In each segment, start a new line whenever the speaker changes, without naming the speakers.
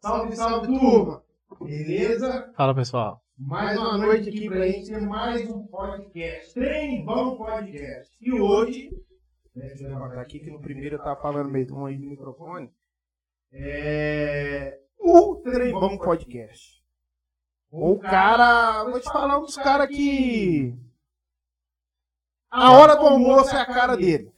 Salve, salve, turma! Beleza?
Fala pessoal.
Mais uma noite aqui pra gente ter mais um podcast. Trem Bom Podcast. E hoje, né, deixa eu levantar aqui que no primeiro eu tava falando meio ruim aí no microfone. É. O Trem Bom Podcast. O cara. Vou te falar um dos caras que. A hora do almoço é a cara dele.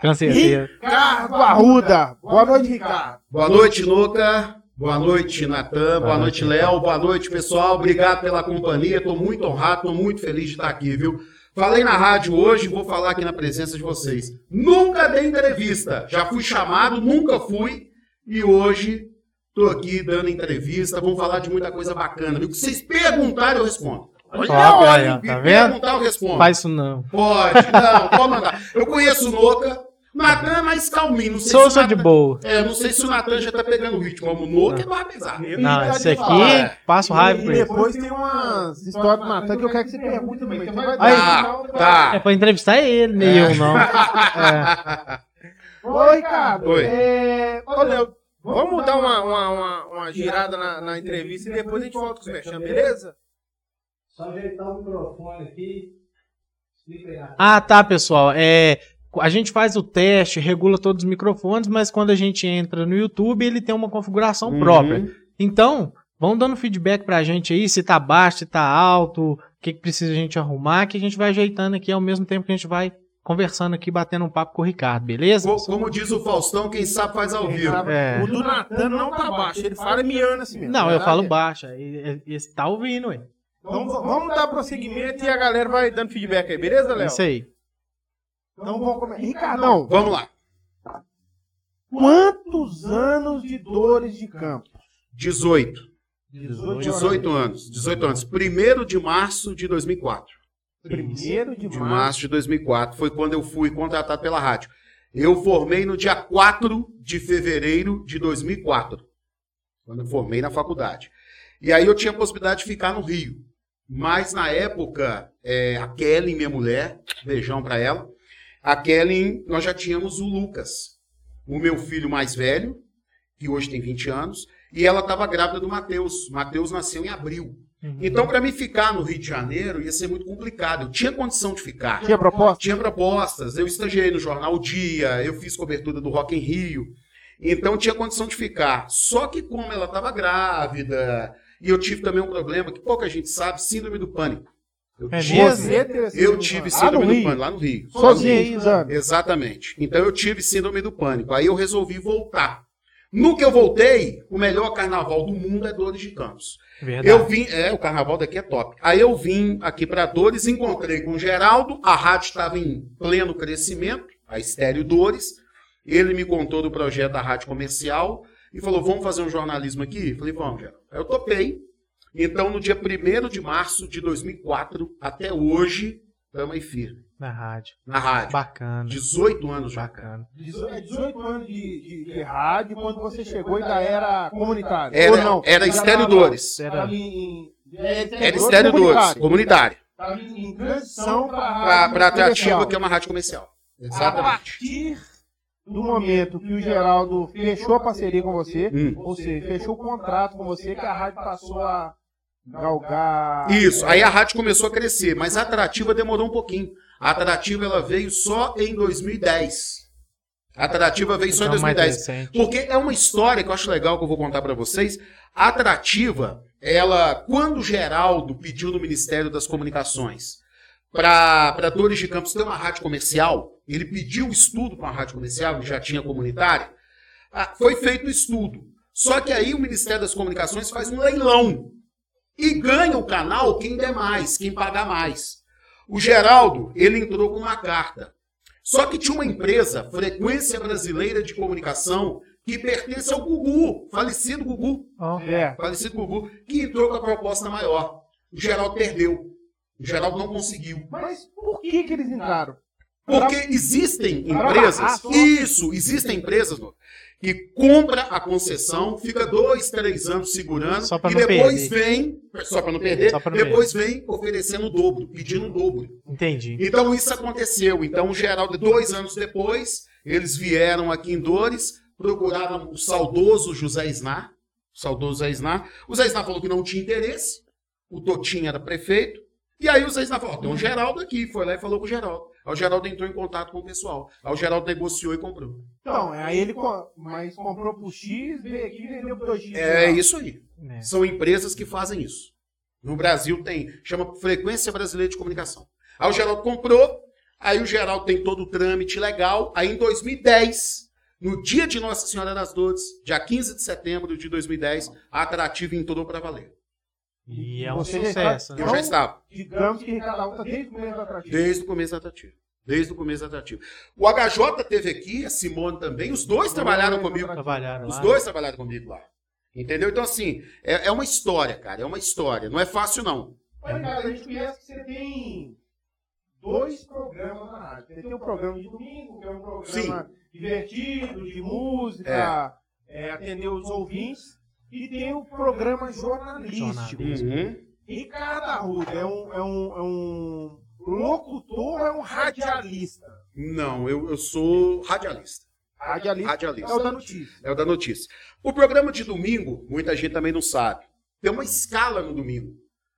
Com certeza.
Ricardo Arruda. Boa noite, Ricardo.
Boa noite, Luca. Boa noite, Natan. Boa
Boa
noite,
noite.
Léo. Boa noite, pessoal. Obrigado pela companhia. Estou muito honrado, estou muito feliz de estar aqui, viu? Falei na rádio hoje, vou falar aqui na presença de vocês. Nunca dei entrevista. Já fui chamado, nunca fui. E hoje estou aqui dando entrevista. Vamos falar de muita coisa bacana. viu? O que vocês perguntarem, eu respondo. Olha,
Top,
olha,
aí, ó,
me
tá vendo?
perguntar, eu respondo.
Faz isso não.
Pode, não, pode mandar. Eu conheço o Noca. Natan é mais calminho. Não sei
Sou,
se
sou tá de
Natan-
boa.
é, eu não sei se o Natan já tá pegando o ritmo. mas O Noca é mais pesado.
Eu
Não,
ia te
esse
falar.
aqui, passo raiva
E
com ele.
depois tem umas histórias do Natan que eu quero que você pergunte também. que Você vai
Aí.
dar.
Tá.
É pra entrevistar ele, nem eu não. É,
Oi, Ricardo.
Oi.
É, ô, Léo, vamos dar uma, uma, uma, uma girada na, na entrevista e depois a gente volta com o Merchan, beleza?
Só ajeitar o microfone aqui. Explica aí, Natan.
Ah, tá, pessoal. É, a gente faz o teste, regula todos os microfones, mas quando a gente entra no YouTube, ele tem uma configuração
Uhum.
própria. Então, vão dando feedback pra gente aí, se tá baixo, se tá alto, o que, que precisa a gente arrumar, que a gente vai ajeitando aqui ao mesmo tempo que a gente vai conversando aqui, batendo um papo com o Ricardo, beleza?
Co- Como diz o Faustão, quem sabe faz ao vivo.
É.
O do Natan não tá baixo, ele fala miando assim mesmo.
Não, eu
Tá?
falo baixo. Ele, ele tá ouvindo, ué.
Então v- vamos dar prosseguimento e a galera vai dando feedback aí, beleza,
É
Léo?
isso aí.
Então vamos começar. Ricardão,
Vamos lá.
quantos anos de dores de campo?
18.
18,
18 anos. 18 anos. 1 de março de 2004.
Primeiro de
De
março.
março de 2004 foi quando eu fui contratado pela rádio. Eu formei no dia 4 de fevereiro de 2004. Quando eu formei na faculdade. E aí eu tinha a possibilidade de ficar no Rio. Mas na época, eh, a Kelly, minha mulher, beijão pra ela. A Kelly, nós já tínhamos o Lucas, o meu filho mais velho, que hoje tem 20 anos, e ela estava grávida do Matheus. Matheus nasceu em abril.
Uhum.
Então, para mim ficar no Rio de Janeiro ia ser muito complicado. Eu tinha condição de ficar.
Tinha proposta?
Tinha propostas, eu estagiei no jornal O Dia, eu fiz cobertura do Rock em Rio, então tinha condição de ficar. Só que como ela estava grávida, e eu tive também um problema que pouca gente sabe, síndrome do pânico. Eu
É
tive,
mesmo?
Você teve Ah, essa
eu
dor de
tive
campo? Lá no
síndrome do
Rio.
pânico lá no Rio.
Sozinho aí,
né?
exame.
Exatamente. Então eu tive síndrome do pânico. Aí eu resolvi voltar. No que eu voltei, o melhor carnaval do mundo é Dores de Campos.
Verdade.
Eu vim, é, o carnaval daqui é top. Aí eu vim aqui pra Dores, encontrei com o Geraldo, a rádio estava em pleno crescimento, a Estéreo Dores. Ele me contou do projeto da rádio comercial e falou: vamos fazer um jornalismo aqui? Falei, vamos, Geraldo. Aí eu topei. Então, no dia 1 de março de 2004 até hoje, estamos aí firme,
Na rádio.
na rádio.
Bacana.
18 anos já.
Bacana.
É 18 anos de, de, de rádio, quando você chegou ainda era comunitário. Ou
Era,
não?
era
Já
Estéreo
tava-
Dores.
Era...
Tava em, em, era
Era Estéreo Dores,
comunitário.
comunitária.
Tava em em transição para
Pra, pra Atrativa,
comercial.
que é uma rádio comercial.
A
Exatamente.
partir do momento que o Geraldo fechou a parceria com você,
Hum.
ou seja, fechou o contrato com você, que a rádio passou a galgar.
Isso, aí a rádio começou a crescer, mas a Atrativa demorou um pouquinho. A Atrativa ela veio só em 2010. A Atrativa veio só em
Então, mais
2010.
recente.
Porque é uma história que eu acho legal que eu vou contar pra vocês. A Atrativa, ela, quando o Geraldo pediu no Ministério das Comunicações para Dores de Campos ter uma rádio comercial, ele pediu estudo para uma rádio comercial, ele já tinha comunitária, ah, foi feito o estudo. Só que aí o Ministério das Comunicações faz um leilão e ganha o canal quem der mais, quem pagar mais. O Geraldo, ele entrou com uma carta. Só que tinha uma empresa, Frequência Brasileira de Comunicação, que pertence ao Gugu, falecido Gugu,
Ó,
É.
falecido Gugu, que entrou com a proposta maior. O Geraldo perdeu. O Geraldo não conseguiu.
Mas por que, que eles entraram?
Porque existem
Pra barrar
empresas,
só.
isso, existem empresas Lu, que compra a concessão, fica dois, três anos segurando
Só pra
e
não
depois
perder.
vem, só para não perder,
Só pra não
depois vem oferecendo o dobro, pedindo o dobro.
Entendi.
Então isso aconteceu. Então o Geraldo, dois anos depois, eles vieram aqui em Dores, procuraram o saudoso José Snar. O saudoso José Snar. O José Snar falou que não tinha interesse. O Totinho era prefeito. E aí o Zé Snar falou, "Ó, tem um Geraldo aqui. Foi lá e falou com o Geraldo. Aí o Geraldo entrou em contato com o pessoal. Aí o Geraldo negociou e comprou.
Então, aí ele co- mas comprou pro X, veio aqui e vendeu pro 2X.
É isso aí.
É.
São empresas que fazem isso. No Brasil tem, chama Frequência Brasileira de Comunicação. Aí o Geraldo comprou, aí o Geraldo tem todo o trâmite legal. Aí em 2010, no dia de Nossa Senhora das Dores, dia 15 de setembro de 2010, a Atrativa entrou para valer.
E é um
Você já
sucesso.
está-
né?
Eu já tá- estava,
Digamos que cada um tá desde o começo da atrativa.
desde o começo da Atrativa. Desde o começo da Atrativa. O HJ teve aqui, a Simone também, os dois trabalharam comigo.
Trabalharam
Os
lá.
dois trabalharam comigo lá. Entendeu? Então, assim, é, é uma história, cara. É uma história. Não é fácil, não.
Olha, cara, a gente conhece que você tem dois programas na rádio. Você tem um programa de domingo, que é um programa divertido, de música, é, atender os ouvintes. E tem o programa jornalístico.
Jornalístico.
Ricardo Arruda é um, é um, é um locutor, é um radialista.
Não, eu, eu sou radialista.
Radialista é
Radialista.
o da notícia.
É o da notícia. O programa de domingo, muita gente também não sabe. Tem uma escala no domingo.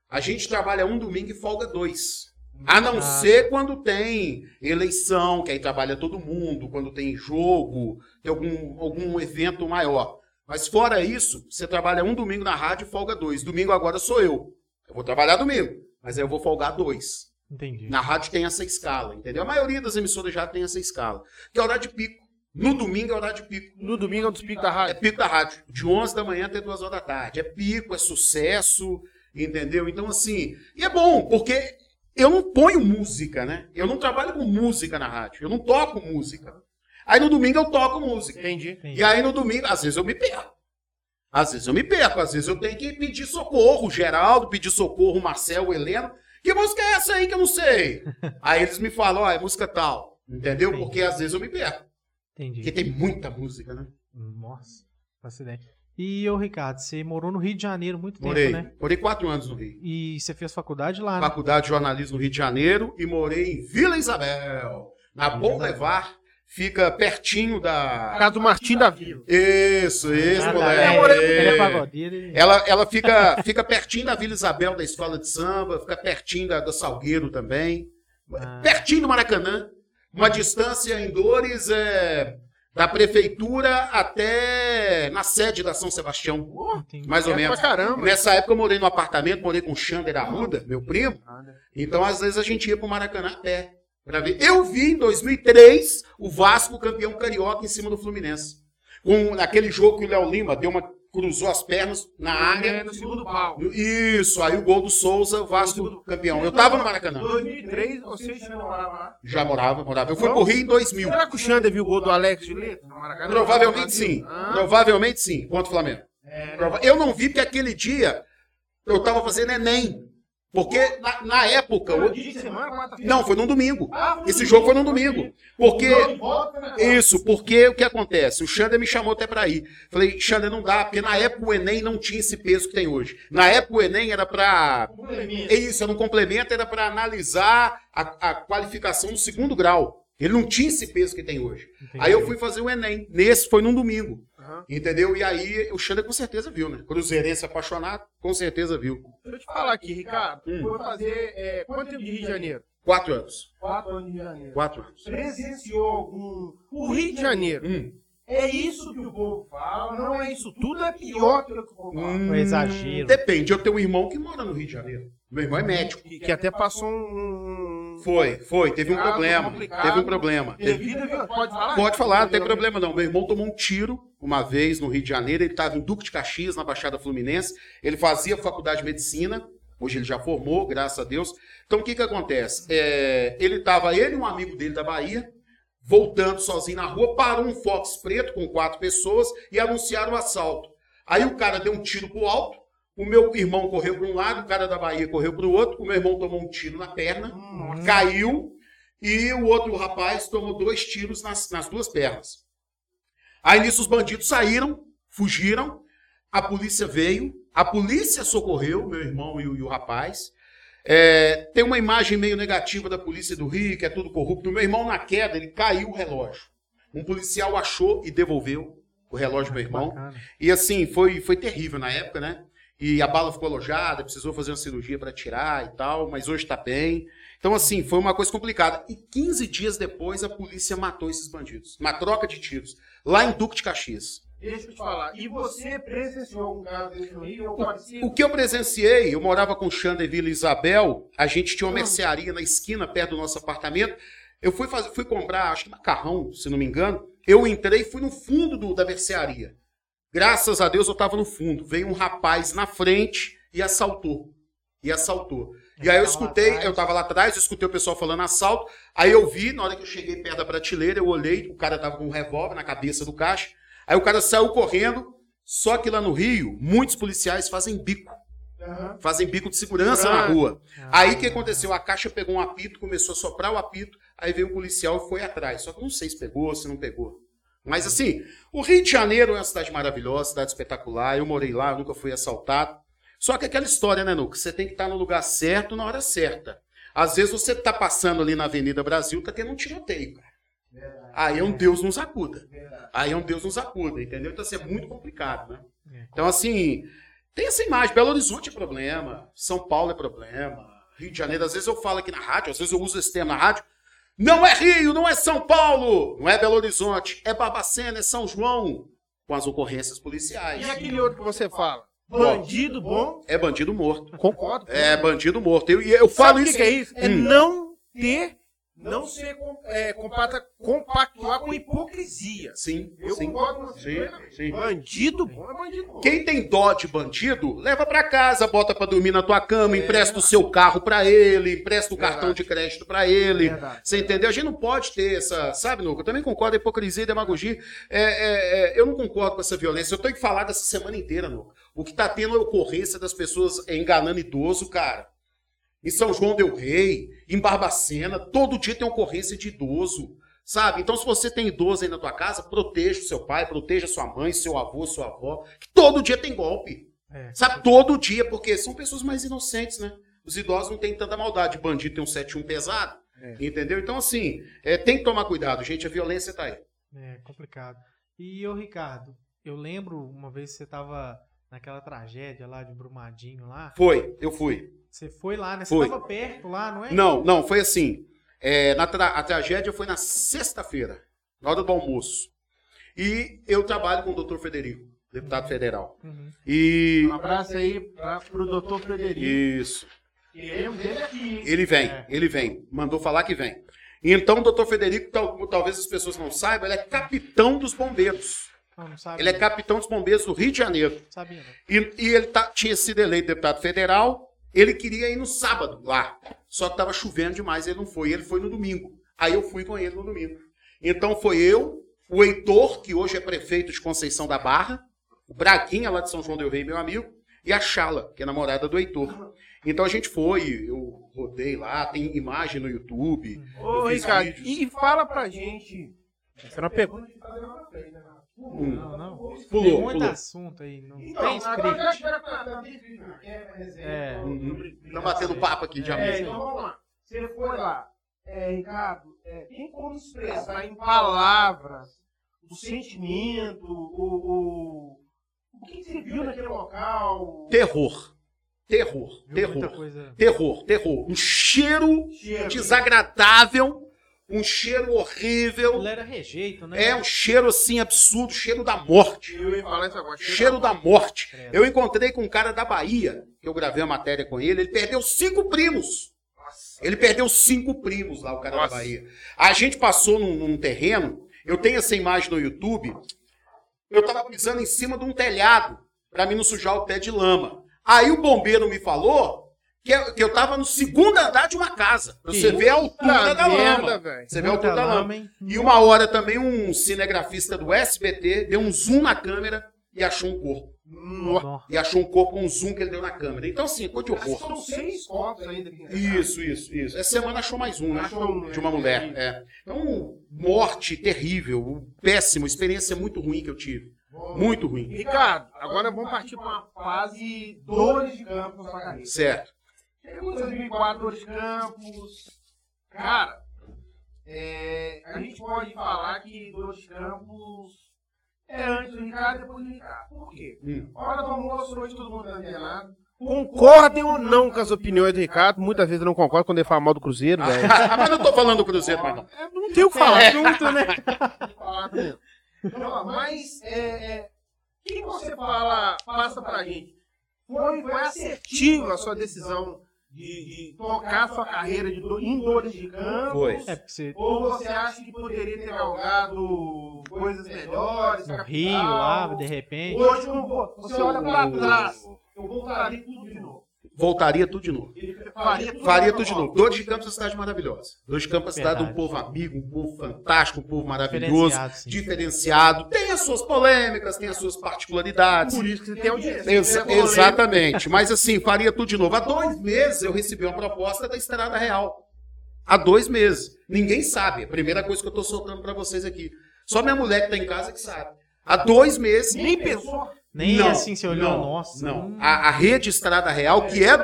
A gente trabalha um domingo e folga dois. A não
Ah.
ser quando tem eleição, que aí trabalha todo mundo, quando tem jogo, tem algum, algum evento maior. Mas fora isso, você trabalha um domingo na rádio e folga dois. Domingo agora sou eu. Eu vou trabalhar domingo, mas aí eu vou folgar dois.
Entendi.
Na rádio tem essa escala, entendeu? A maioria das emissoras já tem essa escala. Que é horário de pico. No domingo é horário de pico.
No domingo é um dos picos da
É
rádio.
pico da rádio. De 11 da manhã até 2 horas da tarde. É pico, é sucesso, entendeu? Então, assim. E é bom, porque eu não ponho música, né? Eu não trabalho com música na rádio. Eu não toco música. Aí no domingo eu toco música.
Entendi.
Entendi.
E aí no domingo, às vezes eu me perco. Às vezes eu me perco, às vezes eu tenho que pedir socorro, Geraldo, pedir socorro, Marcelo, Helena. Que música é essa aí que eu não sei? aí eles me falam, ó, é música tal. Entendeu?
Entendi.
Porque às vezes eu me perco. Porque
Entendi.
tem muita música, né?
Nossa, faço ideia. E ô, Ricardo, você morou no Rio de Janeiro muito tempo,
Morei.
né?
Morei quatro anos no Rio.
E você fez faculdade lá, né?
Faculdade de Jornalismo no Rio de Janeiro e morei em Vila Isabel. Na
Vila
Boulevard, fica pertinho da.
É Caso Martim da Vila.
Isso, isso,
Ah, tá.
moleque.
Ele é- Ele é pagodeiro. ele-
Ela, ela fica, fica pertinho da Vila Isabel, da escola de samba, fica pertinho da, da Salgueiro também,
Ah.
pertinho do Maracanã. Uma distância em Dores é, da prefeitura até na sede da São Sebastião,
Entendi.
mais ou
É
menos.
pra caramba.
Nessa época eu morei num apartamento, morei com o Xander Arruda, meu primo, então às vezes a gente ia pro Maracanã a pé. Pra ver. Eu vi em 2003 o Vasco campeão carioca em cima do Fluminense. Com aquele jogo que o Léo Lima deu uma, cruzou as pernas na área.
É, no segundo pau.
Isso, aí o gol do Souza, o Vasco campeão. Eu tava no Maracanã.
2003, vocês já moravam lá.
Já morava, morava. Eu fui pro Rio em 2000.
Será que o Xander viu o gol do Alex de Letra no Maracanã?
Provavelmente sim.
Ah,
Provavelmente sim, contra o Flamengo.
é.
Prova- Eu não vi porque aquele dia eu tava fazendo Enem. Porque na, na época.
Foi no
eu-
dia de semana, quarta-feira.
Não, foi num domingo.
Ah, foi no
Esse
domingo.
jogo foi num domingo. Porque.
O jogo de bola foi na quarta.
Isso, porque o que acontece? O Xander me chamou até pra ir. Falei, Xander, não dá, porque na época o Enem não tinha esse peso que tem hoje. Na época o Enem era pra
Complemento.
É isso, era um complemento, era para analisar a, a qualificação do segundo grau. Ele não tinha esse peso que tem hoje.
Entendi.
Aí eu fui fazer o Enem. Nesse foi num domingo.
Aham.
Entendeu? E aí o Xander com certeza viu, né? Cruzeirense apaixonado, com certeza viu.
Deixa eu te falar aqui, Ricardo.
Hum.
Foi fazer é, quanto tempo de Rio de Janeiro?
Quatro anos.
Quatro anos de Rio de Janeiro.
Quatro anos.
Presenciou algum. O Rio de Janeiro.
Hum.
É isso que o povo fala, não é isso tudo, é pior que o que o povo fala.
Foi exagero.
Hum. Depende. Eu tenho um irmão que mora no Rio de Janeiro. Meu irmão é médico.
Que, que até passou um. um-
Foi, foi. Teve um
Complicado,
problema.
complicado.
Teve um problema. Teve-
Devida, viu? Pode falar?
Pode falar, não tem problema não. Meu irmão tomou um tiro uma vez no Rio de Janeiro, ele estava em Duque de Caxias, na Baixada Fluminense. Ele fazia faculdade de medicina, hoje ele já formou, graças a Deus. Então o que que acontece? É, ele estava, ele e um amigo dele da Bahia, voltando sozinho na rua, parou um Fox preto com quatro pessoas e anunciaram o assalto. Aí o cara deu um tiro pro alto, o meu irmão correu para um lado, o cara da Bahia correu para o outro, o meu irmão tomou um tiro na perna,
Hum,
caiu e o outro rapaz tomou dois tiros nas, nas duas pernas. Aí nisso os bandidos saíram, fugiram, a polícia veio, a polícia socorreu meu irmão e o, e o rapaz. É, tem uma imagem meio negativa da polícia do Rio, que é tudo corrupto. Meu irmão, na queda, ele caiu o relógio. Um policial achou e devolveu. o relógio pro irmão.
Bacana.
E assim, foi, foi terrível na época, né? E a bala ficou alojada, precisou fazer uma cirurgia para tirar e tal, mas hoje tá bem. Então, assim, foi uma coisa complicada. E 15 dias depois, a polícia matou esses bandidos. Uma troca de tiros. Lá em Duque de Caxias.
Deixa eu te falar. E você presenciou algum caso desse no Rio? Eu
O
parecido?
que eu presenciei, eu morava com o Xander e Vila Isabel, a gente tinha uma mercearia na esquina, perto do nosso apartamento. Eu fui, fazer, fui comprar, acho que macarrão, se não me engano. Eu entrei e fui no fundo do- da mercearia. Graças a Deus eu tava no fundo. Veio um rapaz na frente e assaltou. E assaltou. E aí
Ele tava lá
eu escutei,
atrás.
eu tava lá atrás, eu escutei o pessoal falando assalto. Aí eu vi, na hora que eu cheguei perto da prateleira, eu olhei, o cara tava com um revólver na cabeça do caixa. Aí o cara saiu correndo. Só que lá no Rio, muitos policiais fazem bico.
Aham.
Fazem bico de segurança na
Ah.
rua.
Ah,
Aí o que aconteceu? A caixa pegou um apito, começou a soprar o apito, aí veio o policial e foi atrás. Só que eu não sei se pegou, se não pegou. Mas assim, o Rio de Janeiro é uma cidade maravilhosa, cidade espetacular. Eu morei lá, eu nunca fui assaltado. Só que aquela história, né, Nuca? Você tem que estar no lugar certo, na hora certa. Às vezes você tá passando ali na Avenida Brasil, tá tendo um tiroteio, cara.
Verdade,
Aí é um Deus nos acuda
verdade.
aí é um Deus nos acuda, entendeu? Então, assim, é muito complicado, né?
É.
Então, assim, tem essa imagem. Belo Horizonte é problema, São Paulo é problema, Rio de Janeiro. Às vezes eu falo aqui na rádio, às vezes eu uso esse termo na rádio. Não é Rio, não é São Paulo, não é Belo Horizonte, é Barbacena, é São João, com as ocorrências policiais.
E aquele outro que você fala?
Bom.
Bandido bom? um
É bandido morto.
Concordo.
É bandido morto. Eu, e eu falo
Sabe o que
isso.
que é isso? É
Hum.
não ter, não ser com- é, compata- compactuar com hipocrisia.
Sim,
Eu
sim,
concordo com você.
sim,
plenamente.
sim.
Bandido bom é bandido bom.
Quem tem dó de bandido, leva pra casa, bota pra dormir na tua cama, empresta o seu carro pra ele, empresta o cartão de crédito pra ele.
Verdade.
Você entendeu? A gente não pode ter essa, sabe, Nuca? Eu também concordo, a hipocrisia e demagogia. É, é, é, eu não concordo com essa violência. Eu tenho que falar dessa semana inteira, Nuca. O que tá tendo é a ocorrência das pessoas é, enganando idoso, cara. Em São João Del Rei, em Barbacena, todo dia tem ocorrência de idoso. Sabe? Então, se você tem idoso aí na tua casa, proteja o seu pai, proteja sua mãe, seu avô, sua avó. Que todo dia tem golpe.
É.
Sabe? Todo dia, porque são pessoas mais inocentes, né? Os idosos não têm tanta maldade. Bandido tem um 7-1 pesado.
É.
Entendeu? Então, assim, é, tem que tomar cuidado, gente. A violência tá aí.
É complicado. E o Ricardo, eu lembro uma vez que você tava naquela tragédia lá de Brumadinho lá.
Foi, eu fui.
Você foi lá, né? Você
Foi.
tava perto lá, não é?
Não, não, foi assim. É, na tra- a tragédia foi na sexta-feira, na hora do almoço. E eu trabalho com o doutor Federico, deputado federal.
Uhum.
E.
Um abraço aí pra, pro doutor Frederico.
Isso.
Queremos ele aqui. hein?
Ele vem,
É.
ele vem. Mandou falar que vem. Então, o doutor Federico, tal- talvez as pessoas não saibam, ele é capitão dos bombeiros.
Não, não sabia.
Ele é capitão dos bombeiros do Rio de Janeiro.
não sabia, não.
E, e ele tá- tinha sido eleito deputado federal. Ele queria ir no sábado lá. Só que tava chovendo demais, ele não foi. Ele foi no domingo. Aí eu fui com ele no domingo. Então foi eu, o Heitor, que hoje é prefeito de Conceição da Barra, o Braguinha, lá de São João Del Rei, meu amigo, e a Chala, que é namorada do Heitor. Então a gente foi, eu rodei lá, tem imagem no YouTube.
Ô,
Eu fiz
Ricardo,
vídeos.
e fala pra gente. Você não pegou? né? Hum.
Não,
Não,
não. Tem
Pulou,
muito
pulou.
assunto aí. Não tem
Então, agora
script.
já chega pra- pra pra- é, resenha,
É.
então,
Uhum. Tá batendo papo aqui de
É,
amigo.
então vamos lá. Você foi lá. É, Ricardo, é, tem como expressar É, em palavras o sentimento, o, o, o que você viu naquele local?
Terror. Terror,
Viu muita
terror.
coisa.
Terror, terror. Um cheiro
Cheiro.
desagradável, um cheiro horrível.
Ele era rejeito, né?
É um cheiro assim absurdo, cheiro da morte.
Eu ia falar isso agora.
Cheiro da morte.
Credo.
Eu encontrei com um cara da Bahia, que eu gravei a matéria com ele, ele perdeu cinco primos.
Nossa.
Ele perdeu cinco primos lá, o cara
Nossa.
da Bahia. A gente passou num, num terreno, eu tenho essa imagem no YouTube. Eu tava pisando em cima de um telhado pra mim não sujar o pé de lama. Aí o bombeiro me falou que eu, que eu tava no segundo andar de uma casa. Pra você
Que
ver a altura
Puta
da
merda,
lama.
velho.
Você vê a
Muita
altura da lama.
lama, hein?
E uma hora também um cinegrafista do SBT deu um zoom na câmera e achou um corpo.
Hum.
Nossa.
E achou um corpo com um zoom que ele deu na câmera. Então, assim, coisa de
Acho que São
horror.
seis corpos ainda aqui.
Isso, isso, isso. Essa semana achou mais um, né?
Achou um, né?
De uma mulher. É. Então, morte terrível, péssimo, experiência muito ruim que eu tive. Muito ruim.
Ricardo, agora vamos partir para uma fase dores de campo na sua carreira.
Certo.
É,
Chegamos em 2004, dores de campos. Cara, é, a gente pode falar que dores de campos
é antes do Ricardo, depois do Ricardo. Por quê?
Hum.
Hora do almoço, hoje todo mundo tá antenado. Concordem ou não com as opiniões do Ricardo? Muitas vezes eu não concordo quando ele fala mal do Cruzeiro,
Ah,
velho.
Ah, Mas não tô falando do Cruzeiro, mas não.
É, não tem o que falar junto, né? Mas é, é, o que você fala, passa pra gente? Foi, foi assertiva a sua decisão de, de tocar sua carreira de do, em dores de campo?
Foi.
É, porque você,
Ou você acha que poderia ter galgado coisas melhores?
no
capital?
Rio lá, de repente.
Hoje eu vou- você olha pra trás, eu voltaria tudo de novo.
Voltaria tudo de novo.
Ele faria tudo,
Faria
na
tudo de
volta.
novo. Dois de Campos é uma cidade maravilhosa. Dois de Campos é uma cidade de um
Verdade.
povo amigo, um povo fantástico, um povo maravilhoso,
Diferenciado, assim. sim.
diferenciado. Tem as suas polêmicas, tem as suas particularidades.
É Por isso que você tem audiência.
Ex-
Você é goleiro.
exatamente. Mas assim, faria tudo de novo. Há dois meses eu recebi uma proposta da Estrada Real. Há dois meses. Ninguém sabe. A primeira coisa que eu tô soltando pra vocês aqui. Só minha mulher que tá em casa que sabe. Há dois meses.
Nem pensou.
Nem
Não,
assim você olhou,
não,
nossa.
Não. Ah.
hum,
A, a rede Estrada Real, que é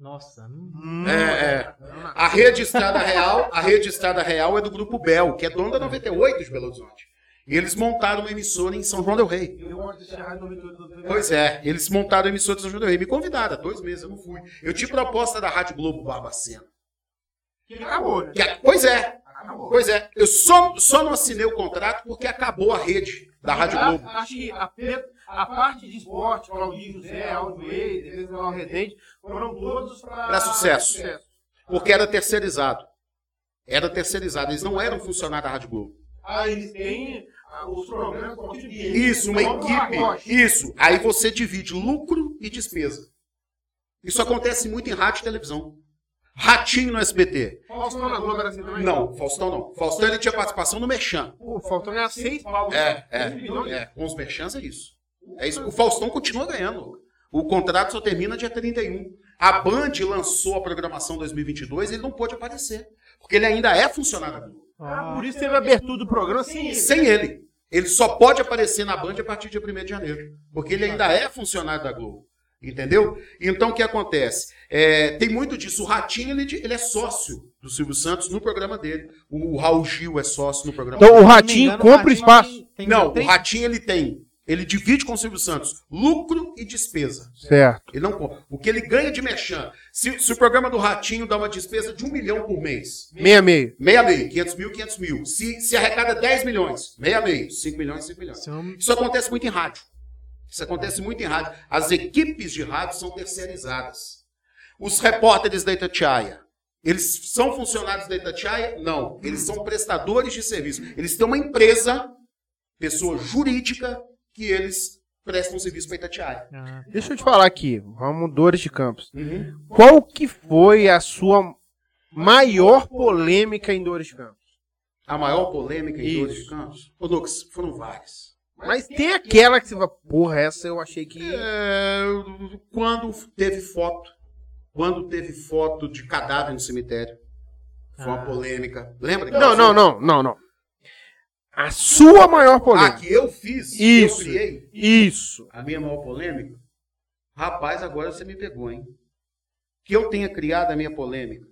Nossa, hum.
É, é. A rede Estrada Real, a rede Estrada Real é do grupo Bel, que é dono da 98 de Belo Horizonte. E eles montaram uma emissora em São João del Rei.
Eu gosto de encerrar em 92.
Pois é, eles montaram a emissora de São João del Rei. Me convidaram há dois meses, eu não fui. Eu tive proposta da Rádio Globo Barbacena.
Que acabou, né?
Que a- Pois é,
Acabou.
pois é. Eu só, só não assinei o contrato porque acabou a rede da Rádio
A-
Globo.
Acho que a, pe- a parte de esporte, Claudinho José, Aldo Reis, Ezequiel Redente, foram todos
Pra
para
sucesso. Porque era terceirizado. Era terceirizado. Eles não eram funcionários da Rádio Globo.
Ah, eles têm ah, os programas com equipe deles.
Isso, uma
Todo
equipe.
pacote.
Isso. Aí você divide lucro e despesa. Isso acontece muito em rádio e televisão. Ratinho no SBT.
Faustão na Globo era assim também?
Não, Faustão não. Faustão ele tinha participação no Merchan.
O Faustão ganha seis pau.
É, é,
Seis milhões.
é. Com os Merchans é isso. É isso. O Faustão continua ganhando. O contrato só termina dia 31. A Band lançou a programação 2022 ele não pôde aparecer. Porque ele ainda é funcionário da Globo.
Ah,
ó,
por isso teve a abertura do programa sem ele.
sem ele. Ele só pode aparecer na Band a partir de 1 de janeiro, porque ele ainda é funcionário da Globo. Entendeu? Então o que acontece? É, tem muito disso. O Ratinho ele, de- ele é sócio do Silvio Santos no programa dele. O, Raul Gil é sócio no programa
Então,
dele.
o
se não me
Ratinho é
engano,
compra o
Ratinho
espaço.
tem- tem
Não, o
três-
Ratinho ele tem. Ele divide com o Silvio Santos lucro e despesa.
um Certo.
Ele não compra. O que ele ganha de merchan. Se, se o programa do Ratinho dá uma despesa de um milhão por mês,
Meia, meia.
meia meia, 500 mil, 500 mil. Se, se arrecada 10 milhões, meia meia, 5 milhões, 5 milhões.
se eu-
Isso acontece muito em rádio. Isso acontece muito em rádio. As equipes de rádio são terceirizadas. Os repórteres da Itatiaia, eles são funcionários da Itatiaia? Não. Eles são prestadores de serviço. Eles têm uma empresa, pessoa jurídica, que eles prestam serviço para a Itatiaia.
Ah,
Deixa eu te falar aqui. Vamos, Dores de Campos.
Uhum.
Qual que foi a sua maior polêmica em Dores de Campos?
A maior polêmica em
Isso.
Dores de Campos? Ô, Lucas, foram várias.
Mas tem aquela que você fala, porra, essa eu achei que.
É, quando teve foto, quando teve foto de cadáver no cemitério, foi uma
Ah.
polêmica. Lembra?
Não, não, não, não, não. A sua maior
Ah,
polêmica.
que eu fiz,
Isso.
eu criei.
Isso.
A minha maior polêmica? Rapaz, agora você me pegou, hein? Que eu tenha criado a minha polêmica.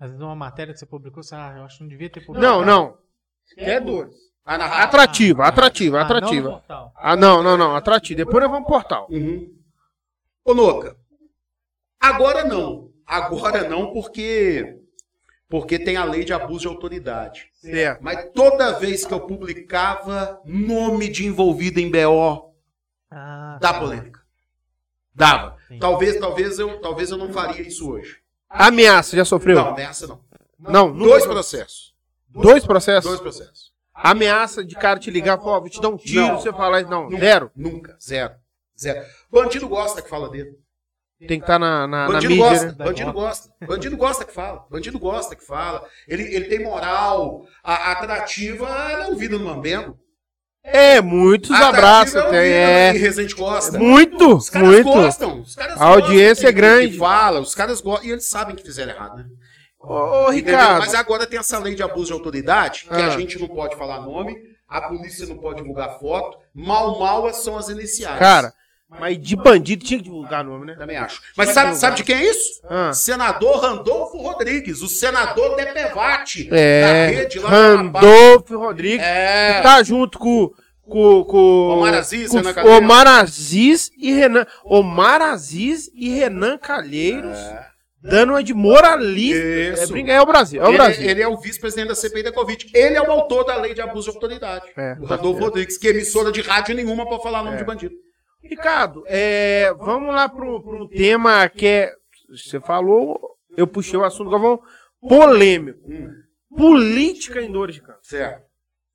Às vezes uma matéria que você publicou, você, ah, eu acho que não devia ter publicado.
Não, não. É Dores.
Ah, na rádio.
Atrativa, atrativa,
Ah, não no
atrativa.
portal.
Ah, não, não, não, atrativa. Depois nós vamos pro portal.
Uhum. Ô, Noca, agora não. Agora não, porque. Porque tem a lei de abuso de autoridade.
Certo.
Mas toda vez que eu publicava nome de envolvido em BO,
Ah,
dá polêmica. Dava.
Sim.
Talvez, talvez eu, talvez eu não faria isso hoje.
Ameaça, já
Não,
sofreu?
nessa não.
Não,
Dois processos.
Dois processos?
Dois processos.
Ameaça de cara te ligar, pô, vou te dar um tiro,
Não.
você falar isso. Não,
Não.
zero.
Nunca. Zero. Zero. Bandido gosta que fala dele.
Tem que estar na, na, na
Bandido
mídia,
gosta,
né?
bandido gosta. Bandido gosta que fala. Bandido gosta que fala. Ele, ele tem moral. A, a atrativa ela é ouvida no Mambembo.
É, muitos
A
abraços.
atrativa
Tem,
é.
é.
ouvida Em Resende Costa.
Muito,
Os caras assim,
muito.
gostam. Os caras
A audiência
gostam
é
que-
grande.
que Fala, os caras gostam. E eles sabem que fizeram errado, né?
Ô, ô,
Entendeu?
Ricardo,
Mas agora tem essa lei de abuso de autoridade, que a
Ah.
gente não pode falar nome, a polícia não pode divulgar foto. Mal, mal é, são as iniciais.
cara, Mas de bandido tinha que divulgar o nome, né?
Também acho. Mas sabe, sabe de quem é isso?
Ah.
Senador Randolfo Rodrigues, o senador Depevate da
É.
rede lá Amapá.
Randolfo Rodrigues. que
É.
Tá junto com. Com, com
Omar Aziz,
com
Renan Calheiros.
Omar Aziz e Renan. Omar Aziz e Renan Calheiros dando uma de moralista. É,
É. Isso.
brinca- é o Brasil, é o
ele,
Brasil.
ele é o vice-presidente da CPI da Covid. Ele é o autor da lei de abuso de autoridade.
É.
O Rodolfo Rodrigues, que é emissora de rádio nenhuma pra falar nome de bandido.
Ricardo, é, vamos lá pro, pro tema que é. Você falou, eu puxei o assunto, Galvão. Polêmico. Política em dores de campo.
Certo.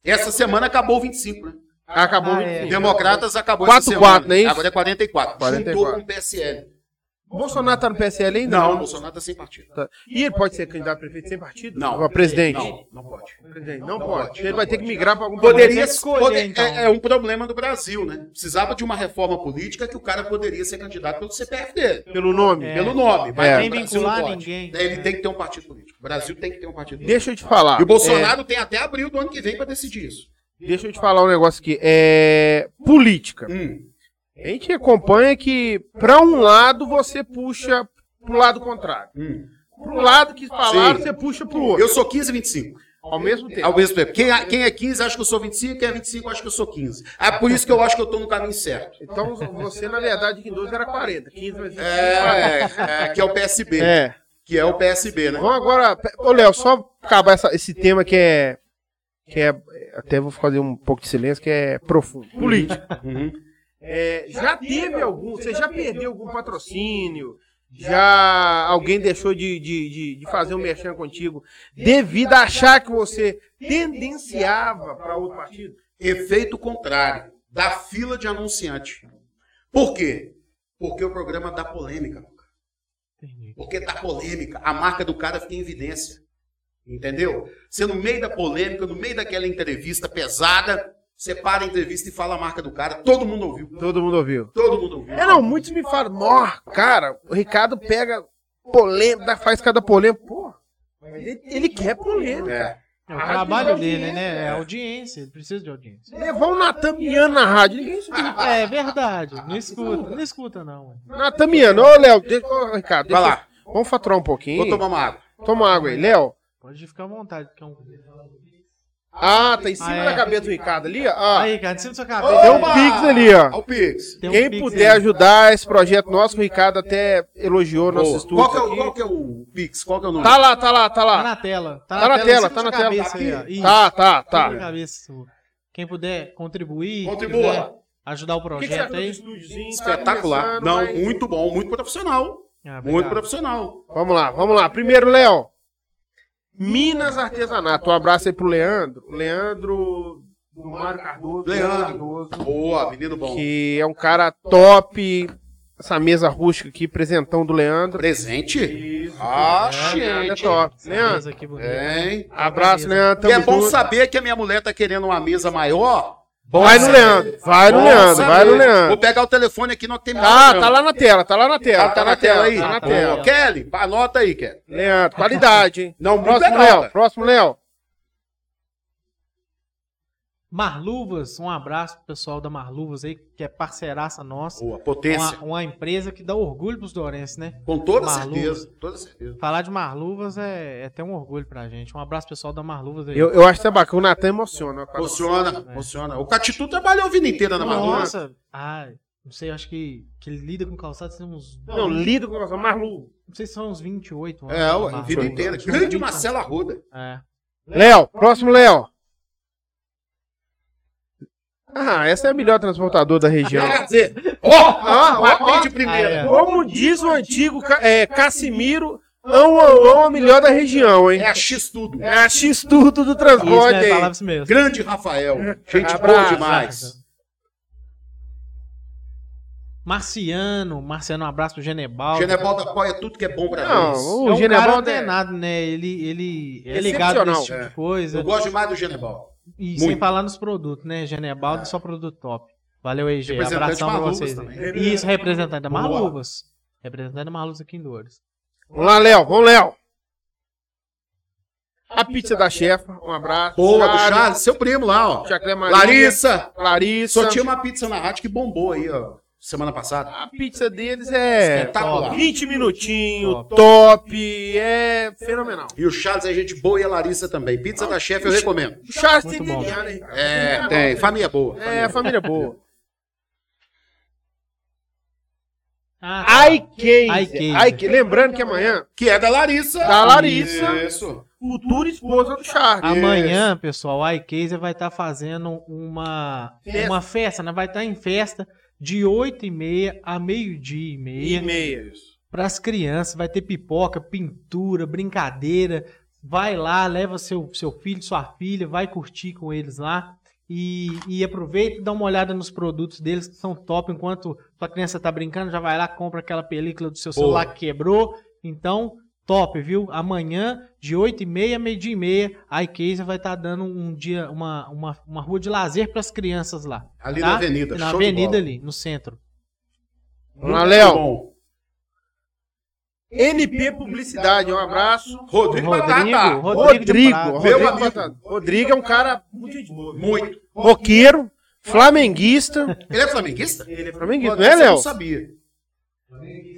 Essa semana acabou o 25, né?
Acabou
Ah,
muito.
é.
O Democratas acabou
4-4, não é isso?
Agora é 44.
44.
Juntou com o PSL.
Bolsonaro tá no PSL ainda?
Não, o Bolsonaro tá sem partido.
Tá. E ele pode ser candidato a prefeito sem partido?
Não.
Pra presidente?
Não, não pode.
Presidente, não, pode. Então Ele vai ter que migrar para algum
Poderia
tem que escolher,
poder-
então.
é, é um problema do Brasil, né? Precisava de uma reforma política que o cara poderia ser candidato pelo CPF dele.
pelo nome.
É.
Pelo nome, mas
É.
no
Sem
Brasil
vincular
não pode.
ninguém.
Ele tem que ter um partido político. O Brasil tem que ter um partido político.
Deixa eu te falar.
E o Bolsonaro tem até abril do ano que vem pra decidir isso.
é, deixa eu te falar um negócio aqui. É política.
Hum,
A gente acompanha que para um lado você puxa pro lado contrário.
hum.
Pro lado que falaram,
Sim.
você puxa pro outro.
Eu sou 15 e 25.
Ao mesmo tempo.
É, Ao mesmo tempo. Quem, quem é 15 acha que eu sou 25, quem é 25 acha que eu sou 15. É por isso que eu acho que eu tô no caminho certo.
Então você, na verdade, em 12 era 40. 15 vai ser.
É, é, que é o PSB.
É.
Que é o PSB, né?
Vamos agora. pe- Ô, Léo, só acabar essa- esse tema que é. Que é. Até vou fazer um pouco de silêncio, que é profundo. Política. É, já teve algum. Você já perdeu algum patrocínio? Já alguém deixou de, de, de, de fazer um merchan contigo devido a achar que você tendenciava para outro partido?
Efeito contrário da fila de anunciante. Por quê? Porque o programa dá polêmica.
Entendi.
Porque dá polêmica. A marca do cara fica em evidência. Entendeu? Você, no meio da polêmica, no meio daquela entrevista pesada, você para a entrevista e fala a marca do cara. Todo mundo ouviu.
Todo mundo ouviu.
Todo mundo ouviu.
É, não, muitos me falam, "Nó, cara, o Ricardo pega polêmica, faz cada polêmica. Pô, mas ele, ele quer polêmica.
É.
É o
Ah,
trabalho
tem
dele,
audiência,
né? É
é.
audiência, ele precisa de audiência.
Levar o Natamiano na rádio. Ninguém escuta.
Ah.
É verdade, não escuta, não escuta não.
Natamiano, ô Léo, deixa, ô, Ricardo,
Vai
deixa-
lá.
Vamos faturar um pouquinho.
Vou tomar uma água.
Toma água aí, Léo.
Pode ficar à vontade, porque é um...
Ah, tá em cima
Ah, é.
da cabeça do Ricardo ali, ó. Ah,
Aí, cara, em cima da sua cabeça.
Tem um
Opa!
Pix ali, ó.
Olha o Pix.
Tem um
Quem
pix
puder
aí.
ajudar esse projeto nosso, o Ricardo até elogiou nosso
Boa.
estúdio.
Qual que, é o,
aqui.
qual que é o Pix? Qual que é o número?
Tá lá, tá lá, tá
Tá
lá.
na tela.
Tá na tela,
em cima
tá
da
na
sua
tela.
cabeça aí, ó. Isso,
Tá, tá,
em cima da
tá.
cabeça sua. Quem puder contribuir,
Contribua.
quiser ajudar o projeto aí.
Tá
Espetacular. Não, muito bom, muito profissional.
Ah,
Muito
obrigado.
profissional.
Vamos lá, vamos lá. Primeiro, Léo. Minas Artesanato. Um abraço aí pro Leandro. Leandro
Do Mário Cardoso.
Leandro.
Cardoso.
Boa, menino bom.
que é um cara top. Essa mesa rústica aqui, presentão do Leandro.
Presente?
Isso.
Ah,
Leandro é
gente.
top.
Essa
Leandro, É.
mesa aqui bonita.
Hein?
abraço, Leandro.
E
Ah, Tamo
é bom
junto.
saber que a minha mulher tá querendo uma mesa maior. Bom
Vai no
saber.
Leandro, vai no
Bom
Leandro,
saber.
vai no
Vou
Leandro.
pegar o telefone aqui, nós temos.
Ah, tá lá na tela, tá lá na tela.
Tá, tá na tela aí?
Tá na
Tá
tela.
Ô, Kelly, anota aí, Kelly.
Leandro, qualidade, hein?
Não, muito
próximo,
legal,
Léo.
velho.
Próximo, Léo.
Marluvas, um abraço pro pessoal da Marluvas aí, que é parceiraça nossa.
Boa,
Uma,
potência.
uma empresa que dá orgulho pros Dorenses, né?
Com toda
Maluco.
certeza. Toda certeza.
Falar de Marluvas é, é até um orgulho pra gente. Um abraço pessoal da Marluvas aí.
Eu, eu acho que é bacana, o Natan emociona.
Funciona,
É.
funciona. O Catitu trabalhou a vida inteira na Madonna.
Nossa, ah, não sei, acho que, que ele lida com calçado, tem uns.
Não, lido com o Marlu.
Não sei se são uns 28 anos.
É, ué, a
Marluvas.
vida inteira. Grande Marcelo Arruda.
É.
Léo, próximo, Léo. Ah, essa é a melhor transportadora da região.
Quer dizer, É. ó,
Ah, ó,
papinho
ó.
de primeira.
Ah, é.
Como diz o antigo Ca- é, Casimiro, ão, ão, ão, a melhor da região, hein?
É a X tudo.
É a X-Tudo do
Isso,
transporte,
né, falava
hein?
isso mesmo.
Grande Rafael.
É.
Gente boa
Abraço.
demais.
Marciano, Marciano, um abraço pro Genebaldo.
Genebaldo apoia tudo que é bom pra nós.
Não,
é
o
um cara
Genebaldo é...
antenado, né? Ele, ele é ligado
Excepcional.
nesse tipo
É.
de coisa.
Eu gosto demais do Genebaldo.
E
Muito.
sem falar nos produtos, né? Genebaldo, só produto top. Valeu, EG.
É. Representante
Abração pra
Marluvas
vocês. aí.
também.
Isso, representante da
Boa.
Marluvas. Representante da Marluvas aqui em Dores.
Vamos lá, Léo, vamos, Léo. A pizza da chefa, um abraço.
Boa, do
Charles,
Charles, seu primo lá, ó.
Chaclé Maria,
Larissa.
Larissa.
Só tinha uma pizza na rádio que bombou aí, ó. semana passada.
A pizza deles é
Espetacular.
20 minutinhos, top, é fenomenal.
E o Charles é gente boa e a Larissa também. Pizza
Ah,
da chefe eu recomendo.
O Charles tem
Muito
que
bom.
ganhar, né, Ricardo?
É, tem. Família boa.
É,
família.
família boa.
Ah, tá.
iCase.
iCase.
iCase. Lembrando que amanhã,
Que é da Larissa.
Da Larissa.
Isso.
futura esposa do Charles.
Amanhã, pessoal, a iCase vai estar fazendo uma
Festa.
uma festa, né? Vai estar em festa de 8h30 a meio-dia e
E
meia.
meia.
Para as crianças, vai ter pipoca, pintura, brincadeira. Vai lá, leva seu, seu filho, sua filha, vai curtir com eles lá. E, e aproveita e dá uma olhada nos produtos deles que são top. Enquanto sua criança tá brincando, já vai lá, compra aquela película do seu
Boa.
celular que quebrou. Então, top, viu? Amanhã, de 8h30 a meio-dia e meia, a iCase vai estar dando um dia, uma, uma, uma rua de lazer para as crianças lá.
Ali
Tá?
na avenida.
Na
show de
avenida
bola.
ali, no centro.
Vamos lá, Léo.
Bom.
NP Publicidade, um abraço.
Rodrigo,
Rodrigo,
Batata.
Rodrigo de
Rodrigo,
Prado.
Rodrigo,
Meu amigo.
Batata. Rodrigo é um cara
Muito gente boa. viu?
Muito.
roqueiro, Um flamenguista.
Ele é flamenguista?
Ele é flamenguista,
Pô,
não é,
essa eu
Léo?
Não sabia.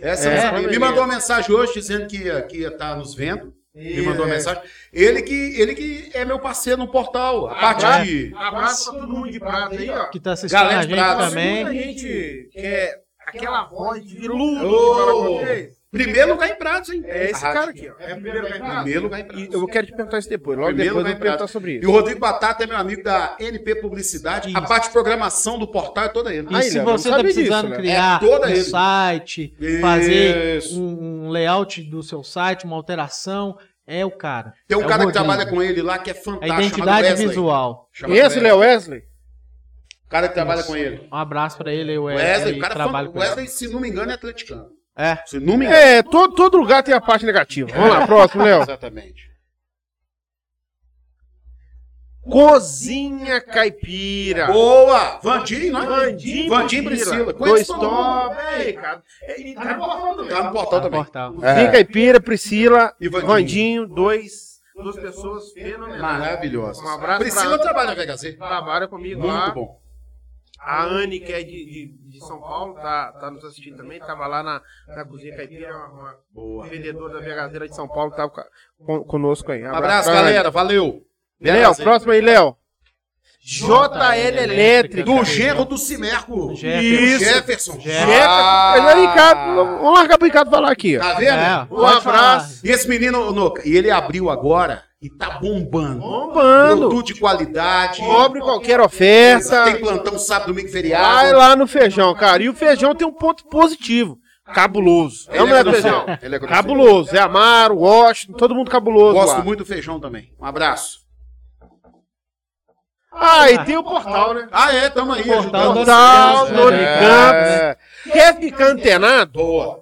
Essa eu
É,
não sabia. Me
flamenguista.
mandou uma mensagem hoje dizendo que ia estar que ia tá nos vendo. Me
É.
mandou uma mensagem. Ele que, ele que é meu parceiro no portal.
Ah,
A parte de.
um Abraço pra todo mundo de prata aí, ó.
que tá assistindo
Galera
a
de
gente
Prado.
também.
Muita gente quer aquela voz de luto.
Ô.
que fala com vocês.
Primeiro lugar em Prados, hein?
É esse
Arraste.
cara aqui, ó. É o primeiro que vai
Primeiro lugar em Prados.
E eu quero te perguntar isso depois. Logo
Primeiro
depois
vai
eu vou perguntar
entrar.
sobre
E
isso.
o Rodrigo Batata é meu amigo da NP Publicidade. A parte de programação do portal é toda ele.
E
Aí,
se
Léo,
você
não
tá
sabe disso,
precisando
né? Léo.
criar
É toda
um
ele.
site, fazer um, um layout do seu site, uma alteração, é o cara.
Tem um
É o
cara que
Rodrigo.
trabalha com ele lá que é
A
fantástico. chamado
identidade
Wesley.
visual.
Chamado
Conhece o Léo Wesley?
O cara que trabalha com ele.
Um abraço pra ele, eu
Wesley, o cara
trabalho
fala,
com ele.
Wesley, se não me engano, é atleticano.
É.
Se não me engano.
É, todo, todo lugar tem a parte negativa. Vamos lá, próximo, Léo.
Exatamente.
Cozinha Caipira.
Boa! Vandim, não é?
Vandim,
Vandim Priscila.
Dois
Conheço todo mundo.
top. É, Ricardo. É, tá no portal do
Tá
Léo.
no portal
Tá,
também.
portal.
Cozinha Caipira, Priscila,
E Vandinho.
Vandinho, dois, duas pessoas fenomenais.
Maravilhosa.
Um abraço
Priscila
pra-
trabalha na VHZ.
Trabalha comigo lá.
Muito bom.
A Anne, que é de, de, de São Paulo, tá, tá nos assistindo também. Tava lá na, na Cozinha Caipira, uma, uma
Boa.
vendedora da Vergazeira de São Paulo, tava com a- com- conosco aí.
Um abraço,
pra
galera. Valeu.
Anne. Léo, próximo aí, Léo. JL Elétrica.
Do genro do Cimerco.
né? Jefferson.
Jefferson.
Jefferson.
Jeca.
Ah.
Mas aí, Ricardo, vamos largar pro Ricardo falar aqui. ó.
Tá vendo?
É,
Um
pode falar.
abraço.
E esse menino, Noca, e ele abriu agora e tá bombando.
Bombando.
Produto de qualidade.
Cobre qualquer oferta.
Tem plantão sábado, domingo e
Vai
feriado.
lá no feijão, cara. E o feijão tem um ponto positivo. Cabuloso. É o
Ele é
melhor
grosseiro.
feijão.
Ele é grosseiro.
Cabuloso. É Amaro, Washington, todo mundo cabuloso
Gosto
lá.
muito do feijão também. Um abraço.
Ah, e tem o portal, né?
Ah, é, tamo aí.
Portal
ajudando. É.
das
Portal
Crianças,
do
né?
Campos. Quer ficar antenado?
Boa.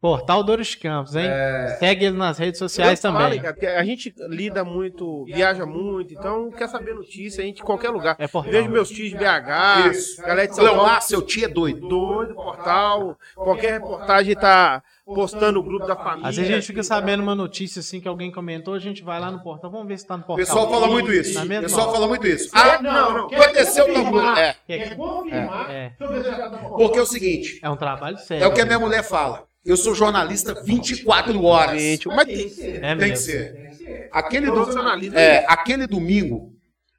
Portal Douros Campos, hein?
É.
Segue ele nas redes sociais
Eu falo,
também.
cara, que a gente lida muito, viaja muito, então quer saber notícia, a gente em qualquer lugar.
É portal.
Vejo meus tios de BH,
Isso.
galera Ah, de São Paulo.
Leomar, seu tio é doido.
doido, portal, qualquer reportagem tá postando o grupo da família.
Às vezes a gente fica sabendo uma notícia assim que alguém comentou, a gente vai lá no portal, vamos ver se tá no
O
portal. é
pessoal fala muito isso.
Na
O
mesma
pessoal
hora.
fala muito isso. Ah,
não, não.
aconteceu tal coisa. É,
Quer confirmar
É.
se eu desejar dar uma
porque é o seguinte,
É um trabalho sério.
é o que a minha mulher fala. Eu sou jornalista 24 horas.
Gente,
mas
mas
tem,
É
tem que
mesmo.
ser. Aquele,
um
do-
Profissionalismo.
é, aquele domingo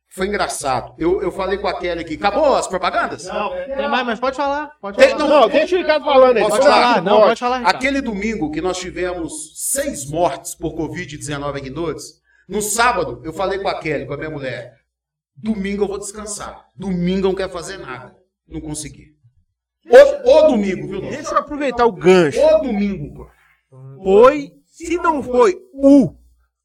foi engraçado. Eu, eu falei com a Kelly aqui. Acabou as propagandas?
Tem mais, mas pode falar. Pode
Tem-
falar.
não,
deixa o Ricardo falando aí.
Pode
Pode
Fala
falar,
aqui,
não, pode falar. Ricardo.
Aquele domingo que nós tivemos seis mortes por Covid-19 aqui em Lourdes, no sábado eu falei com a Kelly, com a minha mulher, domingo eu vou descansar. Domingo eu não quero fazer nada. Não consegui. O, o domingo, viu, Lourdes?
Deixa eu aproveitar o gancho.
O domingo, pô.
Foi, se não foi o,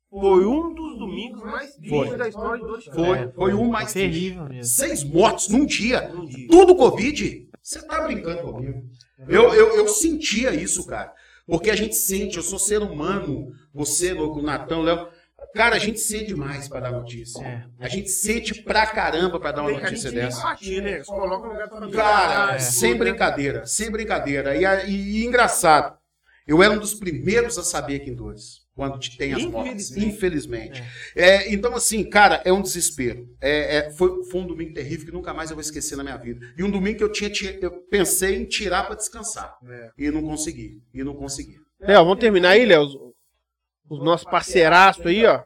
foi um dos domingos mais tristes da história de dois
Foi, foi um mais
É.
terrível.
terrível mesmo.
Seis mortes num dia. Tudo Covid? Você tá brincando comigo. Eu, eu, eu sentia isso, cara. Porque a gente sente, eu sou ser humano, você, louco, o Natão, o Léo. Cara, a gente sente demais pra dar notícia.
É.
A gente sente pra caramba pra dar uma
Tem que a
notícia
gente
dessa.
empatia, né? Só coloca no lugar da família.
Cara,
Ah,
sem
tudo, né?
brincadeira, sem brincadeira. E, a- e- e engraçado, eu era um dos primeiros a saber aqui em Dores. quando tem as mortes, infelizmente. É, então, assim, cara, é um desespero. É, é, foi, foi um domingo terrível que nunca mais eu vou esquecer na minha vida. E um domingo que eu tinha, ti- eu pensei em tirar para descansar.
É.
E não consegui. E não consegui.
Léo, vamos terminar aí, Léo. Os, os nossos parceiraços aí, ó.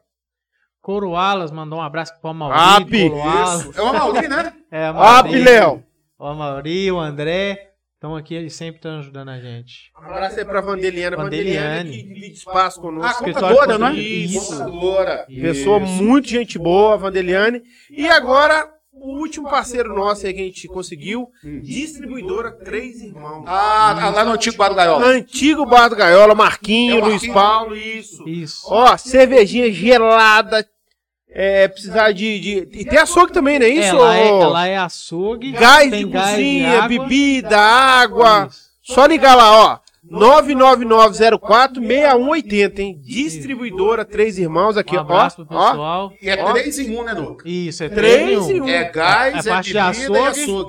Coroalas mandou um abraço pro
Ah,
Amauri.
Pi,
Coroalas.
É uma Mauri, né?
É,
Ó,
Amauri,
Léo.
o Amauri, o André. Estão aqui, eles sempre estão ajudando a gente.
Um abraço aí pra Vandeliana. Vandeliana
Vandeliane.
que divide espaço
A
conosco.
Ah,
contadora, não é?
Isso.
Contadora.
Pessoa muito gente boa, a Vandeliane. E agora, o último parceiro nosso aí que a gente conseguiu.
Hum.
Distribuidora Três Irmãos.
Ah, lá no antigo Bar do Gaiola.
Antigo Bar do Gaiola, Marquinho,
É o
Luiz
Marquinho.
Paulo, isso.
Isso.
Ó, cervejinha gelada. É, precisar de, de- E tem açougue também, não é isso?
Ela é,
ô?
ela é açougue.
gás
tem
de
gás de
cozinha,
água.
bebida, água.
Isso.
Só ligar lá, ó. 99904-6180, hein? Distribuidora Três Irmãos aqui,
Um
ó.
abraço pro
Ó,
pessoal.
E é
Ó.
três em um, né, Nuca?
Isso, é
três
3
e
e 1.
um.
É gás,
É
é,
parte de
bebida e
açougue,
açougue.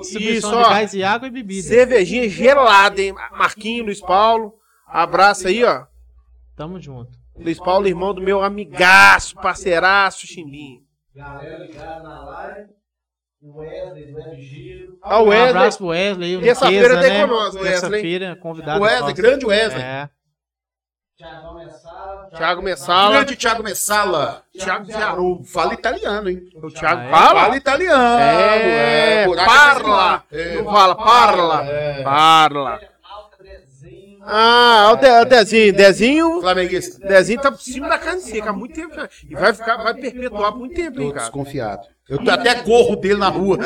Isso,
distribuição de
ó.
gás e água e bebida.
cervejinha gelada, hein? Marquinho, Luiz Paulo. Abraço aí, ó.
Tamo junto.
Luiz Paulo, irmão do meu amigaço, parceiraço, Chimbinho.
Galera ligada na live. O Wesley, o Wesley Giro.
Ó, Ah, o
Um
Wesley.
abraço pro Wesley. o
Terça-feira
Luqueza,
tem
né?
conosco, Wesley.
Terça-feira, convidado.
Wesley,
nosso.
grande Wesley.
É.
Thiago Messala.
Thiago Messala.
Grande é Thiago Messala.
Thiago
Zarou. Fala italiano, hein?
O Thiago
Ah, é?
fala.
Fala italiano.
É,
buraco
parla.
é
Não fala, parla. Parla. Ah, o, De, o Dezinho. Dezinho.
Flamenguista.
Dezinho tá por cima da carne seca há muito tempo já. E vai ficar, vai perpetuar por muito tempo, hein,
Tô
cara.
desconfiado. Eu tô até gorro dele na rua.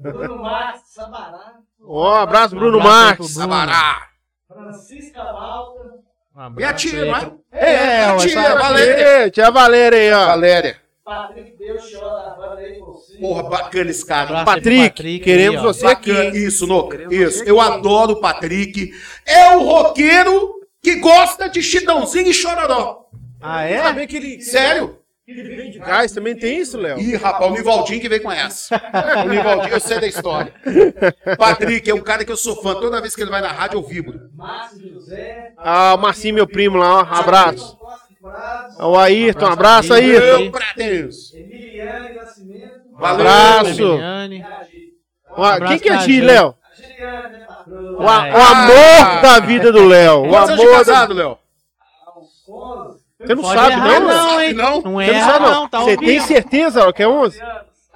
Bruno Marques, Sabará.
Ó, abraço, Bruno
abraço aí pro
Marques.
Bruno.
Sabará.
Francisca Malta.
Um
Minha
abraço
tia,
aí
não
pro-
é?
É,
Minha
ué,
tia,
tia
Valéria.
Valéria. Tia é Valéria aí, ó.
Valéria.
Patrick Belchior da banda aí, Bolsinho.
Porra, bacana esse cara.
Abraço aí pro
Patrick, queremos
aí, ó.
você.
Bacana.
aqui,
Isso, Noca.
Queremos
Isso.
você é.
Eu
aqui.
adoro o Patrick. É o roqueiro que gosta de chitãozinho e chororó.
Ah, é?
Também que ele-
Sério?
de gás também tem isso, Léo?
Ih, rapaz, o Nivaldinho que vem com essa. O Nivaldinho, eu sei da história. Patrick é um cara que eu sou fã. Toda vez que ele vai na rádio, eu vibro.
Márcio José.
Ah, o Marcinho, meu primo lá, ó. Um Abraço.
Costa Braz.
O Ayrton, abraço,
Ayrton.
Ayrton.
Meu pra Deus.
Emiliane Nascimento.
Valeu.
Abraço.
Emiliane.
Ó, Quem
Abraço
que é
pra
Gi,
gente.
Léo?
A Juliana, né, patroa?
O, a-
É.
o amor da vida do Léo. O
Quantos anos de
amor né? da...
casado, Léo?
Alfonso.
Você não
Pode
sabe,
errar,
não, Léo?
não, hein?
Não.
Não
Você não
erra,
sabe,
não.
não.
Tá
Você tem
ouvindo?
certeza, ó, que é 11?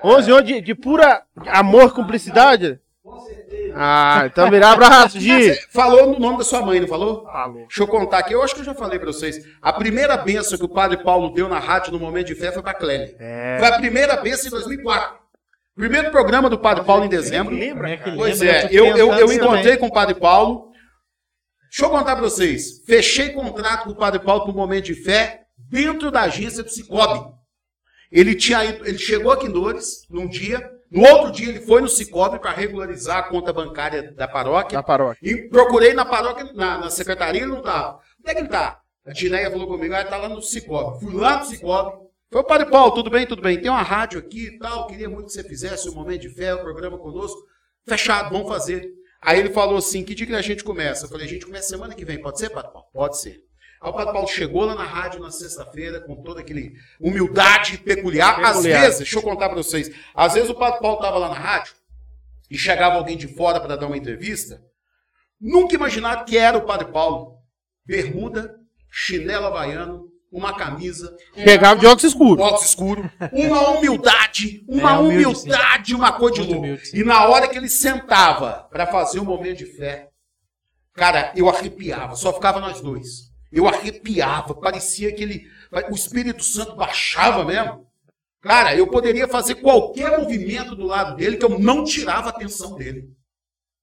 11 anos de, de pura amor, cumplicidade?
Com certeza.
Ah, então virar abraço, Gi.
Falou no nome da sua mãe, não falou?
Falou.
Deixa eu contar aqui, eu acho que eu já falei pra vocês. A primeira benção que o padre Paulo deu na rádio no momento de fé foi pra Clélia.
É.
Foi a primeira benção em 2004. Primeiro programa do padre Paulo em dezembro.
Como é que lembra?
Pois é,
tô
eu, eu,
pensando
eu
também.
encontrei com o padre Paulo. Deixa eu contar pra vocês. Fechei contrato com o padre Paulo pro momento de fé dentro da agência do Cicobi. Ele tinha ido- ele chegou aqui em Dores num dia, no outro dia ele foi no Cicobi para regularizar a conta bancária da paróquia.
Da paróquia.
E procurei na paróquia, na, na secretaria, ele não tava. Onde é que ele tá? A Dineia falou comigo, ah, ele tá lá no Cicobi. Fui lá no Cicobi. Foi o Padre Paulo, tudo bem, tudo bem. Tem uma rádio aqui e tal, queria muito que você fizesse um momento de fé, o programa conosco. Fechado, vamos fazer. Aí ele falou assim, que dia que a gente começa? Eu falei, a gente começa semana que vem, pode ser, Padre Paulo? Pode ser. Aí o Padre Paulo chegou lá na rádio na sexta-feira com toda aquele humildade peculiar. Às
Peculiar.
vezes, deixa eu contar para vocês, às vezes o Padre Paulo estava lá na rádio e chegava alguém de fora para dar uma entrevista, Nunca imaginaram que era o Padre Paulo. Bermuda, chinelo havaiano, uma camisa,
Pegava de óculos escuros.
óculos escuro, uma humildade, uma
É, humilde, sim.
humildade, uma cor de
Muito
louco.
humilde, sim.
E na hora que ele sentava para fazer um momento de fé, cara, eu arrepiava, só ficava nós dois. Eu arrepiava, parecia que ele, o Espírito Santo baixava mesmo. Cara, eu poderia fazer qualquer movimento do lado dele que eu não tirava a atenção dele.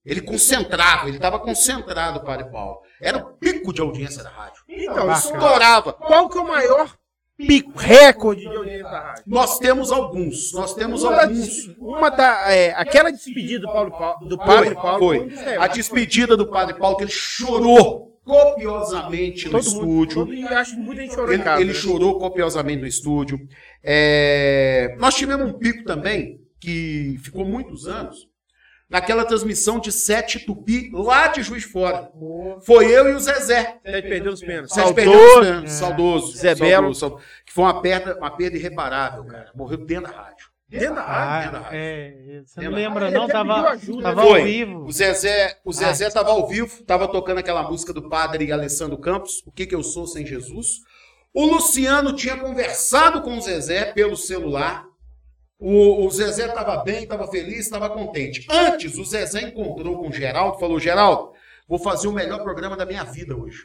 Ele concentrava, ele estava concentrado, o Padre Paulo. Era o pico de audiência da rádio.
Então,
Estourava.
qual que é o maior pico, recorde de audiência da rádio?
Nós temos alguns, nós temos
Uma,
alguns.
des- uma da, é, aquela despedida do, Paulo, Pa- do Padre Paulo.
Foi.
É,
A despedida do Padre Paulo, que ele chorou copiosamente no
Todo mundo,
estúdio.
todo, mundo- acho que muita gente chorou em
Ele,
casa.
ele
né?
chorou copiosamente no estúdio. É, Nós tivemos um pico também, que ficou muitos anos, naquela transmissão de Sete Tupi, lá de Juiz de Fora. Foi eu e o Zezé.
Até perdeu os pênaltis.
Sete
Saudoso. É.
perdeu, né? Saudoso.
Zé
Saudoso,
Belo.
saudoso. Que foi uma perda, uma perda irreparável, cara. Morreu dentro da rádio. Dentro da rádio? Dentro da
Ah,
rádio.
é, você não
Lembra?
lembra,
Ele
não?
até pediu
Tava,
ajuda,
tava
né?
ao
Foi.
vivo.
O Zezé, Ah, então tá o Zezé tava ao vivo, tava tocando aquela música do padre Alessandro Campos, O que que eu sou sem Jesus. O Luciano tinha conversado com o Zezé pelo celular. O, o Zezé tava bem, tava feliz, tava contente. Antes, o Zezé encontrou com o Geraldo, falou: Geraldo, vou fazer o melhor programa da minha vida hoje.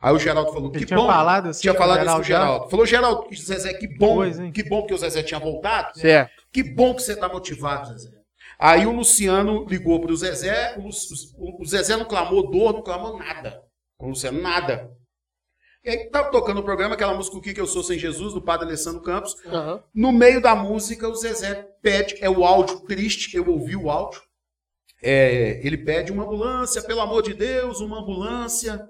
Aí o Geraldo falou:
Ele
Que
tinha
bom.
falado assim
Tinha
com o
falado isso com o
Geraldo,
Geraldo. Falou: Geraldo, Zezé, que bom,
Pois, hein? É.
que bom que o Zezé tinha voltado.
Certo.
Que bom que você está motivado, Zezé. Aí o Luciano ligou para o Zezé, o Lu- o Zezé não clamou dor, não clamou nada. Com o Luciano, nada. E aí tava tocando o programa, aquela música O Que Que Eu Sou Sem Jesus, do padre Alessandro Campos. No meio da música, o Zezé pede, é o áudio triste, eu ouvi o áudio. É, ele pede uma ambulância, pelo amor de Deus, uma ambulância.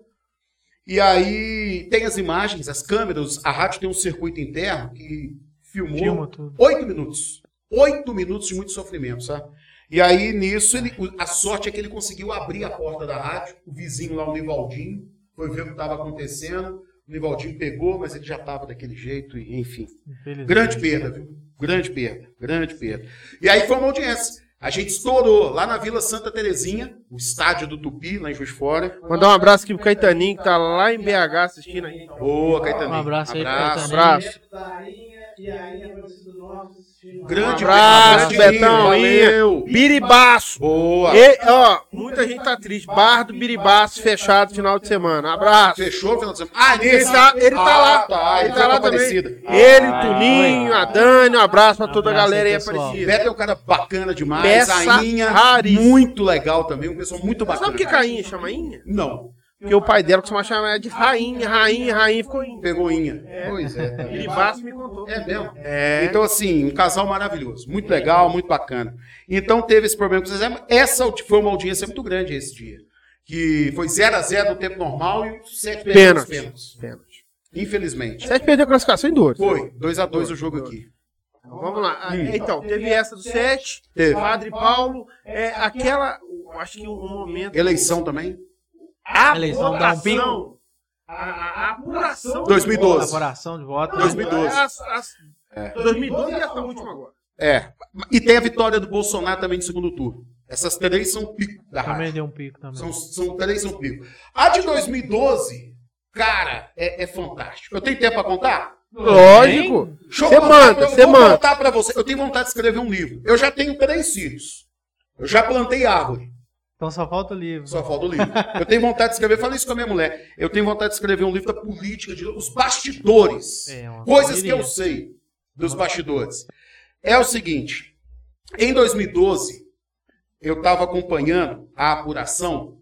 E aí tem as imagens, as câmeras, a rádio tem um circuito interno que filmou.
Filma tudo.
Oito minutos. Oito minutos de muito sofrimento, sabe? E aí, nisso, ele- o- a sorte é que ele conseguiu abrir a porta da rádio. O vizinho lá, o Nivaldinho, foi ver o que estava acontecendo. O Nivaldinho pegou, mas ele já estava daquele jeito, e enfim.
Infelizmente.
Grande perda, viu? Grande perda, grande perda. E aí foi uma audiência. A gente estourou lá na Vila Santa Terezinha, o estádio do Tupi, lá em Juiz de Fora.
Mandar um abraço aqui pro Caetaninho, que tá lá em BH assistindo aí.
Boa, Caetano.
Um abraço aí pro
abraço.
Caetano.
Abraço.
Rainha e a Rainha Francisco do Norte assistindo a
Grande
Um abraço,
grande
Betão,
Valeu.
Biribaço.
Boa.
E, ó, muita gente tá triste. Bar do Biribaço fechado final de semana. Abraço.
Fechou o final de semana? Ah,
Ele tá, ele tá
Ah,
lá.
Tá,
ele tá lá também.
Ele...
Ele, o Tuninho, a Dani, um abraço pra toda a
Abraço aí,
galera aí
pessoal.
aparecida.
Beto é um cara bacana demais.
Peça
a Inha,
raríssima.
muito legal também. Um pessoal muito bacana.
Sabe o que Cainha chama Inha?
Não.
Porque o pai dela costuma chamar ela de rainha, rainha, rainha, ficou Inha.
Pegou Inha. Pois é. tá vendo?
Biribaço me contou.
É mesmo?
É.
Então, assim, um casal maravilhoso. Muito legal, muito bacana. Então, teve esse problema com o Zezé. mas Essa audi- foi uma audiência muito grande esse dia. Que foi 0 a 0 no tempo normal e 7
Pênalti.
pênaltis.
Pênalti.
Infelizmente.
Sete perdeu a classificação em dores.
Foi. 2 a 2 o jogo aqui.
Vamos lá. Ah, Então, teve essa do sete,
Teve.
Padre Paulo, é, aquela, eu acho que um momento...
Eleição também.
A
Eleição dá um
votação, a, a- a apuração...
2012.
Elaboração de voto.
2012.
As- as- 2012 e essa última agora.
É. E tem a vitória do Bolsonaro também no segundo turno. Essas três são pico da
Também
rádio.
deu um pico também.
São, são três são pico. A de 2012, cara, é, é fantástico. Eu tenho tempo pra contar?
Lógico.
Deixa eu
Você
contar,
manda,
eu
você
vou
manda.
contar pra você. Eu tenho vontade de escrever um livro. Eu já tenho três filhos. Eu já plantei árvore.
Então só falta o livro.
Só falta o livro. Eu tenho vontade de escrever. Falei isso com a minha mulher. Eu tenho vontade de escrever um livro da política, de, os bastidores.
É, uma
coisas que eu
correria.
sei dos bastidores. É o seguinte. Em 2012, eu estava acompanhando a apuração.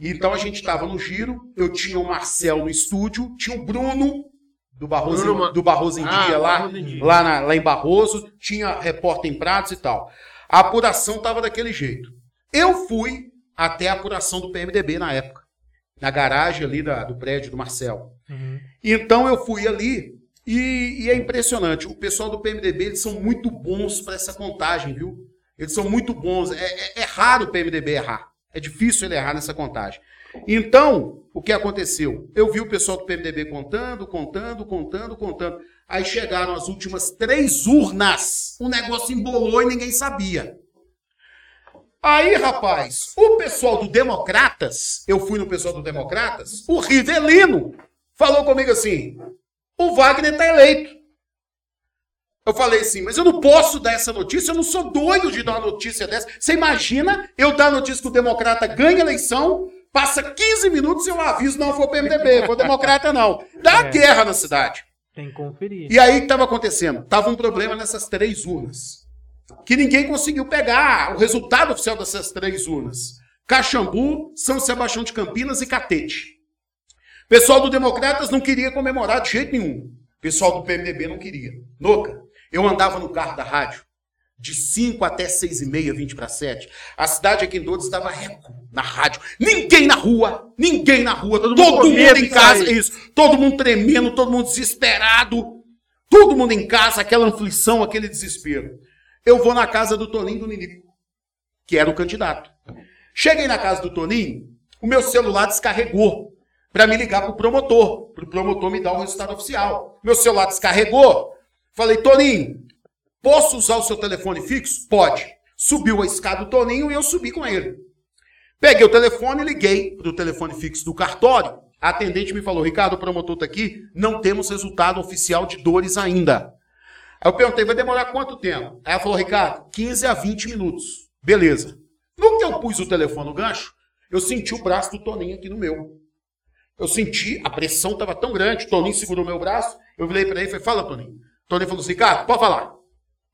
e Então a gente estava no giro. Eu tinha o Marcel no estúdio. Tinha o Bruno do Barroso,
Bruno Ma-
do Barroso em
Ah,
Dia lá
Barroso em Dia.
lá, na- lá em Barroso, tinha repórter em Prados e tal. A apuração estava daquele jeito. Eu fui até a apuração do PMDB na época, na garagem ali da- do prédio do Marcel.
Uhum.
Então eu fui ali e, e é impressionante. O pessoal do PMDB eles são muito bons para essa contagem, viu? Eles são muito bons. É, é- é raro o PMDB errar. É difícil ele errar nessa contagem. Então, o que aconteceu? Eu vi o pessoal do PMDB contando, contando, contando, contando. Aí chegaram as últimas três urnas. O negócio embolou e ninguém sabia. Aí, rapaz, o pessoal do Democratas, eu fui no pessoal do Democratas, o Rivelino falou comigo assim: o Wagner tá eleito. Eu falei assim, mas eu não posso dar essa notícia, eu não sou doido de dar uma notícia dessa. Você imagina eu dar a notícia que o democrata ganha a eleição, passa 15 minutos e eu aviso, não, foi o PMDB, foi o democrata não. Dá
É.
guerra na cidade.
Tem que conferir.
E aí o que estava acontecendo? Tava um problema nessas três urnas. Que ninguém conseguiu pegar o resultado oficial dessas três urnas. Caxambu, São Sebastião de Campinas e Catete. Pessoal do Democratas não queria comemorar de jeito nenhum. Pessoal do PMDB não queria. Louca. Eu andava no carro da rádio de 5 até 6 e meia, 20 para 7. A cidade aqui em Douro estava reco na rádio. Ninguém na rua, ninguém na rua, todo,
mundo com
mundo,
medo
em
de
casa,
sair.
isso. Todo mundo tremendo, todo mundo desesperado. Todo mundo em casa, aquela aflição, aquele desespero. Eu vou na casa do Toninho do Ninico que era o candidato. Cheguei na casa do Toninho, o meu celular descarregou para me ligar pro promotor, pro promotor me dar o resultado oficial. Meu celular descarregou. Falei, Toninho, posso usar o seu telefone fixo? Pode. Subiu a escada do Toninho e eu subi com ele. Peguei o telefone e liguei pro telefone fixo do cartório. A atendente me falou, Ricardo, o promotor tá aqui, não temos resultado oficial de dores ainda. Aí eu perguntei, vai demorar quanto tempo? Aí ela falou, Ricardo, 15 a 20 minutos. Beleza. No que eu pus o telefone no gancho, eu senti o braço do Toninho aqui no meu. Eu senti, a pressão estava tão grande, o Toninho segurou meu braço, eu virei para ele e falei, fala, Toninho. O Toninho falou assim, Ricardo, pode falar.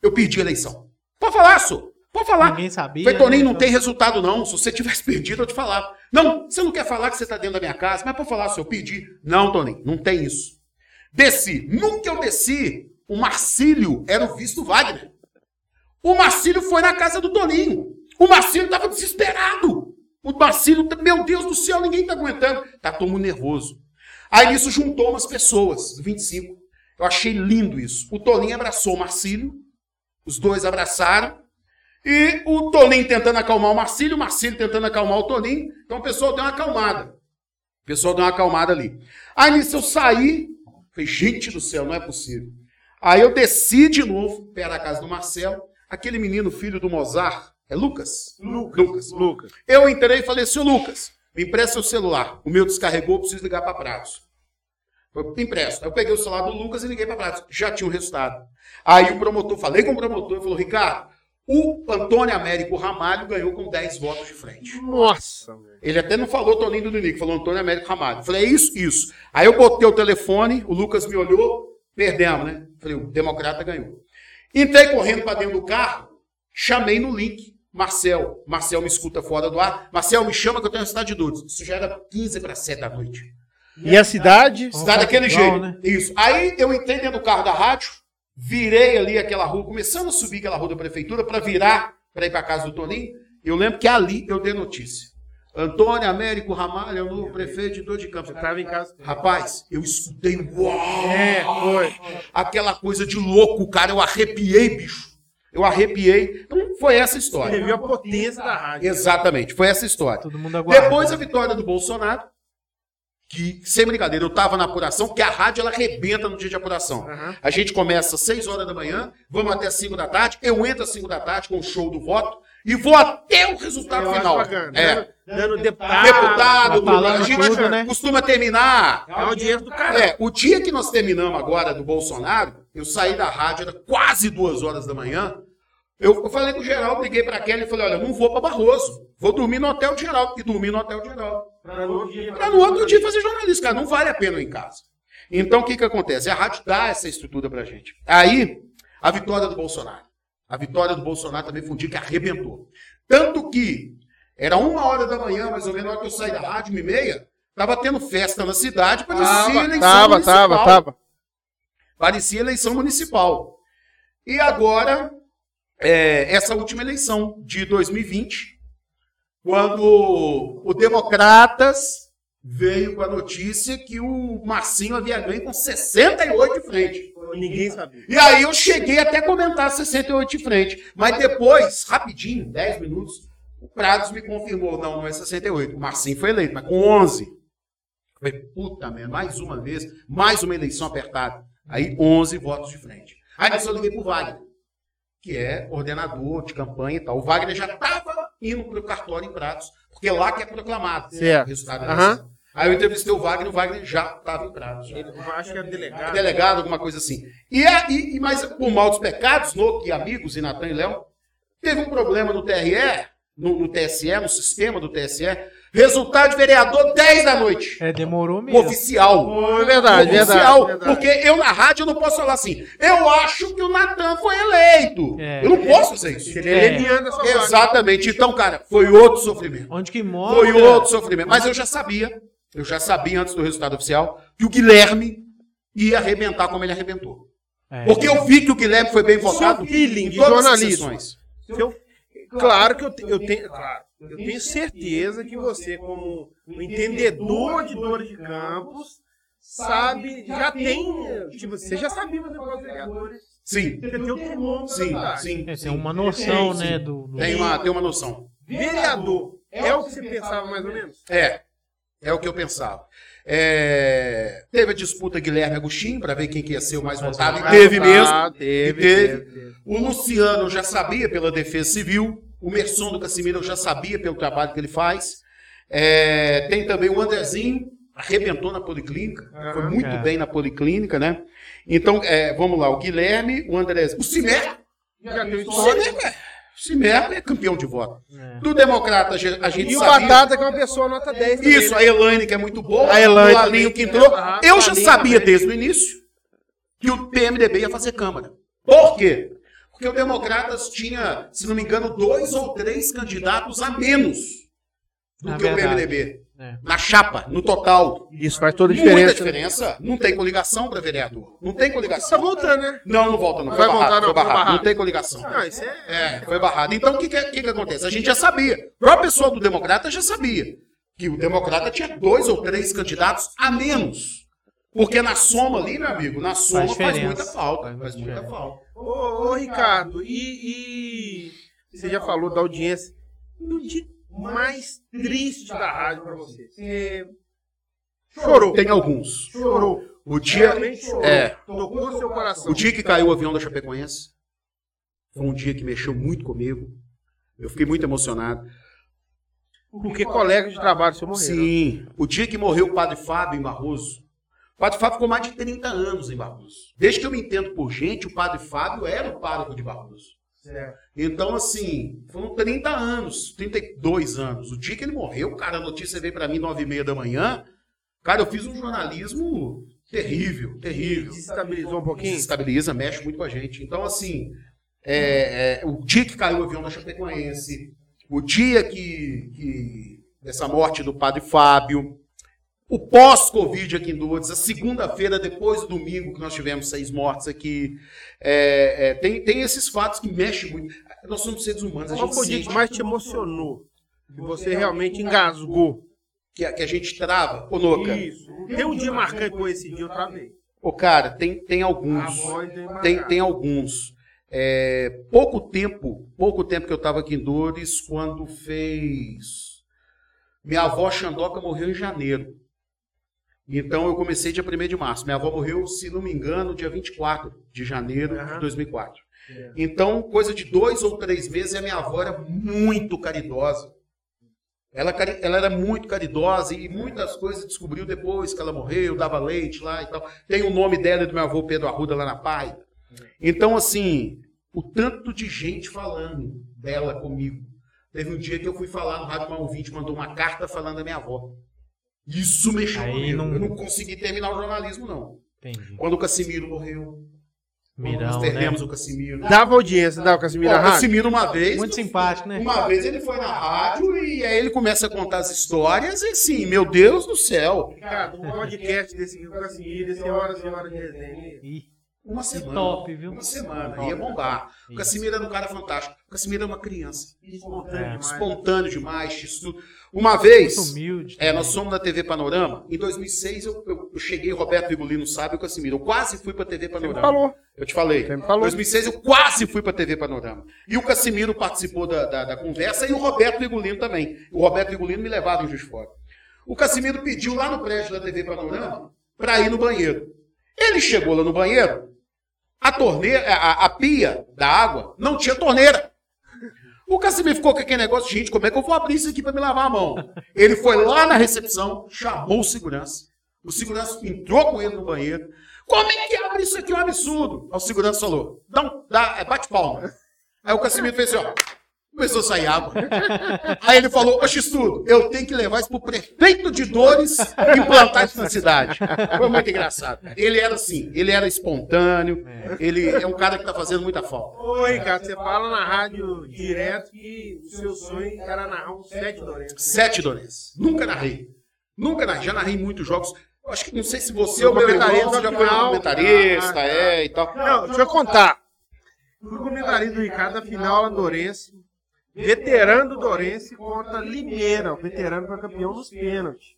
Eu perdi a eleição. Pode falar, senhor. Pode falar.
Ninguém sabia.
Falei, Toninho, não
né?
tem resultado não. Se você tivesse perdido, eu te falava. Não, você não quer falar que você está dentro da minha casa, mas pode falar, senhor, eu pedi. Não, Toninho, não tem isso. Desci. Nunca eu desci, o Marcílio era o visto Wagner. O Marcílio foi na casa do Toninho. O Marcílio estava desesperado. O Marcílio, tá- meu Deus do céu, ninguém está aguentando. Tá todo mundo nervoso. Aí nisso juntou umas pessoas, 25. Eu achei lindo isso. O Toninho abraçou o Marcílio, os dois abraçaram. E o Toninho tentando acalmar o Marcílio, o Marcílio tentando acalmar o Toninho. Então o pessoal deu uma acalmada. O pessoal deu uma acalmada ali. Aí nisso eu saí, falei, gente do céu, não é possível. Aí eu desci de novo, pé da casa do Marcelo, aquele menino filho do Mozart, é Lucas?
Lucas,
Lucas.
Lucas.
Eu entrei e falei, seu Lucas, me empresta seu celular. O meu descarregou, eu preciso ligar para Pratos. Eu empresto. Aí eu peguei o celular do Lucas e liguei para Pratos. Já tinha o resultado. Aí o promotor, falei com o promotor e falou, Ricardo, o Antônio Américo Ramalho ganhou com 10 votos de frente.
Nossa, velho.
Ele até não falou Toninho do Ninico, falou Antônio Américo Ramalho. Falei, é isso, isso. Aí eu botei o telefone, o Lucas me olhou, perdemos, né? Falei, o democrata ganhou. Entrei correndo para dentro do carro, chamei no link, Marcel. Marcel me escuta fora do ar. Marcel, me chama que eu tenho uma cidade de dúvidas. Isso já era 15 para 7 da noite.
E a cidade?
Está daquele
Igual,
jeito.
né?
Isso. Aí eu entrei dentro do carro da rádio, virei ali aquela rua, começando a subir aquela rua da prefeitura para virar, para ir para casa do Toninho. Eu lembro que ali eu dei notícia. Antônio Américo Ramalho é o novo prefeito de Dor de Campos.
Eu tava em casa.
Rapaz, eu escutei um uau,
É, foi.
aquela coisa de louco, cara. Eu arrepiei, bicho. Eu arrepiei. Então foi essa
Você
história.
viu a potência da rádio.
Exatamente, foi essa história.
Todo mundo aguardou.
Depois a vitória do Bolsonaro, que, sem brincadeira, eu tava na apuração, que a rádio ela arrebenta no dia de apuração.
Aham.
A gente começa às 6 horas da manhã, vamos até às 5 da tarde, eu entro às 5 da tarde com o show do voto e vou até o resultado
Eu acho
final.
bacana.
É.
Dando deputado.
Deputado,
tá falando
a gente
tudo, né?
costuma terminar.
É uma audiência do cara.
É, o dia que nós terminamos agora do Bolsonaro, eu saí da rádio, era quase duas horas da manhã. Eu eu falei com o Geraldo, liguei pra Kelly e falei: olha, eu não vou pra Barroso, vou dormir no hotel de Geraldo. E dormi no hotel de Geraldo
Pra no outro dia.
para no outro dia fazer jornalismo, cara. Não vale a pena eu ir em casa. Então, o que que acontece? A rádio dá essa estrutura pra gente. Aí, a vitória do Bolsonaro. A vitória do Bolsonaro também foi um dia que arrebentou. Tanto que era uma hora da manhã, mais ou menos, na hora que eu saí da rádio, uma e meia, tava tendo festa na cidade, parecia eleição
Tava,
municipal.
tava, tava.
Parecia eleição municipal. E agora, é, essa última eleição de 2020, quando o Democratas veio com a notícia que o Marcinho havia ganho com 68 de frente.
Ninguém sabia.
E aí eu cheguei até a comentar 68 de frente. Mas depois, rapidinho, 10 minutos, o Prados me confirmou, não, não é 68. O Marcinho foi eleito, mas com 11. Eu Falei, puta merda, mais uma vez, mais uma eleição apertada. Aí 11 votos de frente. Aí nisso eu liguei pro Wagner, que é ordenador de campanha e tal. O Wagner já estava indo pro cartório em Prados, porque é lá que é proclamado
Certo.
o resultado da
Aham.
eleição. Aí eu entrevistei o Wagner, o Wagner já estava em Prados. já
Eu acho que era
delegado,
delegado.
delegado, é alguma coisa assim. E, a- e, e mais por mal dos pecados, Noco e amigos, e Natan e Léo, teve um problema no TRE, no, no TSE, no sistema do TSE. Resultado de vereador 10 da noite.
É, demorou
O
mesmo.
oficial.
Foi verdade,
oficial.
verdade, É verdade.
Porque eu na rádio eu não posso falar assim. Eu acho que o Natan foi eleito.
É.
Eu não posso fazer isso.
Ele é Eliana só
Exatamente. Então, cara, foi outro sofrimento.
Onde que mora?
Foi outro sofrimento. Mas eu já sabia, eu já sabia antes do resultado oficial, que o Guilherme ia arrebentar como ele arrebentou.
É.
Porque eu vi que o Guilherme foi bem votado
feeling
em
de
todas as
jornalismo.
sessões.
Claro que eu, te- eu tenho. Claro. Eu tenho certeza que você, como um entendedor de dores de né? Tipo
assim,
campos, sabe, já tem. Tipo, você já sabia fazer o negócio de vereadores.
Sim,
Você tem um termômetro
né?
sim,
da cidade.
sim.
É,
sim.
tem uma noção,
Sim,
né?
sim.
Do, do-
Tem uma, tem uma noção.
Vereador.
É o que você pensava mais ou menos?
É, é o que eu pensava. É, Teve a disputa Guilherme Agostinho para ver quem que ia ser o mais votado. E teve mesmo.
Ah, teve,
E teve.
teve, teve.
O Luciano eu já sabia pela Defesa Civil. O Merson do Casimiro eu já sabia pelo trabalho que ele faz. É, Tem também o Andrezinho, arrebentou na Policlínica. Foi
Aham,
muito
cara.
bem na Policlínica, né? Então, é, vamos lá. O Guilherme, o Andrezinho. O Cimeco.
Já tem
O Cimeco é- o Cimeco é campeão de voto.
né,
Do Democrata, a ge- a gente
E o
sabia.
Batata, que é uma pessoa nota 10. também,
Isso,
né?
a Elaine, que é muito boa.
A Elaine
O Lalinho que entrou. Eu já sabia desde o início que o PMDB ia fazer Câmara. Por quê? Porque o Democratas tinha, se não me engano, dois ou três candidatos a menos do
Na
que
verdade.
o PMDB.
É.
Na chapa, no total.
Isso faz toda a
Muita
diferença.
diferença. Não tem coligação para vereador. Não tem
Tá
coligação.
voltando, né?
Não, não volta, não. Foi
Vai
barrado,
voltar, não, foi
foi barrado.
barrado.
Não tem coligação.
Não, isso é...
É, foi barrado. Então, o que, que, que que acontece? A gente já sabia. O próprio pessoal do Democrata já sabia que o Democrata tinha dois ou três candidatos a menos. Porque na soma ali, meu amigo, na soma faz,
diferença.
muita falta.
Faz
Faz
muita
muita
diferença.
falta.
Ô, ô, Ricardo, e, e você já falou da audiência. No dia mais triste da rádio pra você. Você chorou.
Tem alguns.
Chorou.
O dia,
Realmente chorou.
é,
Tocou no seu coração.
o dia que caiu o avião da Chapecoense foi um dia que mexeu muito comigo. Eu fiquei muito emocionado.
Porque colega de trabalho seu morreu.
Sim, o dia que morreu o padre Fábio em Barroso. O padre Fábio ficou mais de 30 anos em Barroso. Desde que eu me entendo por gente, o padre Fábio era o pároco de Barroso.
Certo.
Então, assim, foram 30 anos, 32 anos. O dia que ele morreu, cara, a notícia veio pra mim 9 e meia da manhã. Cara, eu fiz um jornalismo terrível, terrível.
Desestabilizou um pouquinho?
Desestabiliza, mexe muito com a gente. Então, assim, é, é, o dia que caiu o avião da Chapecoense, o dia que, que dessa morte do padre Fábio, o pós-Covid aqui em Lourdes, a segunda-feira, depois do domingo, que nós tivemos seis mortes aqui. É, é, tem, tem esses fatos que mexem muito. Nós somos seres humanos, a
Qual
gente
foi o dia que
sente
mais te emocionou? Que você realmente engasgou.
que, a- que a gente trava. Ô, Noca,
Isso. Tem um dia marcante com esse dia, eu travei.
ô, cara, tem, tem
A
alguns.
voz é
Tem,
marcada.
tem alguns. É, pouco tempo, pouco tempo que eu estava aqui em Dores, quando fez. Minha avó Xandoca morreu em janeiro. Então eu comecei dia 1 de março. Minha avó morreu, se não me engano, dia 24 de janeiro
Aham.
de 2004. Então, coisa de dois ou três meses, a minha avó era muito caridosa. Ela, cari- ela era muito caridosa e muitas coisas descobriu depois que ela morreu, dava leite lá e tal. Tem o nome dela e do meu avô Pedro Arruda lá na Pai. Então, assim, o tanto de gente falando dela comigo. Teve um dia que eu fui falar no Rádio Malvinte, mandou uma carta falando da minha avó. Isso mexeu
Aí
comigo.
não-
Eu não consegui terminar o jornalismo, não.
Entendi.
Quando o Cassimiro morreu, quando nós
Mirão, né?
perdemos o Cassimiro.
Dava audiência, dava Casimiro
Ó,
na
o
rádio?
Cassimiro uma vez.
Muito simpático, né?
Uma vez ele foi na rádio e aí ele começa a contar as histórias e assim, meu Deus do céu.
Cara, um podcast desse aqui com o Casimiro, esse é horas e horas de resenha.
Ih,
Uma
que
semana.
top, viu?
Uma semana, ia bombar. O Casimiro era um cara fantástico. O Casimiro era uma criança.
Espontâneo demais.
Espontâneo demais, x tudo. Uma vez.
Muito humilde.
É, nós somos na TV Panorama. Em 2006, eu, eu- eu cheguei, Roberto Vigolino sabe, o Casimiro. Eu quase fui pra TV Panorama.
Falou.
Eu te falei.
Você me
Em
falou.
2006, eu quase fui pra TV Panorama. E o Casimiro participou da, da- da conversa e o Roberto Vigolino também. O Roberto Vigolino me levava em Juiz de Fora. O Casimiro pediu lá no prédio da TV Panorama pra ir no banheiro. Ele chegou lá no banheiro, a torneira, a, a pia da água não tinha torneira. O Casimiro ficou com aquele negócio, gente, como é que eu vou abrir isso aqui pra me lavar a mão? Ele foi lá na recepção, chamou o segurança. O segurança entrou com ele no banheiro. Como é que abre isso aqui? É um absurdo. Aí o segurança falou, dá um, dá, é, bate palma. Aí o Casimiro fez assim, ó. Começou a sair água. Aí ele falou, ô X-Tudo, eu tenho que levar isso pro prefeito de Dores e implantar isso na cidade. Foi muito engraçado. cara. Ele era assim, ele era espontâneo, ele é um cara que tá fazendo muita falta.
Ô, Ricardo, você fala na rádio direto que o seu sonho era narrar um sete Dorenço.
Sete Dorenses. Nunca narrei. Nunca narrei. Já narrei muitos jogos. Eu Acho que não sei se você
Eu
ou meu irmão
comentarista,
já foi
afinal.
comentarista,
Ah, ah.
é, e tal.
Não, deixa eu contar. Fui comentarista do Ricardo, na final, a Dorense. Veterano do Dorense contra Limeira. O veterano foi campeão dos pênaltis.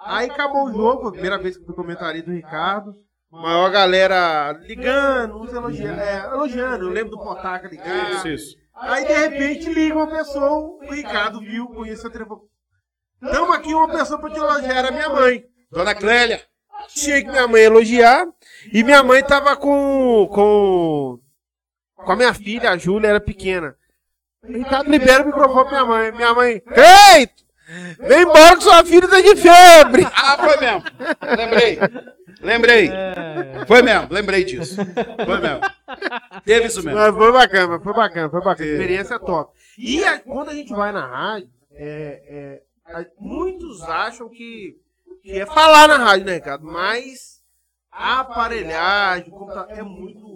Aí acabou o jogo, foi a primeira vez que fui comentarista do Ricardo. Maior galera ligando, uns elogiando. É, elogiando, eu lembro do Potaca ligando.
Isso, isso.
Aí, de repente, liga uma pessoa, o Ricardo viu, conheceu o telefone. Tamo aqui uma pessoa pra te elogiar, era minha mãe.
Dona Clélia.
Tinha que minha mãe elogiar. E minha mãe tava com. com. com a minha filha, a Júlia, era pequena. Ricardo libera o microfone pra minha mãe. Minha mãe. Ei! Vem embora que sua filha tá de febre!
Ah, foi mesmo. Lembrei. Lembrei. Foi mesmo, lembrei disso. Foi mesmo. Teve isso mesmo.
Mas foi bacana, foi bacana, foi bacana. A experiência é top. E a- quando a gente vai na rádio, é, é, a- muitos acham que, que é falar na rádio, né, Ricardo? Mas a aparelhagem, o computador, é muito.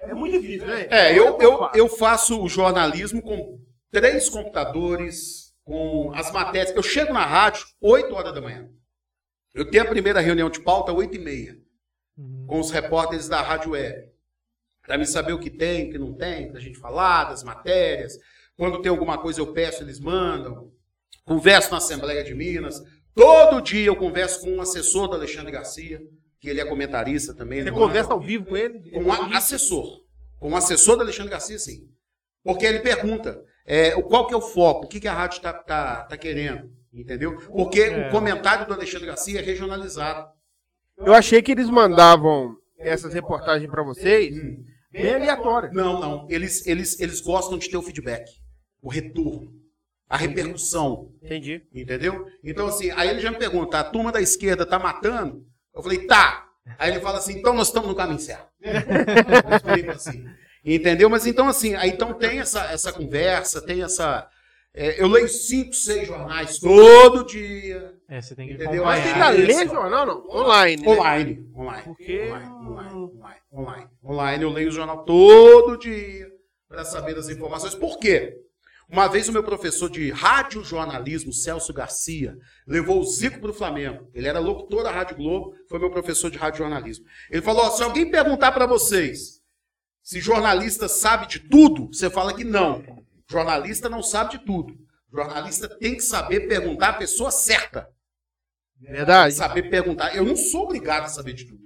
É muito difícil, né?
É, eu, eu, eu faço o jornalismo com três computadores, com as matérias. Eu chego na rádio 8 horas da manhã. Eu tenho a primeira reunião de pauta 8 e meia, com os repórteres da Rádio Web. Para me saber o que tem, o que não tem, pra gente falar, das matérias. Quando tem alguma coisa eu peço, eles mandam. Converso na Assembleia de Minas. Todo dia eu converso com um assessor do Alexandre Garcia, que ele é comentarista também.
Você
ele
conversa ao vivo com ele?
com um assessor, com um assessor do Alexandre Garcia, sim. Porque ele pergunta é, o- qual que é o foco, o que, que a rádio está querendo, entendeu? Porque o comentário do Alexandre Garcia é regionalizado.
Eu achei que eles mandavam essas reportagens pra vocês
Hum.
bem aleatórias.
Não, não. Eles, eles, eles gostam de ter o feedback, o retorno, a repercussão,
Entendi.
entendeu? Então, assim, aí ele já me pergunta, a turma da esquerda tá matando? Eu falei, tá. Aí ele fala assim, então nós estamos no caminho certo. Eu explico assim. Entendeu? Mas então, assim, aí então tem essa, essa conversa, tem essa. é, eu leio cinco, seis jornais todo dia.
É, você tem que
Entendeu?
Mas tem que
acompanhar.
ler jornal, não? Online. né?
Online. Online.
Porque-
Online, online, online, online. Online, eu leio o jornal todo dia para saber das informações. Por quê? Uma vez o meu professor de radiojornalismo, Celso Garcia, levou o Zico para o Flamengo. Ele era locutor da Rádio Globo, foi meu professor de radiojornalismo. Ele falou: ó, se alguém perguntar para vocês se jornalista sabe de tudo, você fala que não. Jornalista não sabe de tudo. Jornalista tem que saber perguntar à pessoa certa
Verdade?
saber perguntar. Eu não sou obrigado a saber de tudo.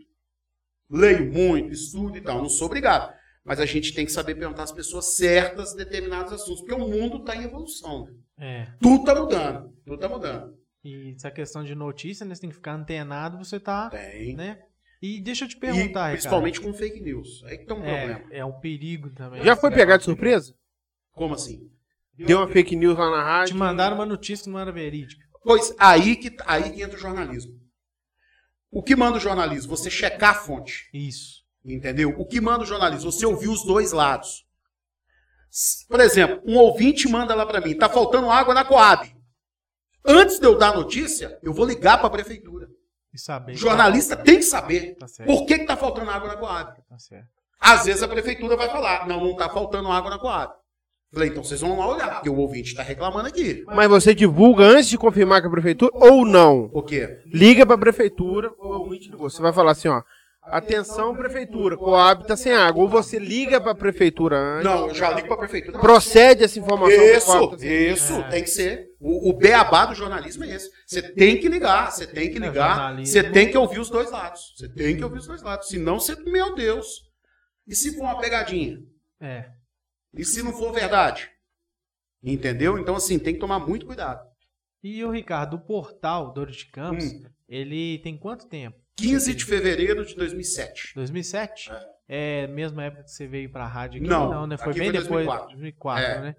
Leio muito, estudo e tal, não sou obrigado. Mas a gente tem que saber perguntar às pessoas certas determinados assuntos, porque o mundo está em evolução. né?
É.
Tudo está mudando, tudo está mudando.
E essa questão de notícia, né? Você tem que ficar antenado, você tá.
Tem.
Né? E deixa eu te
E
perguntar, Ricardo.
principalmente com fake news. Aí que tá um problema.
É, é um perigo também.
Já foi pegado de surpresa?
Como assim?
Deu uma fake news lá na
Te
rádio.
mandaram uma notícia que não era verídica.
Pois aí que, tá, aí que entra o jornalismo. O que manda o jornalismo? Você checar a fonte.
Isso.
Entendeu? O que manda o jornalismo? Você ouviu os dois lados. S- Por exemplo, um ouvinte manda lá para mim, tá faltando água na Coab. Antes de eu dar a notícia, eu vou ligar para a prefeitura.
E saber.
O jornalista tem que saber
Tá certo.
por que está faltando água na Coab.
Tá certo.
Às vezes a prefeitura vai falar, não, não tá faltando água na Coab. Falei, então vocês vão lá olhar, porque o ouvinte está reclamando aqui.
Mas você divulga antes de confirmar com a prefeitura ou não?
Por quê?
Liga pra prefeitura ou alguém te ligou. Você vai falar assim, ó. Atenção, prefeitura, Coab tá sem água. Ou você liga pra prefeitura antes,
Não, eu já ligo para a prefeitura.
procede essa informação. pro Coab
Isso,
tá sem-
isso,
É.
tem que ser. O, o beabá do jornalismo é esse. Você tem que ligar, você tem que
É,
ligar,
jornalismo.
você tem que ouvir os dois lados. Você tem que ouvir os dois lados. Senão você, meu Deus. E se for uma pegadinha?
É.
E se não for verdade? Entendeu? Então, assim, tem que tomar muito cuidado.
E o Ricardo, o portal Dores de Campos,
Hum.
ele tem quanto tempo?
15 de fevereiro de 2007.
2007? É, mesma época que você veio pra rádio aqui?
Não,
né? Foi
aqui
bem
foi
depois.
2004.
2004,
É.
né?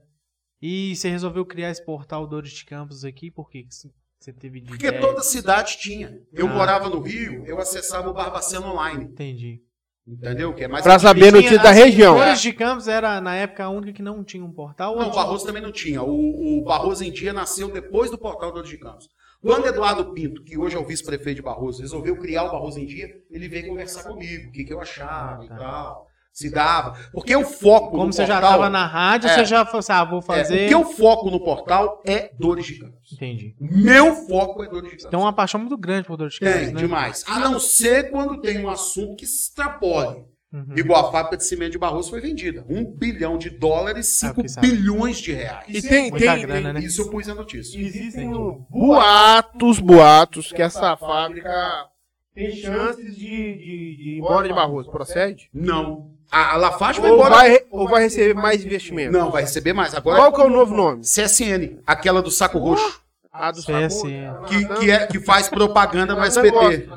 E você resolveu criar esse portal Dores de Campos aqui, por quê? que você teve de
Porque
ideia?
toda cidade tinha. Eu
Ah.
morava no Rio, eu acessava o Barbacena Online.
Entendi.
Entendeu? Que é mais
Pra saber
E tinha
notícia da
as
região.
Dores de Campos era, na época, a única que não tinha um portal?
Não, o Barroso também não tinha. O, o Barroso em Dia nasceu depois do portal do de Campos. Quando Eduardo Pinto, que hoje é o vice-prefeito de Barroso, resolveu criar o Barroso em Dia, ele veio conversar comigo, o que, que eu achava e
Tá.
tal. Se dava. Porque o foco
Como
no
você já
portal.
estava na rádio,
É.
você já falou assim, ah, vou
é,
fazer...
o que eu foco no portal é dores de Campos.
Entendi.
Meu foco é dores de Campos.
Então, uma paixão muito grande por Dores de Campos,
Tem,
né?
demais. A não ser quando tem um assunto que se extrapole.
Uhum.
Igual a fábrica de cimento de Barroso foi vendida. Um bilhão de dólares,
Ah,
cinco
porque sabe.
bilhões de reais.
E tem,
Muita
tem,
grana, né?
Isso eu pus na notícia.
tem- um existem
Entendi.
boatos, boatos que essa fábrica
tem chances de, de, de ir
Embora de Barroso, procede?
Não. A, a Lafarge vai
Ou
embora.
vai, ou vai receber mais investimento?
Não, vai receber mais. Agora
Qual que é o novo nome?
CSN, aquela do saco roxo,
A do
CSN.
que, que, é, que faz propaganda no SBT.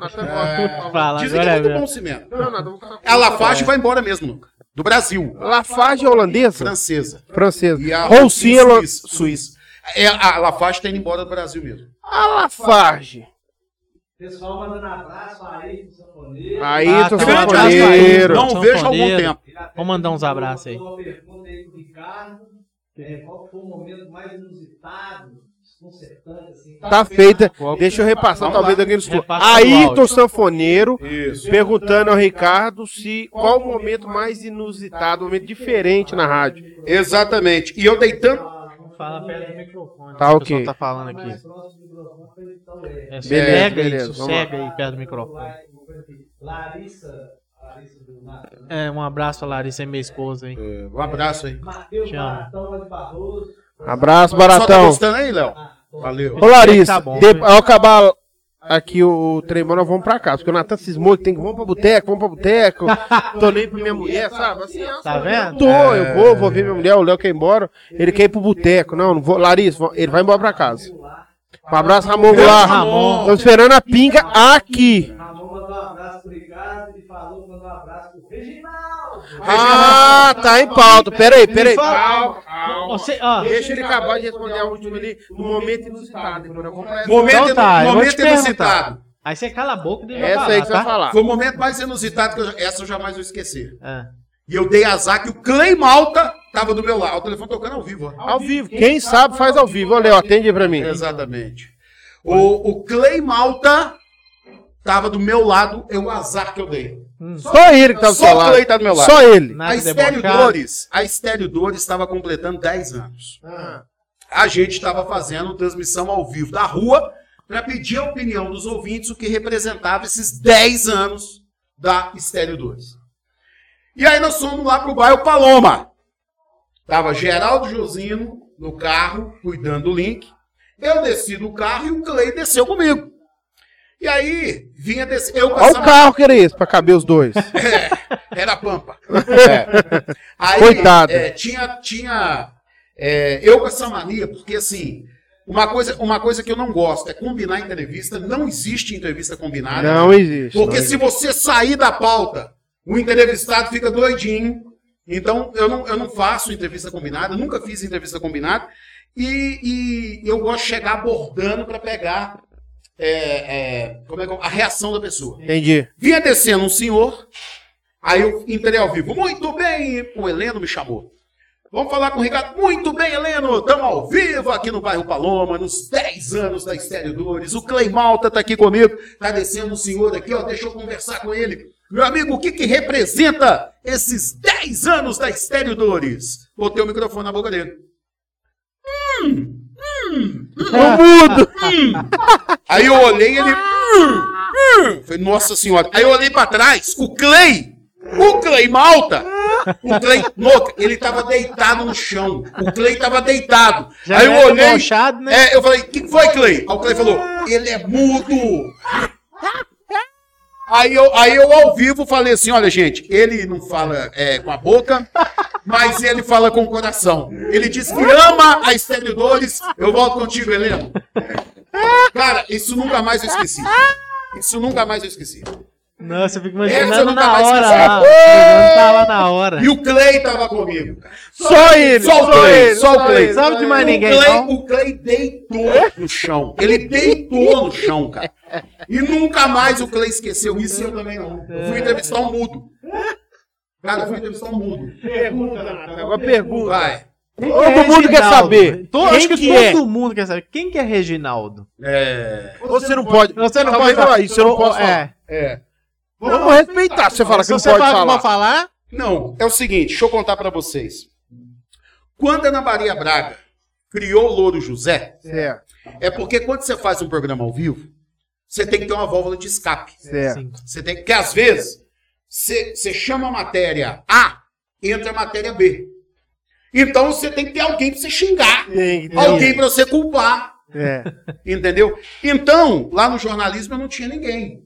Fala,
Dizem que
agora
é
é
muito bom
mesmo.
o cinema.
Não, não, não.
A Lafarge vai embora mesmo, Luca. Do Brasil.
Lafarge é holandesa?
Francesa.
Francesa.
E a
Roussin é holan-
Suíça. Suíça. É, a Lafarge tá indo embora do Brasil mesmo.
A Lafarge.
Pessoal mandando abraço aí pro sanfoneiro.
Aí,
Ah,
tô
grande
falando.
abraço aí.
maneiro.
Não
Então, São
vejo há algum
Paulo.
tempo.
Ele até
Vamos mandar uns
mandou
abraços aí.
Uma pergunta aí pro Ricardo. é, qual foi o momento mais inusitado, desconcertante, assim?
Tá feita. Deixa eu repassar,
Vamos
talvez
lá.
alguém nos
Repassa o
Ayrton
áudio.
Sanfoneiro
Isso.
perguntando ao Ricardo se qual o momento mais inusitado, o momento diferente na rádio.
Exatamente. E eu deitando.
Fala perto do microfone.
Tá,
o
ok.
pessoal tá falando aqui.
Mais próximo do microfone foi então é.
Beleza,
É, sossega aí,
beleza,
sossega aí perto do microfone.
Larissa, Larissa do Mato, né?
É, um abraço a Larissa, é minha esposa, hein?
Um abraço
Tá
aí.
Matheus
Te amo.
Baratão lá de Barroso.
Abraço,
Só tá
Baratão.
gostando aí, Léo?
Ah,
Valeu.
Ô, Larissa,
Tá bom,
de-
né?
ao acabar aqui o, o tremão, nós vamos pra casa. Porque o Natan cismou que tem que vamos pra boteco, vamos pra boteco. Tô nem pra minha mulher, sabe? Assim, eu
Tá vendo?
tô, eu vou, vou ver minha mulher, o Léo quer ir embora. Ele quer ir pro boteco. Não, não vou. Larissa, vamos- ele vai embora pra casa. Um abraço, Ramon Goulart.
Ramon.
Tô esperando a pinga aqui.
Ramon mandou um abraço pro Ricardo e falou que mandou um abraço pro Reginaldo.
Ah, tá em pauta. Peraí, peraí.
Calma,
calma.
Você, ó,
Deixa ele acabar de responder a última ali no momento inusitado. depois nós vamos pra essa.
Momento,
Então tá, eu vou
momento
te perguntar.
inusitado.
aí você cala a boca e deixa eu
Essa aí que você vai
falar, tá?
falar.
Foi o momento mais inusitado que eu, essa eu jamais vou esquecer.
tá?
E eu dei azar que o Clay Malta tava do meu lado. O telefone tocando ao vivo. ó.
Ao vivo. Quem sabe faz ao vivo. Ô, Léo, atende aí pra mim.
Exatamente. O, o Clay Malta tava do meu lado. É um azar que eu dei.
Só ele que tá do
Só
seu
o
lado.
Clay tá do meu lado.
Só
É,
ele.
nada
A Estéreo
debochado.
Dores, a Estéreo Dores estava completando 10 anos. A gente estava fazendo transmissão ao vivo da rua para pedir a opinião dos ouvintes o que representava esses 10 anos da Estéreo Dores. E aí nós fomos lá pro bairro Paloma. Tava Geraldo Josino no carro, cuidando do link. Eu desci do carro e o Clay desceu comigo. E aí, vinha descer. Eu
Olha o
passava.
carro que era esse pra caber os dois. É.
Era pampa. Aí,
Coitado.
é, tinha tinha é, eu com essa mania, porque assim, uma coisa, uma coisa que eu não gosto é combinar entrevista. Não existe entrevista combinada.
Não existe.
porque
não
se você sair da pauta, o entrevistado fica doidinho. Então, eu não, eu não faço entrevista combinada, nunca fiz entrevista combinada. E, e eu gosto de chegar abordando para pegar é, é, como é que é? a reação da pessoa.
Entendi.
Vinha descendo um senhor, aí eu entrei ao vivo. Muito bem, o Heleno me chamou. Vamos falar com o Ricardo. Muito bem, Heleno, estamos ao vivo aqui no bairro Paloma, nos 10 anos da Estéreo Dores. O Clay Malta está aqui comigo, está descendo um senhor aqui, ó, deixa eu conversar com ele. Meu amigo, o que, que representa esses 10 anos da Estéreo Dores? Botei o microfone na boca dele.
Eu mudo.
Aí eu olhei e ele. "Hum, hum." Falei, nossa senhora. Aí eu olhei pra trás, o Clay! O Clay Malta! O Clay, louca, ele tava deitado no chão. O Clay tava deitado.
Já
Aí
é
eu olhei.
debochado, né?
É, eu falei, o que foi, Clay? Aí o Clay falou, ele é mudo! Aí eu, aí eu ao vivo falei assim: olha, gente, ele não fala é, com a boca, mas ele fala com o coração. Ele diz que ama a Estéreo Dores. Eu volto contigo, Heleno. Cara, isso nunca mais eu esqueci. Isso nunca mais eu esqueci.
Nossa, eu fico
Essa eu
imaginando
nunca
na
mais
hora
esqueci.
lá. Imaginando tá lá na hora.
E o Clay tava comigo. cara.
Só ele.
Só o Clay, só o Clay.
Sabe de mais
o,
ninguém,
Clay
não?
o Clay deitou no chão. Ele deitou no chão, cara. E nunca mais o Clay esqueceu isso e eu também não. Eu fui entrevistar um mudo. Cara, eu fui entrevistar um mudo.
Pergunta, Natan.
Agora pergunta.
Vai.
Quem
Todo
é
mundo quer
Reginaldo?
saber.
To-
Quem
acho que,
que é?
todo mundo quer saber. Quem que é Reginaldo?
É.
Você não pode.
Você não
Talvez
pode falar.
eu- Isso eu não posso falar.
É.
É.
Vamos respeitar se você falar que
Se
não
você
pode
fala que
falar.
não pode falar,
Não, é o seguinte, deixa eu contar pra vocês. Quando a Ana Maria Braga criou o Louro José,
Certo,
é porque quando você faz um programa ao vivo, você tem que ter uma válvula de escape.
certo.
sim.
Você tem que, às vezes, você você chama a matéria A, entra a matéria B. Então você tem que ter alguém pra você xingar,
Tem que ter
alguém pra você culpar,
É.
entendeu? Então, lá no jornalismo eu não tinha ninguém.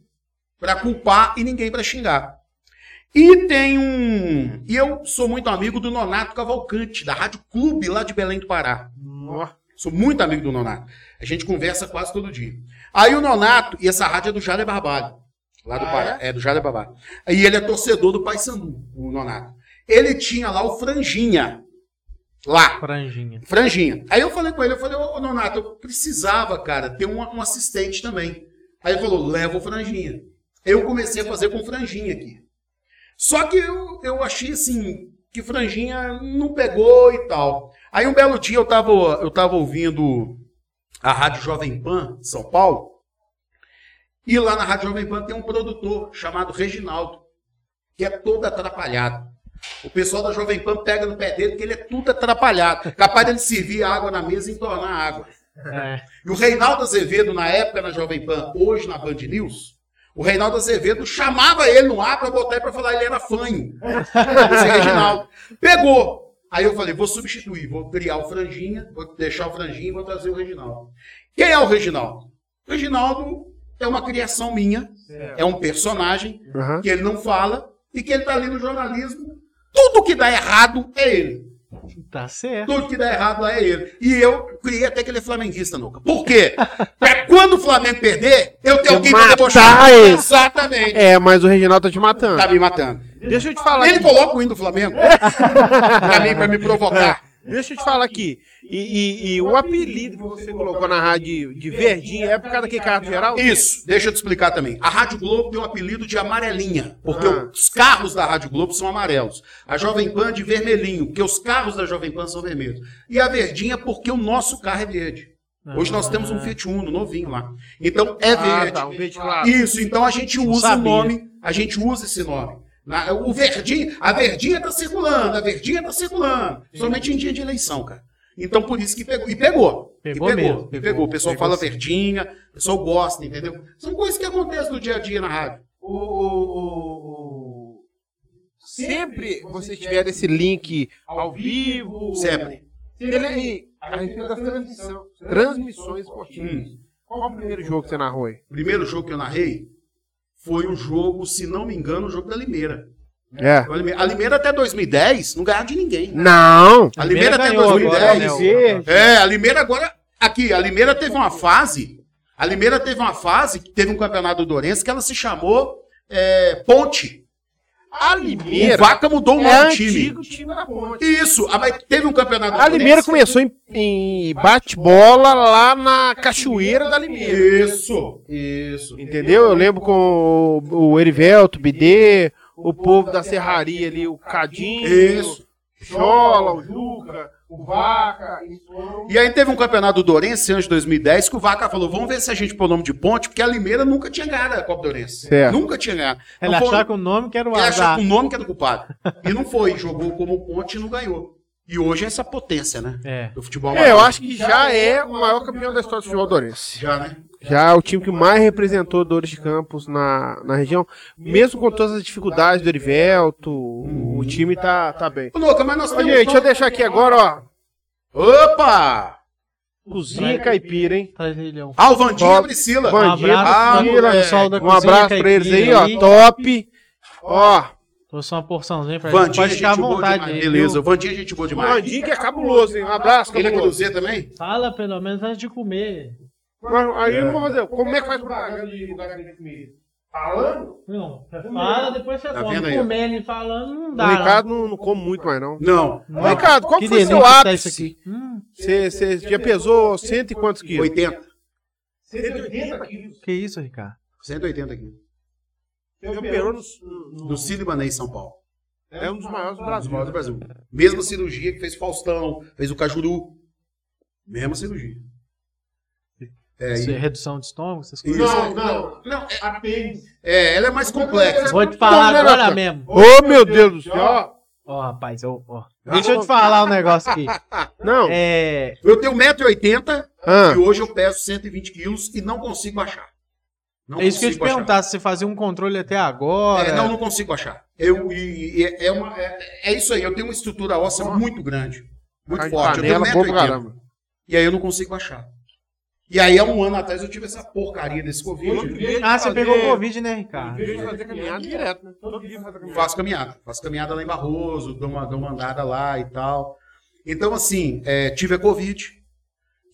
para culpar e ninguém para xingar. E tem um. E eu sou muito amigo do Nonato Cavalcante, da Rádio Clube, lá de Belém do Pará. Nó. Sou muito amigo do Nonato. A gente conversa quase todo dia. Aí o Nonato, e essa rádio é do Jale Barbalho, lá do
Ah,
Pará. É, do Jale Barbalho. E ele é torcedor do Paysandu, o Nonato. Ele tinha lá o Franjinha. Lá.
Franjinha.
Franjinha. Aí eu falei com ele, eu falei, ô Nonato, eu precisava, cara, ter um, um assistente também. Aí ele falou, leva o Franjinha. Eu comecei a fazer com Franjinha aqui. Só que eu, eu achei assim, que Franjinha não pegou e tal. Aí um belo dia eu tava, eu tava ouvindo a Rádio Jovem Pan, de São Paulo, e lá na Rádio Jovem Pan tem um produtor chamado Reginaldo, que é todo atrapalhado. O pessoal da Jovem Pan pega no pé dele que ele é tudo atrapalhado. Capaz dele servir água na mesa e entornar a água.
É.
E o Reinaldo Azevedo, na época na Jovem Pan, hoje na Band News, o Reinaldo Azevedo chamava ele no ar pra botar ele pra falar que ele era fanho. Esse Reginaldo. Pegou. Aí eu falei, vou substituir, vou criar o Franjinha, vou deixar o Franjinha e vou trazer o Reginaldo. Quem é o Reginaldo? O Reginaldo é uma criação minha, é um personagem,
Aham.
que ele não fala e que ele tá ali no jornalismo. Tudo que dá errado é ele.
Tá certo.
Tudo que dá errado lá é ele. E eu criei até que ele é flamenguista, Nuca. Por quê? Pra quando o Flamengo perder, eu tenho alguém pra
Matar
debochar.
ele.
Exatamente.
É, mas o Reginaldo tá te matando.
Tá me matando.
Deixa eu te falar.
Ele
aqui.
coloca o hino do Flamengo pra mim, pra me provocar.
Deixa eu te falar aqui. E, e- e o apelido que você colocou na rádio de, de verdinho é por causa daquele carro geral?
Isso, deixa eu te explicar também. A Rádio Globo tem o apelido de amarelinha, porque
Ah.
os carros da Rádio Globo são amarelos. A Jovem Pan é de vermelhinho, porque os carros da Jovem Pan são vermelhos. E a verdinha, porque o nosso carro é verde. Hoje nós
Ah.
temos um Fiat Uno novinho lá. Então é
Ah,
verde.
tá, um verde claro.
Isso, então a gente
Não
usa o
sabia.
nome, a gente usa esse nome. Na- o verdinho, a verdinha tá circulando, a verdinha tá circulando. Somente em dia de eleição, cara. Então por isso que pegou. E pegou.
Pegou
e pegou,
mesmo.
e pegou. O pessoal
Pegou
fala
sim.
verdinha, o pessoal gosta, entendeu? São coisas que acontecem no dia a dia na rádio.
O, o- o- o-
Sempre você tiver esse link ao vivo.
Sempre.
é
Ele é aí, a respeito das transmissão, transmissões esportivas.
Hum.
Qual o primeiro jogo que você narrou aí?
Primeiro jogo que eu narrei foi o jogo, se não me engano, o jogo da Limeira.
É.
A Limeira, a Limeira até 2010 não ganhava de ninguém. né?
Não!
A Limeira até
ganhou agora, né,
2010.
o-
É, a Limeira agora. Aqui, a Limeira teve uma fase. A Limeira teve uma fase, que teve um campeonato dourense, que ela se chamou é, Ponte.
A
O
Limeira
Vaca mudou o
é
nome do time.
antigo time da ponte.
Isso, ah, mas teve um campeonato
A Limeira começou em, em bate-bola lá na Cachoeira da Limeira.
Isso, isso.
Entendeu? Eu lembro com o, o Erivelto, o Bidê, o povo da serraria ali, o Cadinho,
Isso.
o Chola, o Juca, o Vaca.
eles foram-
E aí teve um campeonato dourense antes de 2010 que o Vaca falou, vamos ver se a gente põe o nome de Ponte, porque a Limeira nunca tinha ganhado a Copa Dourense.
Certo.
Nunca tinha ganhado.
Ela
Então,
achava que o nome que era o
Ele achou
azar.
que o nome que era o culpado. E não foi, jogou como Ponte e não ganhou. E hoje é essa potência, né?
É.
Do futebol
É, eu
amador.
acho que já é o maior campeão da história do futebol dourense.
Já, né?
Já é o time que mais representou Dores de Campos na, na região. Mesmo com todas as dificuldades do Erivelto, o- o time tá, tá bem.
Ô, Luca, mas nós
Ô,
temos
gente, deixa eu deixar aqui agora, ó.
Opa!
Cozinha caipira, hein?
Trajilhão.
Alvandinha
Top.
e Priscila.
Bom,
Um
Bandido,
abraço
Priscila,
pro pessoal da
Um abraço pra
Cozinha
eles aí,
Caipira
ó. Top. Ó,
Trouxe uma porçãozinha pra gente. Pode
Vandinha, Ah, é gente
ficar à
boa
vontade
demais.
aí.
Beleza,
viu?
o Vandinha, gente boa demais.
Mandinho que é cabuloso, hein? Um abraço,
Ele é
cabuloso.
cruzeiro também?
Fala pelo menos antes de comer.
Mas Aí eu não vou fazer. Como é que faz propaganda?
propaganda de lugar que vende comida? Falando?
Não, fala, depois você
Tá vendo
come.
aí, ó?
Comendo e falando não
O
dá.
Ricardo não, não come muito mais, não.
Não.
não.
Ô, Ricardo, qual
Que
que foi
delícia
seu
que tá isso
ápice?
aqui. Hum,
Você você já pesou cento e quantos quilos?
80.
é 180 quilos.
que isso, Ricardo?
180 aqui.
Você operou no,
Do Cílio Banei em São Paulo.
um é um dos maiores do Brasil.
Brasil. do Brasil. Mesma cirurgia que fez Faustão, fez o Cajuru. Mesma cirurgia. É,
Isso é
e...
redução de estômago, essas
Isso.
coisas.
Não, não.
Não, é-
um Apêndice.
é, ela é mais complexa.
Vou te falar
Não, não, não,
agora
não.
mesmo.
Ô, meu Deus do céu! ó.
Ó, rapaz, ó, ó.
Ah,
Deixa eu te falar um negócio aqui.
Não.
É,
Eu tenho 1,80m
Ah,
e hoje eu peso 120 quilos e não consigo achar. Não
é isso que eu ia te
consigo achar.
perguntar, se você fazia um controle até agora.
É, não, não consigo achar. Eu, e- e- é, é uma- é- é isso aí, eu tenho uma estrutura óssea muito grande, muito
Ai, um
forte. Eu tenho
panela, bom pra
1,80m.
caramba.
E aí eu não consigo achar. E aí, há um ano atrás, eu tive essa porcaria desse Covid.
Ah, você pegou Covid, né,
Em
Ricardo?
vez de fazer caminhada direto, né? Todo dia fazer caminhada.
Faço caminhada. Faço caminhada lá em Barroso, dou uma, dou uma andada lá e tal. Então, assim, é, tive a Covid,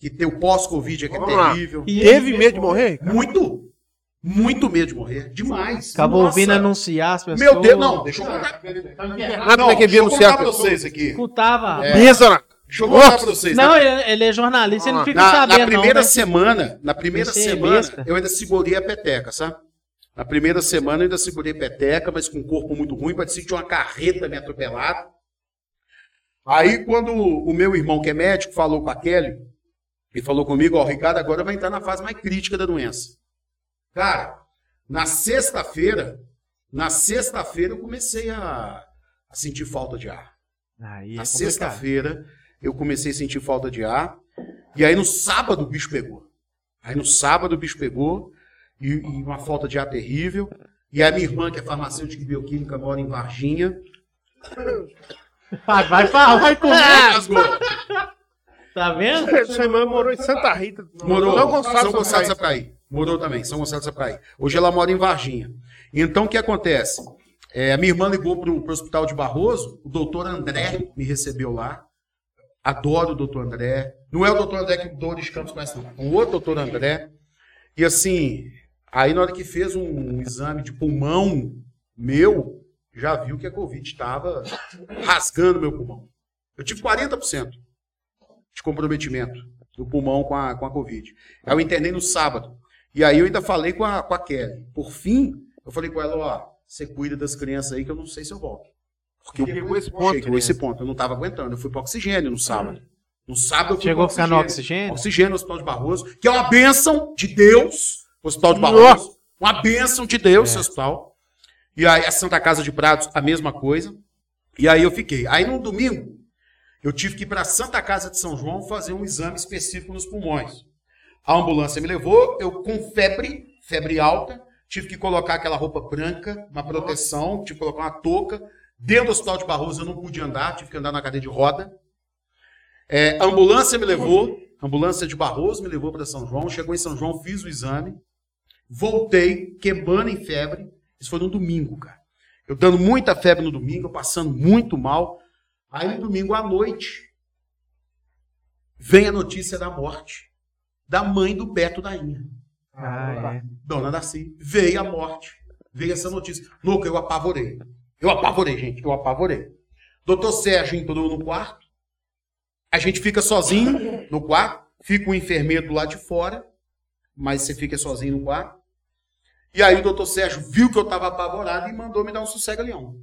que tem o pós-Covid é que é
Vamos lá.
terrível.
E
Teve medo de morrer?
Muito, muito medo de morrer. Demais.
acabou
Nossa.
ouvindo né, anunciar as pessoas.
Meu Deus, não, deixa eu contar.
Ah, como é que
deixa
via
eu
no
contar pra
certo? É.
vocês aqui.
Escutava.
Benção, Nath.
Deixa eu contar pra
Nossa.
vocês. né?
Não,
na,
ele, ele é jornalista, ele não fica
Ah, na,
sabendo.
na primeira
não, né?
semana, na primeira
Você é
semana,
besta.
eu ainda segurei a peteca, sabe? Na primeira semana eu ainda segurei peteca, mas com um corpo muito ruim, parecia que tinha uma carreta me atropelado. Aí quando o meu irmão, que é médico, falou com a Kelly, e falou comigo, ó, o Ricardo agora vai entrar na fase mais crítica da doença. Cara, na sexta-feira, na sexta-feira eu comecei a- a sentir falta de ar.
Aí é
Na
complicado.
sexta-feira, eu comecei a sentir falta de ar. E aí no sábado o bicho pegou. Aí no sábado o bicho pegou. E, e uma falta de ar terrível. E a minha irmã, que é farmacêutica e bioquímica, mora em Varginha.
Vai, vai, vai, vai com
Engasgou.
Tá vendo?
Sua irmã morou em Santa Rita.
Morou.
São
São
Gonçalo, Sampaio.
Gonçalo Sampaio. Morou também, São Gonçalo Sapraí. Hoje ela mora em Varginha. Então o que acontece? É, a minha irmã ligou para o hospital de Barroso, o doutor André me recebeu lá. Adoro o doutor André. Não é o doutor André que o Doris Campos conhece, não. É Um outro doutor André. E assim, aí na hora que fez um, exame de pulmão meu, já viu que a Covid estava rasgando meu pulmão. Eu tive 40% de comprometimento do pulmão com a, com a Covid. Aí eu internei no sábado. E aí eu ainda falei com a, com a Kelly. Por fim, eu falei com ela, ó, você cuida das crianças aí que eu não sei se eu volto. Porque eu
Chegou esse ponto,
Chegou
né?
esse ponto. Eu não estava aguentando. Eu fui para oxigênio no sábado. No sábado eu fui
Chegou a
pro
ficar no oxigênio?
Oxigênio no Hospital de Barroso, que é uma bênção de Deus. o Hospital de Barroso. Uma bênção de Deus, esse hospital. E aí a Santa Casa de Prados, a mesma coisa. E aí eu fiquei. Aí no domingo, eu tive que ir para a Santa Casa de São João fazer um exame específico nos pulmões. A ambulância me levou, eu com febre, febre alta, tive que colocar aquela roupa branca, uma proteção, tive que colocar uma touca. Dentro do hospital de Barroso eu não pude andar, tive que andar na cadeira de roda. É, a ambulância me levou, a ambulância de Barroso me levou para São João. Chegou em São João, fiz o exame, voltei, queimando em febre. Isso foi no domingo, cara. Eu dando muita febre no domingo, eu passando muito mal. Aí no domingo à noite, vem a notícia da morte da mãe do Beto da Inha.
Ah, é.
Dona Darcy, assim. veio a morte, veio essa notícia. Louco, eu apavorei. Eu apavorei, gente, eu apavorei. Doutor Sérgio entrou no quarto, a gente fica sozinho no quarto, fica o enfermeiro do lado de fora, mas você fica sozinho no quarto. E aí o doutor Sérgio viu que eu tava apavorado e mandou me dar um sossega-leão.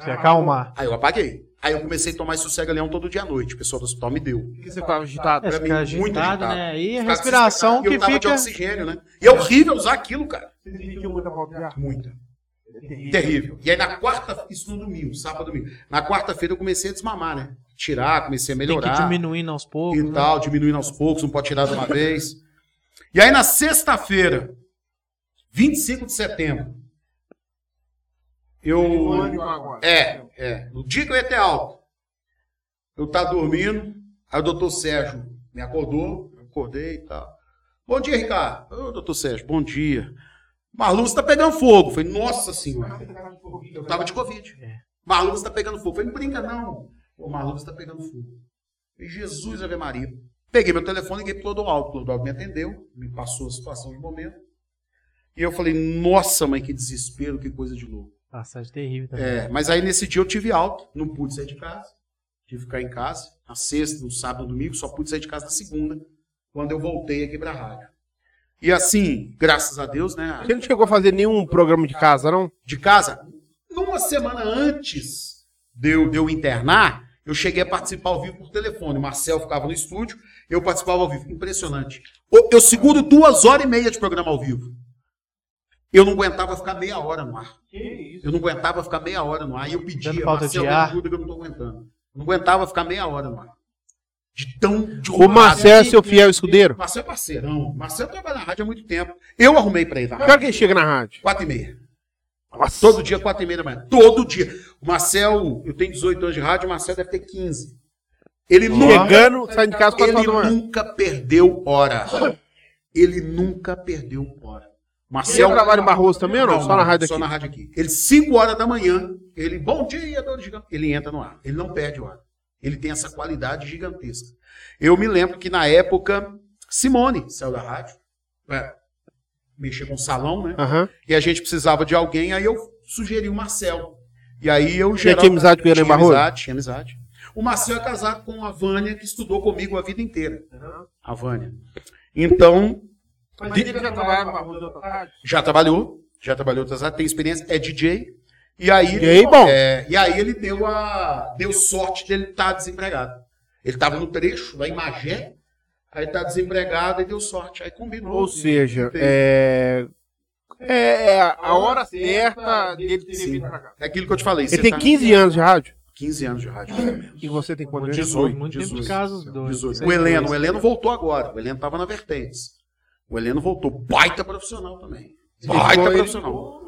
Se acalmar.
Aí eu apaguei. Aí eu comecei a tomar esse sossega-leão todo dia à noite, o pessoal do hospital me deu.
Por que você tava agitado?
É,
pra mim,
fica
muito
agitado,
agitado.
né? E a
Ficar
respiração
desesperado. E
que
assim, eu tava de
fica.
oxigênio, né? E é horrível usar aquilo, cara.
Você sentiu muita falta de ar?
Muita. Terrível. E aí na quarta, isso no domingo, sábado domingo. Na quarta-feira eu comecei a desmamar, né? Tirar, comecei a
Tem que né?
melhorar. Então-
diminuindo aos poucos.
e tal, diminuindo aos poucos, não pode tirar de uma vez. E aí na sexta-feira, 25 de setembro, eu. É, é. No dia que eu ia ter alta, eu tava dormindo, aí o doutor Sérgio me acordou, eu acordei e tal. Bom dia, Ricardo. Ô, doutor Sérgio, bom dia. Marluz tá pegando fogo. Eu Falei, nossa senhora. Eu tava de Covid. Marluz tá pegando fogo. Eu Falei, não brinca não. Ô, Marluz tá pegando fogo. Falei, Jesus, Ave Maria. Peguei meu telefone e liguei pro Clodoaldo. O Clodoaldo me atendeu, me passou a situação de momento. E eu falei, nossa, mãe, que desespero, que coisa de louco.
Passagem terrível também.
É, mas aí nesse dia eu tive alta, não pude sair de casa, tive que ficar em casa, na sexta, no sábado, no domingo, só pude sair de casa na segunda, quando eu voltei aqui pra rádio. E assim, graças a Deus, né,
Você não chegou a fazer nenhum programa de casa, não?
de casa, numa semana antes de eu, de eu internar, eu cheguei a participar ao vivo por telefone. O Marcel ficava no estúdio, eu participava ao vivo. Impressionante. Eu, eu seguro duas horas e meia de programa ao vivo. Eu não aguentava ficar meia hora no ar.
Que isso?
Eu não aguentava ficar meia hora no ar. E eu pedia,
Dando falta de
me
ar.
ajuda que eu não tô aguentando. Eu não aguentava ficar meia hora no ar. De tão de
O Marcelo é seu fiel escudeiro?
Marcel é parceirão. Marcel trabalha na rádio há muito tempo. Eu arrumei pra ele na
Que hora
rádio.
que ele chega na rádio?
Quatro e meia.
Nossa.
Todo dia, quatro e meia da manhã. Todo dia. O Marcel, eu tenho 18 anos de rádio, o Marcel deve ter 15. Ele, nunca,
Chegando, sai de casa quatro
ele
horas da manhã.
nunca perdeu hora. Ele nunca perdeu um hora.
Você
Marcel
trabalha em Barroso também ou não?
Não,
Só na rádio
Só
aqui.
na rádio aqui. Ele, 5 horas da manhã, ele, bom dia, todo gigante. Ele entra no ar. Ele não perde o ar. Ele tem essa qualidade gigantesca. Eu me lembro que na época, Simone saiu da rádio. É, mexer com salão, né?
Aham.
E a gente precisava de alguém, aí eu sugeri o Marcel. E aí eu
Tinha aqui amizade com ele, né,
tinha
Barroso?
amizade, tinha amizade. O Marcel é casado com a Vânia, que estudou comigo a vida inteira. A Vânia. Então,
Mas ele já trabalhava no Barroso outra tarde?
já trabalhou, já trabalhou, tá, tem experiência, é DJ. E aí,
E aí, bom.
é, e aí ele deu a deu sorte dele estar desempregado. Ele estava no trecho, lá em Magé, aí tá desempregado e deu sorte, aí combinou.
Ou seja,
Tem-
é... É, é a- a hora
certa
certa
dele
dele
ter
sim.
vindo pra cá.
É aquilo que eu te falei.
Ele
você
tem
tá-
15 anos de rádio
15 anos de rádio. pelo menos.
e você tem quantos anos?
18,
Muito tempo de
18,
casa os dois.
18. é, O
Sem
Heleno,
dois.
o Heleno voltou agora. O Heleno estava na Vertentes. O Heleno voltou. Baita profissional também. Baita
ele-
profissional.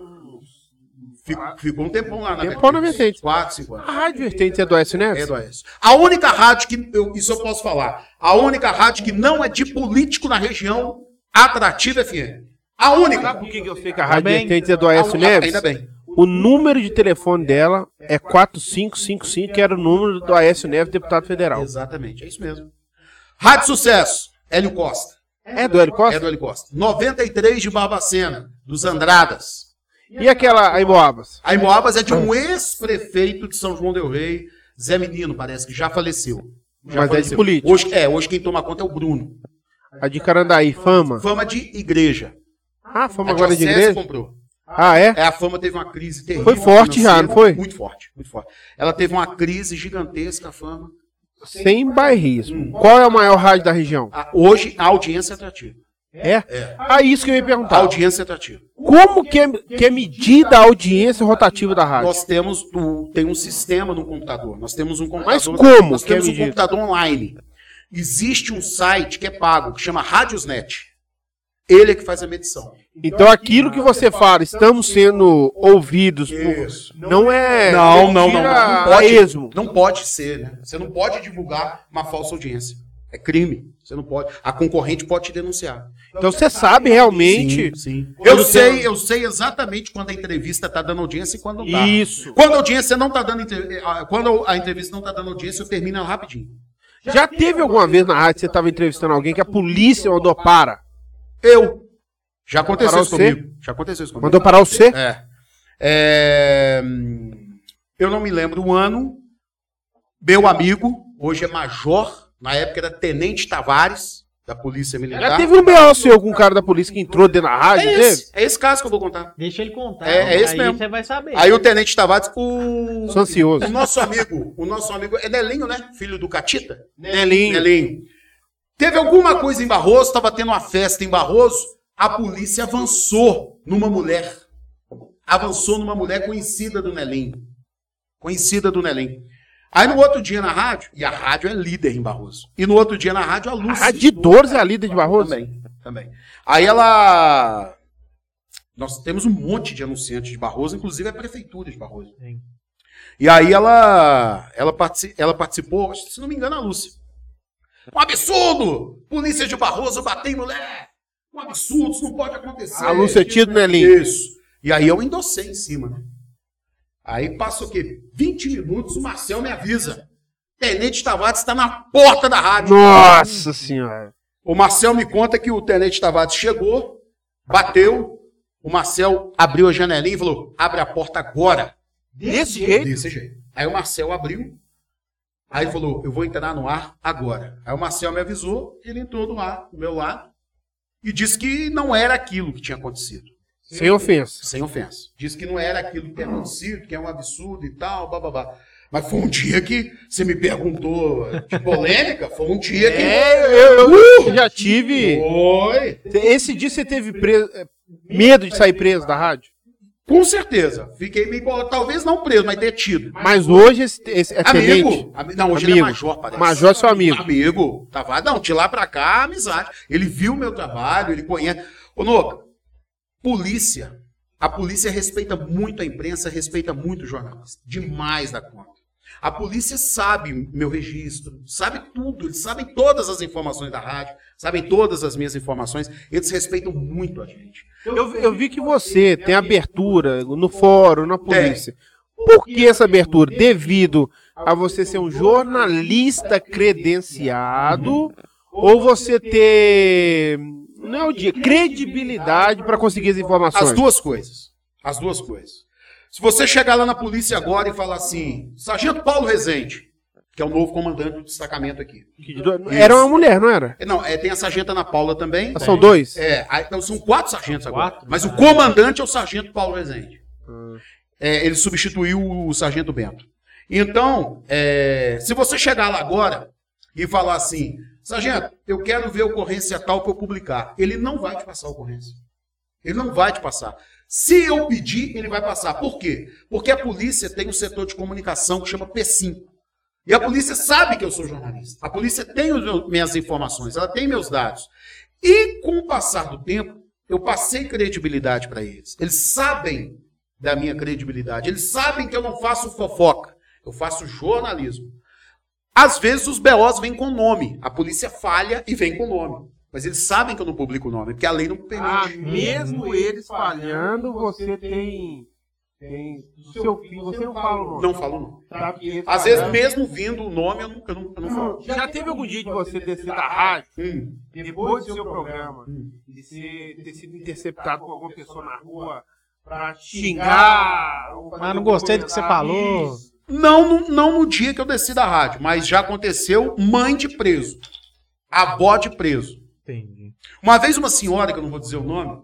Ficou, ficou um tempão lá na
Tempão na Vertentes.
4, 5
A
anos.
rádio vertente é do SNS?
É do Aécio. A única rádio que. Eu, isso eu posso falar. A única rádio que não é de político na região atrativa FM. A única.
Por que, que eu sei que a
Tá
rádio
bem.
vertente é do
A
Aécio
única-
Neves?
Ainda bem.
O número de telefone dela é 4555, que era o número do Aécio Neves, deputado federal.
Exatamente, é isso mesmo. Rádio Sucesso, Hélio Costa.
É do Hélio
É
Costa?
do Hélio Costa. 93 de Barbacena, dos Andradas.
E aquela aí, Moabas?
A Imoabas é de
Hum.
um ex-prefeito de São João del Rei, Zé Menino, parece que já faleceu.
Mas
Já
é de
faleceu.
político.
Hoje, é, hoje quem toma conta é o Bruno.
A de Carandaí, fama.
Fama de igreja.
Ah, fama
A
agora de
diocese
igreja?
comprou.
Ah, é?
É, a fama teve uma crise terrível.
Foi forte já,
financeira,
não foi?
Muito forte, muito forte. Ela teve uma crise gigantesca, a fama.
Sem bairrismo. Qual é o maior rádio da região?
A- hoje, a audiência é atrativa.
É? Ah, isso que eu ia
A
perguntar.
audiência é atrativa.
Como que é, que é medida a audiência rotativa da rádio?
Nós temos o- tem um sistema no computador. Nós temos um computador.
Mas como
Nós
que
temos
é
um
medido?
computador online. Existe um site que é pago, que chama Radiosnet. Ele é que faz a medição.
Então aquilo que você fala, estamos sendo ouvidos por... Não é...
Não, não, não, não.
mentira
Não pode.
a esmo.
Não pode ser, né? Você não pode divulgar uma falsa audiência. É crime. Você não pode. A concorrente pode te denunciar.
Então você sabe realmente...
sim. Eu sei, eu sei exatamente quando a entrevista está dando audiência e quando não tá.
Isso.
Quando a audiência não tá dando entre- ah, quando a entrevista não tá dando audiência, eu termino ela rapidinho.
Já teve alguma vez na rádio que você estava entrevistando alguém que a polícia mandou para?
Eu. Já aconteceu
Para
isso
você?
comigo. Já aconteceu isso comigo.
Mandou parar você?
É. É, hum, Eu não me lembro o ano. Meu amigo, hoje é major, na época era Tenente Tavares, da Polícia Militar.
Já teve um B.O. seu com um cara da polícia que entrou dentro da rádio?
é,
teve?
esse, é esse caso que eu vou contar.
Deixa ele contar. então.
É- é esse
aí
mesmo.
você vai saber.
Aí o Tenente Tavares, o,
Sou ansioso.
o nosso amigo, o nosso amigo, é Nelinho, né? Filho do Catita?
Nelinho.
Nelinho. Teve alguma coisa em Barroso, estava tendo uma festa em Barroso, a polícia avançou numa mulher. Avançou numa mulher conhecida do Nelinho. Conhecida do Nelinho. Aí no outro dia na rádio, e a rádio é líder em Barroso. E no outro dia na rádio a
A
Lúcia.
rádio de Dores é a líder de Barroso?
Também, também. Aí ela. Nós temos um monte de anunciantes de Barroso, inclusive a prefeitura de Barroso.
Sim.
E aí ela, ela, partici- ela participou, se não me engano, a Lúcia. Um absurdo! Polícia de Barroso bateu em mulher! Um absurdo, isso não pode acontecer.
A Lúcia Tito, né, Lin?
Isso. E aí eu endossei em cima, né? Aí passa o quê? 20 minutos, o Marcel me avisa. Tenente Tavares está na porta da rádio.
Nossa senhora.
O Marcel me conta que o Tenente Tavares chegou, bateu, o Marcel abriu a janelinha e falou: abre a porta agora.
Desse jeito?
Desse jeito. Aí o Marcel abriu, aí falou: eu vou entrar no ar agora. Aí o Marcel me avisou, ele entrou no ar, do meu lado, e disse que não era aquilo que tinha acontecido.
Sem ofensa.
Sem ofensa. Disse que não era aquilo que tinha acontecido, que é um absurdo e tal, bababá. Mas foi um dia que você me perguntou de polêmica, foi um dia que.
É. eu, eu- eu já tive.
Oi!
Esse dia você teve preso, é, medo de sair preso da rádio?
Com certeza. Fiquei meio. incomodado. Talvez não preso, mas detido.
Mas hoje esse, esse é tenente.
Amigo. Ami- Não, hoje ele é
Amigo.
major, parece.
Major é seu amigo.
Amigo. Tava, não, de lá pra cá, amizade. Ele viu meu trabalho, ele conhece. Ô, Noca, polícia. A polícia respeita muito a imprensa, respeita muito o jornalista. Demais da conta. A polícia sabe meu registro, sabe tudo, eles sabem todas as informações da rádio, sabem todas as minhas informações, eles respeitam muito a gente.
Eu, eu vi que você tem abertura no fórum, na polícia. Por que essa abertura? Devido a você ser um jornalista credenciado ou você ter. Não é o dia, credibilidade para conseguir as informações.
As duas coisas. As duas coisas. Se você chegar lá na polícia agora e falar assim, Sargento Paulo Rezende, que é o novo comandante do destacamento aqui.
Era uma mulher, não era?
Não, é, tem a sargenta Ana Paula também.
São dois?
É, aí- então são quatro sargentos agora. Mas o comandante é o sargento Paulo Rezende. É, ele substituiu o sargento Bento. Então, é, se você chegar lá agora e falar assim, sargento, eu quero ver a ocorrência tal para eu publicar, ele não vai te passar a ocorrência. Ele não vai te passar. Se eu pedir, ele vai passar. Por quê? Porque a polícia tem um setor de comunicação que chama P5. E a polícia sabe que eu sou jornalista. A polícia tem os meus- minhas informações, ela tem meus dados. E com o passar do tempo, eu passei credibilidade para eles. Eles sabem da minha credibilidade. Eles sabem que eu não faço fofoca. Eu faço jornalismo. Às vezes os BOs vêm com nome. A polícia falha e vem com nome. Mas eles sabem que eu não publico o nome, porque a lei não permite.
Ah, mesmo eles falhando, você tem. tem do seu filho, você não fala Tá o nome.
Não falo Ah, não.
Sabe que eles
Às vezes,
falhando-
mesmo vindo o nome, eu não, eu não, eu não falo.
Já teve algum dia de você descer da rádio,
Hum.
depois do seu programa,
Hum.
de ser, ter sido interceptado por alguma pessoa na rua pra xingar? ou fazer
Ah, não
algum
gostei do que você falou.
isso? tá
Não, no- não no dia que eu desci da rádio, mas já aconteceu mãe de preso. Avó de preso.
Entendi.
Uma vez uma senhora, que eu não vou dizer o nome,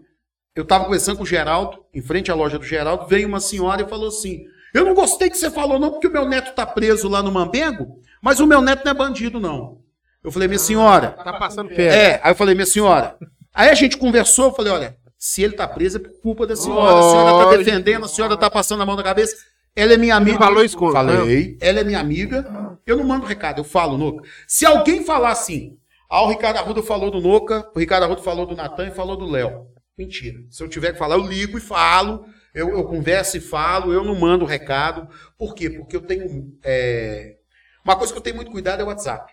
eu estava conversando com o Geraldo, em frente à loja do Geraldo, veio uma senhora e falou assim: Eu não gostei que você falou, não, porque o meu neto tá preso lá no Mambengo, mas o meu neto não é bandido, não. Eu falei, minha senhora,
Tá passando
é.
perto.
Aí eu falei, minha senhora. Aí a gente conversou, eu falei, olha, se ele tá preso é por culpa da senhora. A senhora tá
Lógico.
defendendo, a senhora tá passando a mão na cabeça. Ela é minha amiga.
falou isso com- né?
Falei. Ela é minha amiga. Eu não mando recado, eu falo, Noca. Se alguém falar assim, ah, o Ricardo Arruda falou do Noca, o Ricardo Arruda falou do Natan e falou do Léo. Mentira. Se eu tiver que falar, eu ligo e falo. Eu, eu converso e falo, eu não mando recado. Por quê? Porque eu tenho. é, Uma coisa que eu tenho muito cuidado é o WhatsApp.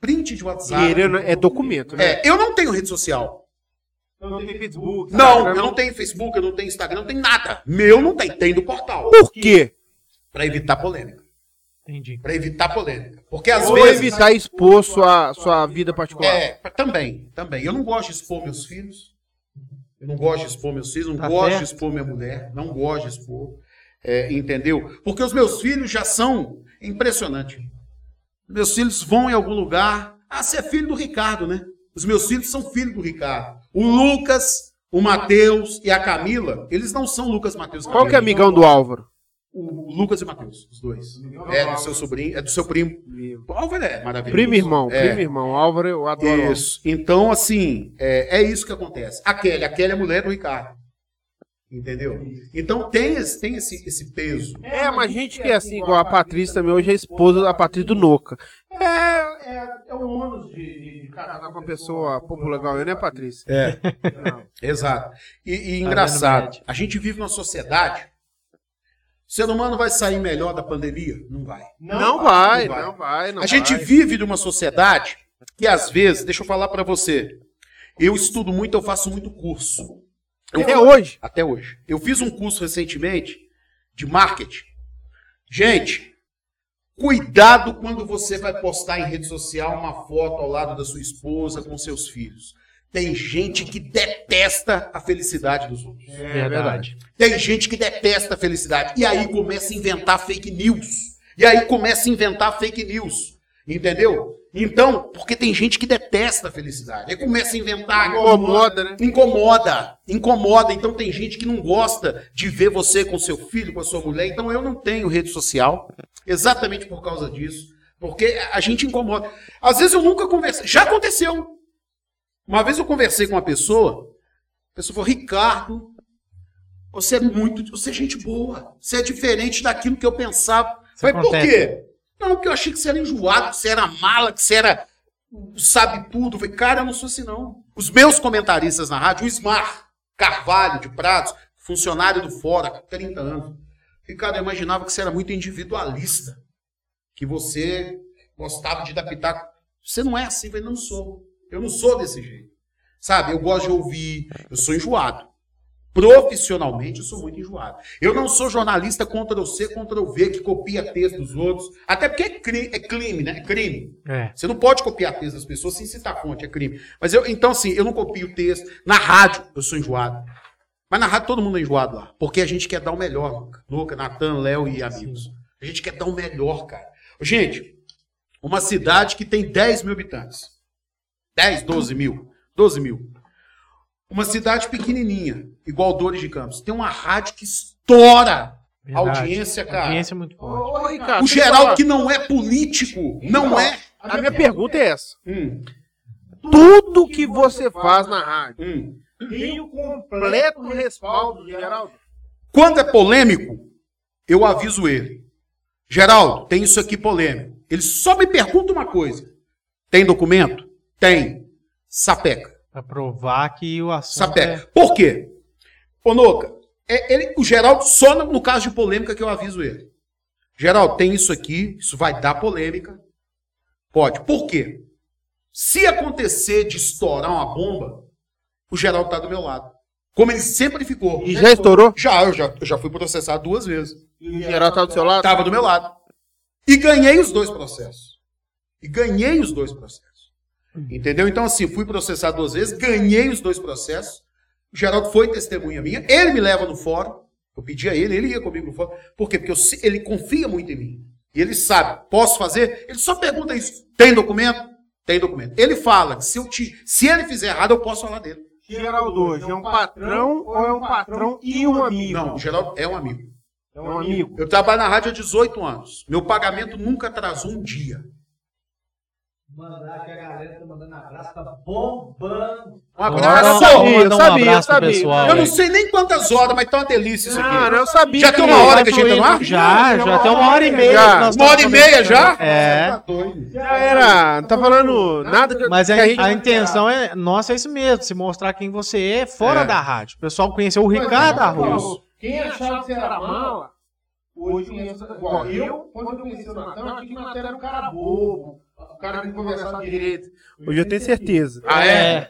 Print de WhatsApp.
Querendo, é documento, né?
É, eu não tenho rede social.
Então não tem Facebook.
Não, eu não tenho Facebook, eu não tenho Instagram, eu não tenho nada. Meu não tem, tem do portal.
Por quê?
Pra evitar polêmica.
Entendi.
Pra evitar polêmica. Porque às
Ou
vezes.
tá
evitar expor sua, sua vida particular.
É, também, também. Eu não gosto de expor meus filhos. Eu não gosto de expor meus filhos, não
Tá
gosto de
certo.
expor minha mulher, não gosto de expor. é, entendeu? Porque os meus filhos já são impressionante. Meus filhos vão em algum lugar. Ah, você é filho do Ricardo, né? Os meus filhos são filhos do Ricardo. O Lucas, o Matheus e a Camila, eles não são Lucas, Matheus e
Qual que é
Camila.
amigão do Álvaro?
O Lucas e Matheus, os dois. É do seu sobrinho, é do seu primo. Álvaro é maravilhoso.
Primo irmão,
É.
primo irmão. Álvaro, eu adoro. Álvaro.
Isso. Então, assim, é, é isso que acontece. A Kelly, a Kelly é mulher do Ricardo. Entendeu? Então tem esse, tem esse, esse peso.
É, mas gente que é assim, igual a Patrícia também, hoje é esposa da Patrícia do Noca. É,
É, é o ônus de, de, de casar
tá com uma pessoa popular igual eu, né, Patrícia?
É.
Não.
Exato. E, e
Tá vendo,
engraçado,
Brad?
a gente vive numa sociedade. O ser humano vai sair melhor da pandemia? Não vai.
Não, vai,
vai.
não vai, não
a gente
vai.
vive numa sociedade que, às vezes, deixa eu falar pra você. Eu estudo muito, eu faço muito curso. Eu
Até É hoje.
Até hoje. Eu fiz um curso recentemente de marketing. Gente, cuidado quando você vai postar em rede social uma foto ao lado da sua esposa com seus filhos. Tem gente que detesta a felicidade dos outros.
verdade.
Tem gente que detesta a felicidade. E aí começa a inventar fake news. E aí começa a inventar fake news. Entendeu? Então, porque tem gente que detesta a felicidade. Aí começa a inventar.
Incomoda, né?
Incomoda, incomoda. Então tem gente que não gosta de ver você com seu filho, com a sua mulher. Então eu não tenho rede social, exatamente por causa disso. Porque a gente incomoda. Às vezes eu nunca conversei. Já aconteceu. Uma vez eu conversei com uma pessoa, a pessoa falou, Ricardo, você é muito. Você é gente boa. Você é diferente daquilo que eu pensava.
Isso
Mas por
acontece.
quê? Não, porque eu achei que você era enjoado, que você era mala, que você era sabe tudo. Eu Falei, cara, eu não sou assim, não. Os meus comentaristas na rádio, o Smar Carvalho de Prados, funcionário do Fora, 30 anos. E, cara, eu imaginava que você era muito individualista. Que você gostava de dar pitaco. Você não é assim, eu falei, não sou. Eu não sou desse jeito. Sabe, eu gosto de ouvir, eu sou enjoado. Profissionalmente, eu sou muito enjoado. Eu não sou jornalista Ctrl C, Ctrl V, que copia texto dos outros. Até porque é crime, é crime né? É crime.
É.
Você não pode copiar texto das pessoas sem citar fonte, é crime. Mas eu, então, assim, eu não copio texto. Na rádio, eu sou enjoado. Mas na rádio todo mundo é enjoado lá. Porque a gente quer dar o melhor, Luca. Luca, Natan, Léo e amigos. A gente quer dar o melhor, cara. Gente, uma cidade que tem 10 mil habitantes. 10, 12 mil. 12 mil. Uma cidade pequenininha, igual Dores de Campos. Tem uma rádio que estoura a
Verdade.
audiência,
A
cara.
audiência é muito forte.
Ô, Ricardo,
O
Ah, deixa eu
geral
falar.
que não é político, não é.
A minha pergunta é essa.
Hum,
Tudo que você faz na rádio
hum.
Tem o completo
completo
respaldo,
respaldo,
Geraldo.
Quando é polêmico, eu aviso ele. Geraldo, tem isso aqui polêmico. Ele só me pergunta uma coisa. Tem documento? Tem. Sapeca.
Pra provar que o assunto
Sapé.
é...
Por quê? Ponoca, é, ele, o Geraldo, só no, no caso de polêmica que eu aviso ele. Geraldo, tem isso aqui, isso vai dar polêmica. Pode. Por quê? Se acontecer de estourar uma bomba, o Geraldo tá do meu lado. Como ele sempre ficou.
e já estourou?
Já, eu já, eu já fui processado duas vezes.
O geral tá do seu lado?
Tava do meu lado. E ganhei os dois processos. E ganhei os dois processos. Entendeu? Então, assim, fui processado duas vezes, ganhei os dois processos. O Geraldo foi testemunha minha. Ele me leva no fórum. Eu pedi a ele, ele ia comigo no fórum. Por quê? Porque eu se- ele confia muito em mim. E ele sabe, posso fazer? Ele só pergunta isso. Tem documento? Tem documento. Ele fala, se, eu te, se ele fizer errado, eu posso falar dele.
Geraldo hoje é um patrão ou é um patrão e um amigo?
Não, o Geraldo é um amigo.
É um amigo.
Eu trabalho na rádio há 18 anos. Meu pagamento nunca atrasou um dia.
Mandar que a galera tá mandando abraço, tá bombando.
Um
Agora-
abraço!
sabia,
Manda um
sabia,
abraço pro
sabia.
pessoal.
Eu não
aí.
sei nem quantas horas, mas tá uma delícia isso aqui.
Cara, eu sabia.
Já tem uma hora que a gente tá no ar?
é Já, já tem uma hora e meia.
Já.
que nós
Uma hora e
estamos
meia já?
tá É,
Já era. Não tá falando nada que
mas
que
a, a intenção é, nossa, é isso mesmo, se mostrar quem você é fora
É.
da rádio. O pessoal conheceu o Ricardo Arroz.
Quem achava que você era mala, hoje conhece. Igual eu, quando eu conheci o Natan, eu achei que o Natan era um cara bobo. O cara que não conversava direito.
Hoje eu tenho certeza.
Ah, é?
É.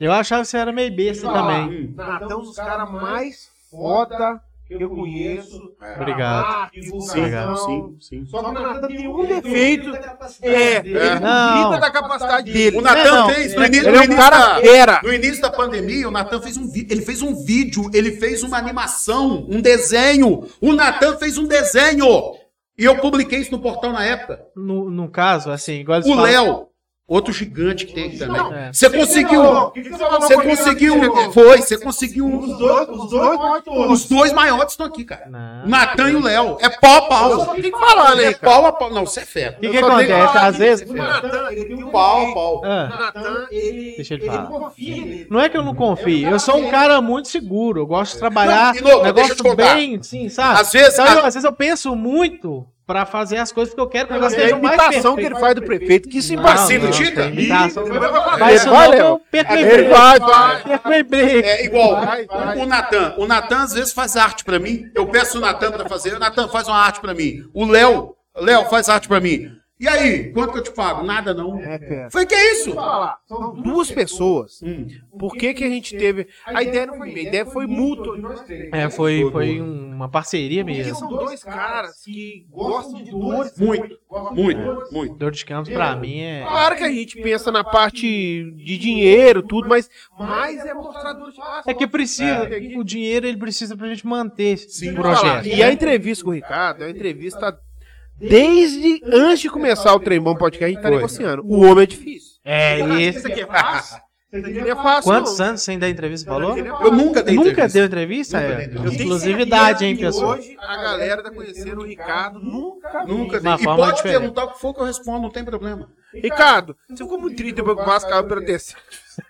Eu achava que você era meio besta
Ah.
também.
Hum.
Natan é um dos caras mais foda que eu conheço.
Obrigado.
Ah, divulgação.
sim.
Só que o Natan tem um defeito.
Feito.
Feito da capacidade
É,
dele.
ele
Não.
duvida da capacidade dele.
O Natan
Não,
fez, no início,
Ele é
no
um
início
cara
da,
fera.
no início da pandemia, o Natan fez um vídeo, ele fez um vídeo, ele fez uma animação, um desenho. O Natan fez um desenho! E eu publiquei isso no portal na época.
No, no caso, assim, igual eles
O
falam-
Léo, outro gigante que tem aqui
É.
também. Você conseguiu,
Não, que que falou
você
comigo?
conseguiu, foi, você conseguiu um.
Os dois, os dois,
Os dois maiores estão aqui, cara.
Não.
Natan e o Léo. É pau a
Eu
pau.
só tenho que falar, né,
É pau a pau. Não, você é fera.
O que, que
Eu só tenho que
acontece? Tá
falar
Às vezes. é.
O Natan, ele tem um
Pau a
defeito.
pau.
Ah,
O Natan, ele,
Deixa ele falar.
confia nele.
não é que eu não confio. Eu sou um cara muito seguro. Eu gosto de
Não,
trabalhar.
e louco, deixa eu te
negócio
contar.
bem, sim, sabe?
Às vezes,
Então,
a-
eu- às vezes eu penso muito pra fazer as coisas porque eu quero que o negócio
É a
seja o mais
imitação que
perfeito.
ele faz do prefeito. Que isso é
Não,
impossível,
não,
Tá Tita.
tem imitação.
Vai,
Mas senão
Léo.
eu perco meu
é Ele
emprego.
vai, vai.
Perco meu emprego.
é igual
Vai, vai.
o Natan. O Natan às vezes faz arte pra mim. Eu peço o Natan pra fazer. O Natan faz uma arte pra mim. O Léo, Léo faz arte pra mim. E aí, quanto que eu te pago? Nada não. Foi que é isso?
São duas pessoas.
Hum.
Por que que a gente teve... A ideia não foi minha, a ideia foi mútua.
de nós três.
É, foi, foi uma parceria
Porque
mesmo.
são dois caras que gostam de dores.
Muito,
gostam de
Muito,
dores.
muito.
Dor de Campos pra mim é.
Claro que a gente pensa na parte de dinheiro, tudo, mas mais é mostrar dor de
É que precisa,
É.
o dinheiro ele precisa pra gente manter esse
Sim.
projeto.
E a entrevista com o Ricardo é uma entrevista desde antes de começar o Trembão Podcast, a gente tá
Foi.
negociando. O homem é difícil.
É, e
Isso
esse.
aqui é fácil. Isso aqui
Ele
é
é
fácil.
fácil.
Quantos
não.
anos sem dar entrevista falou?
é
Eu nunca dei
Nunca
entrevista.
deu entrevista?
Nunca
É.
dei entrevista.
Exclusividade, hein,
E
pessoal?
Hoje a galera tá conhecendo o Ricardo nunca.
Uma
Nunca dei. E
forma
pode
diferente.
perguntar o que for que eu respondo, não tem problema.
Ricardo, você ficou muito triste depois que o Vasco caiu pela terceira.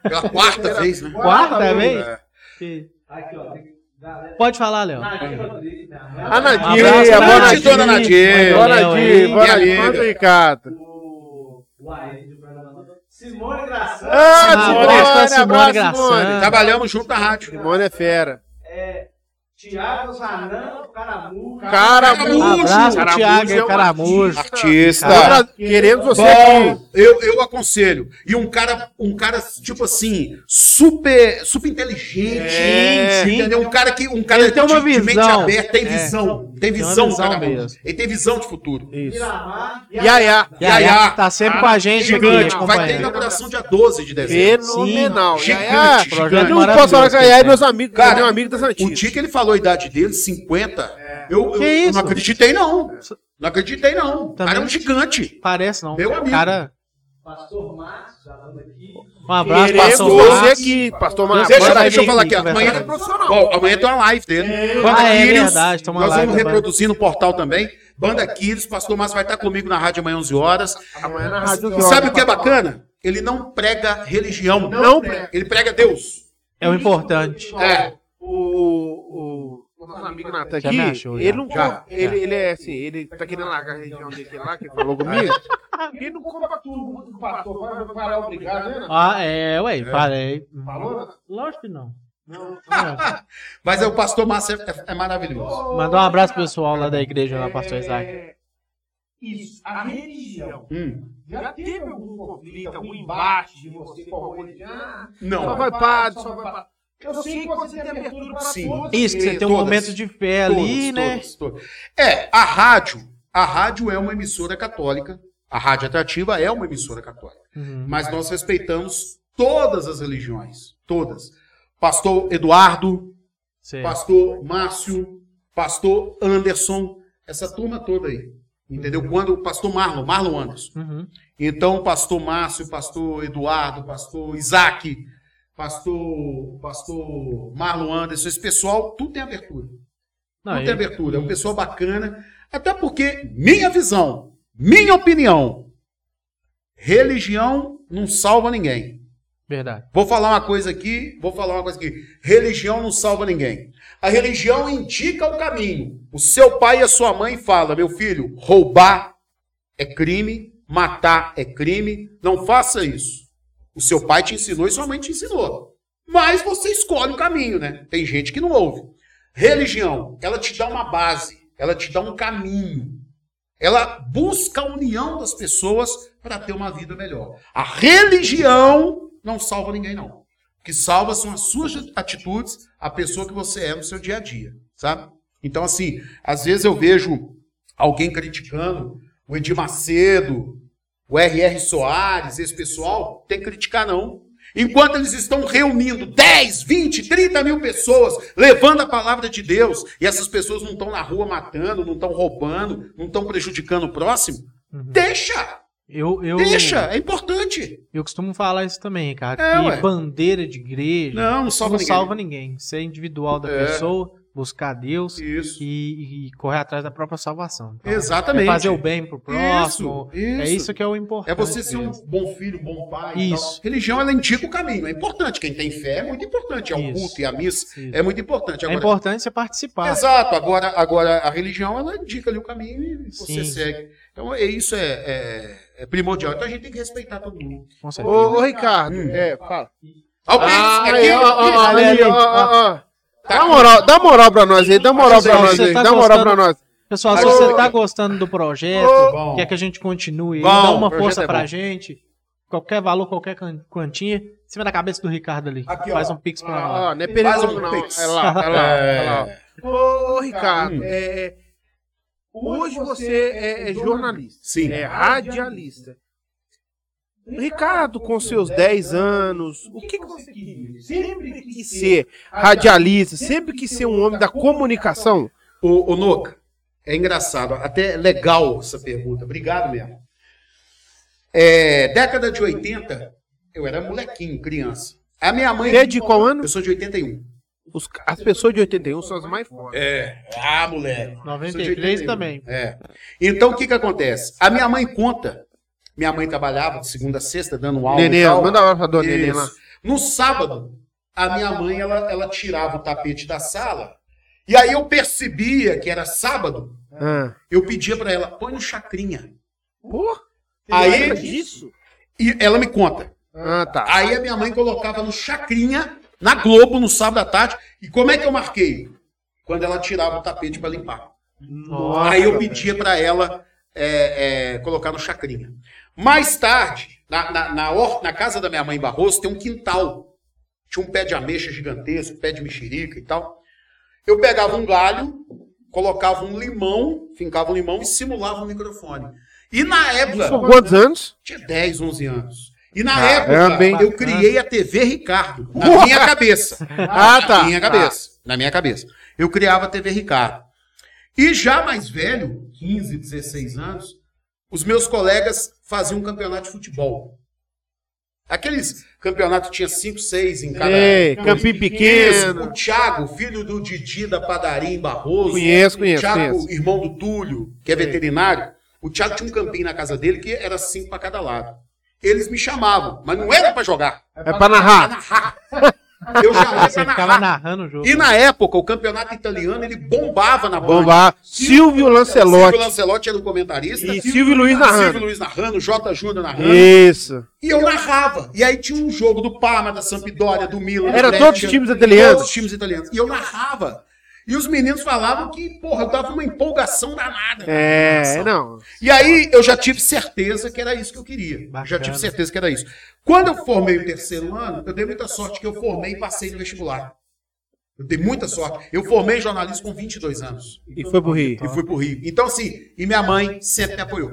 Pela É quarta vez, né?
Quarta vez?
É.
Que-
Aqui, ó. tem Galera.
Pode falar, Léo.
Nadia Rodrigues, minha mãe.
A Nadia,
Abraço,
boa
Nadir.
Nadir.
Dona Nadir.
É, Bora,
Léo,
Di,
hein?
bora,
Minha
manda o
amiga.
Ricardo.
O o Aed do programa. Simone Graçano.
Ah,
abraço pra
Simone,
Simone
abraço,
Graçano.
Simone.
Trabalhamos junto na rádio.
Simone é fera.
É, Tiago Zanão, Caramujo.
Caramujo!
Abraço,
Caramujo
Thiago,
é um
Caramujo.
Artista.
Cara, Queremos você aqui.
é Bom, eu, eu aconselho. E um cara, um cara tipo assim, super, super inteligente.
Sim, É, sim.
Entendeu? Um cara que um cara
Ele tem uma
de mente
visão.
aberta, tem
É.
visão. Tem
uma
visão,
visão
cara. mesmo.
mesmo.
Ele tem visão de futuro.
Isso.
Miramar e
Yaya.
Yaya
Yaya.
tá sempre com a gente aqui, né,
Gigante. Vai ter
acompanhando.
inauguração dia 12 de dezembro.
Fenomenal.
Sim.
Yaya.
Gigante,
Eu
gigante.
não posso falar que a Yaya é meus amigos.
Cara,
Cara, meu amigo da
O
Santinha.
dia que ele falou a idade dele, 50, eu, eu
é Que isso?
não acreditei, não. Não acreditei, não. O cara é
Também.
um gigante.
Parece não.
Meu amigo.
Cara,
Pastor Márcio, já estamos aqui.
um abraço,
Queremos
passou
você
lá.
aqui, pastor Maravilha.
Deixa, eu-
vai
deixa eu
vir
falar
aqui
aqui. Amanhã,
conversar.
Bom, amanhã tem uma live dele. Banda
Ah, é
Quiris,
verdade, tem uma
Nós
live
vamos
da banda.
reproduzir no portal também. Banda Quiris, Pastor Márcio vai estar comigo na rádio amanhã 11 horas.
Amanhã na Rádio
E sabe o que é bacana? Ele não prega religião.
Não prega.
Ele prega Deus.
É o importante.
É.
O, o, o nosso amigo Natan
Já
aqui,
me achou, já.
ele não
Já.
compra- ele, ele é assim, ele tá querendo largar a região dele lá, que ele falou comigo.
Ele não compra tudo que o pastor vai vai parar obrigado, né? Nath?
Ah, é, ué, falei.
Falou? Nath?
Lógico que não.
Mas é, o Pastor Márcio é, é maravilhoso.
Mandar um abraço pro pessoal lá da igreja, lá, pastor Isaac.
É, Isso, a religião.
Hum.
Já teve algum conflito, algum embate de você com alguma religião? Ah,
Só
Não.
Então vai padre, só vai padre.
Eu sei que você tem abertura para
Sim.
todos.
Isso, que você tem um
Todas.
momento de fé ali,
Todos,
né?
todos, todos. É, a rádio, a rádio é uma emissora católica. A Rádio Atrativa é uma emissora católica.
Uhum.
Mas nós respeitamos todas as religiões. Todas. Pastor Eduardo,
Sei.
pastor Márcio, pastor Anderson, essa turma toda aí. Entendeu? Quando o pastor Marlon, Marlon Anderson.
Uhum.
Então, pastor Márcio, pastor Eduardo, pastor Isaac, pastor, pastor Marlon Anderson, esse pessoal, tudo tem abertura.
Não,
tudo
e-
tem abertura. É um pessoal bacana. Até porque, minha visão, minha opinião, religião não salva ninguém.
Verdade.
Vou falar uma coisa aqui, vou falar uma coisa aqui. Religião não salva ninguém. A religião indica o caminho. O seu pai e a sua mãe falam, meu filho, roubar é crime, matar é crime, não faça isso. O seu pai te ensinou e sua mãe te ensinou. Mas você escolhe o caminho, né? Tem gente que não ouve. Religião, ela te dá uma base, ela te dá um caminho. Ela busca a união das pessoas para ter uma vida melhor. A religião não salva ninguém, não. O que salva são as suas atitudes, a pessoa que você é no seu dia a dia, sabe? Então, assim, às vezes eu vejo alguém criticando o Edir Macedo, o R.R. Soares, esse pessoal, tem que criticar, não. Enquanto eles estão reunindo 10, 20, 30 mil pessoas, levando a palavra de Deus, e essas pessoas não estão na rua matando, não estão roubando, não estão prejudicando o próximo,
Uhum.
deixa,
Eu, eu,
deixa, é importante.
eu costumo falar isso também, Ricardo.
É,
que
ué.
bandeira de igreja não,
Não, não salva ninguém.
salva ninguém. Ser individual da
É.
pessoa, buscar Deus
Isso.
e, e correr atrás da própria salvação. Então,
Exatamente.
É fazer o bem pro próximo.
Isso, isso.
É isso que é o importante.
É você ser um
mesmo.
bom filho, um bom pai. e
Isso.
tal. Religião, ela indica o caminho. É importante. Quem tem fé é muito importante. É o
Isso.
culto e a missa.
Isso.
É muito importante.
É
Agora,
importante você participar.
Exato. Agora, agora, a religião, ela indica ali o caminho e você
Sim.
segue. Então, é, isso é, é- é primordial. Então, a gente tem que respeitar todo mundo.
Com
Ô,
certeza.
ô Ricardo, é, fala.
Ó, o
Tá
Pix, é aqui,
aí, Ah, ó, ó, ó,
ali,
ali,
ali.
ó, ó, ó.
Tá
Dá moral, dá moral pra nós aí, dá moral pra
Você
nós
tá
aí, dá moral
gostando?
pra nós.
Pessoal, se
Ô,
você tá
Ricardo.
gostando do projeto,
Bom.
quer que a gente continue,
Bom,
dá
o
uma
projeto
força
é
pra
bom.
gente, qualquer valor, qualquer can- quantia, em cima da cabeça do Ricardo ali.
Aqui,
Faz
ó.
um pix pra nós.
Ó, não é perigoso
um
não,
pix.
é lá, é lá, é lá. Ô, ô, Ricardo,
Hum.
é, é, hoje você é, é jornalista,
Sim.
é radialista. Ricardo, com seus 10 anos, o que, que você
queria? Sempre
quis
quis
ser? Radialista, sempre quis ser um homem da comunicação?
O, o Noca, é engraçado, até legal essa pergunta. Obrigado mesmo. É, década de 80, eu era molequinho, criança. A minha mãe.
Você é de qual ano?
Eu sou de 81.
Os ca- as pessoas de 81 são as mais fortes.
É. Ah, moleque.
93 também.
É. Então, o que que acontece? A minha mãe conta. Minha mãe trabalhava de segunda a sexta, dando aula. e
Nenê,
tal.
manda lá pra dona Nenê
Isso.
lá.
No sábado, a minha mãe ela, ela tirava o tapete da sala. E aí eu percebia que era sábado.
Ah.
Eu pedia pra ela, põe no chacrinha.
Porra,
Aí
lembra disso?
e ela me conta.
Ah, tá.
Aí a minha mãe colocava no chacrinha na Globo no sábado à tarde. E como é que eu marquei? quando ela tirava o tapete para limpar.
Nossa,
Aí eu pedia para ela é, é, colocar no chacrinha. Mais tarde, na, na, na, hor- na casa da minha mãe em Barroso, tem um quintal. Tinha um pé de ameixa gigantesco, pé de mexerica e tal. Eu pegava um galho, colocava um limão, fincava um limão e simulava um microfone. E na
Com
época,
quantos anos?
tinha 10, 11 anos. E na
Caramba,
época,
hein?
eu criei a TV Ricardo, na
Uau!
minha cabeça.
Ah,
Na minha cabeça. Na minha cabeça. Eu criava a TV Ricardo. E já mais velho, 15, 16 anos, os meus colegas faziam um campeonato de futebol. Aqueles campeonatos que tinha 5, 6 em cada.
Ei, Campinho Pequeno.
O Thiago, filho do Didi da padaria em Barroso.
Conheço,
O
conheço,
Thiago,
conheço.
irmão do Túlio, que é veterinário, o Thiago tinha um campinho na casa dele que era cinco para cada lado. Eles me chamavam, mas não era para jogar,
É pra
pra
narrar.
narrar. Eu já ia
Ah, Você
pra
ficava
narrar.
narrando o jogo.
E na época, o campeonato italiano, ele bombava na
Vamos
banda.
lá. Silvio Lancelotti.
Silvio Lancelotti era o comentarista.
E Silvio Luiz narrando.
Silvio Luiz narrando, Jota Júnior narrando. E...
Isso.
eu narrava. E aí tinha um jogo do Parma, da Sampdoria, do Milan. do
Era
Brescia,
todos os times italianos.
Todos os times italianos. E eu narrava. E os meninos falavam que, porra, eu dava uma empolgação danada.
É, não.
E aí eu já tive certeza que era isso que eu queria. Já tive certeza que era isso. Quando eu formei o terceiro ano, eu dei muita sorte que eu formei e passei no vestibular. Eu dei muita sorte. Eu formei jornalismo com 22 anos
E foi pro Rio.
e fui pro Rio. Então, assim, e minha mãe sempre me apoiou.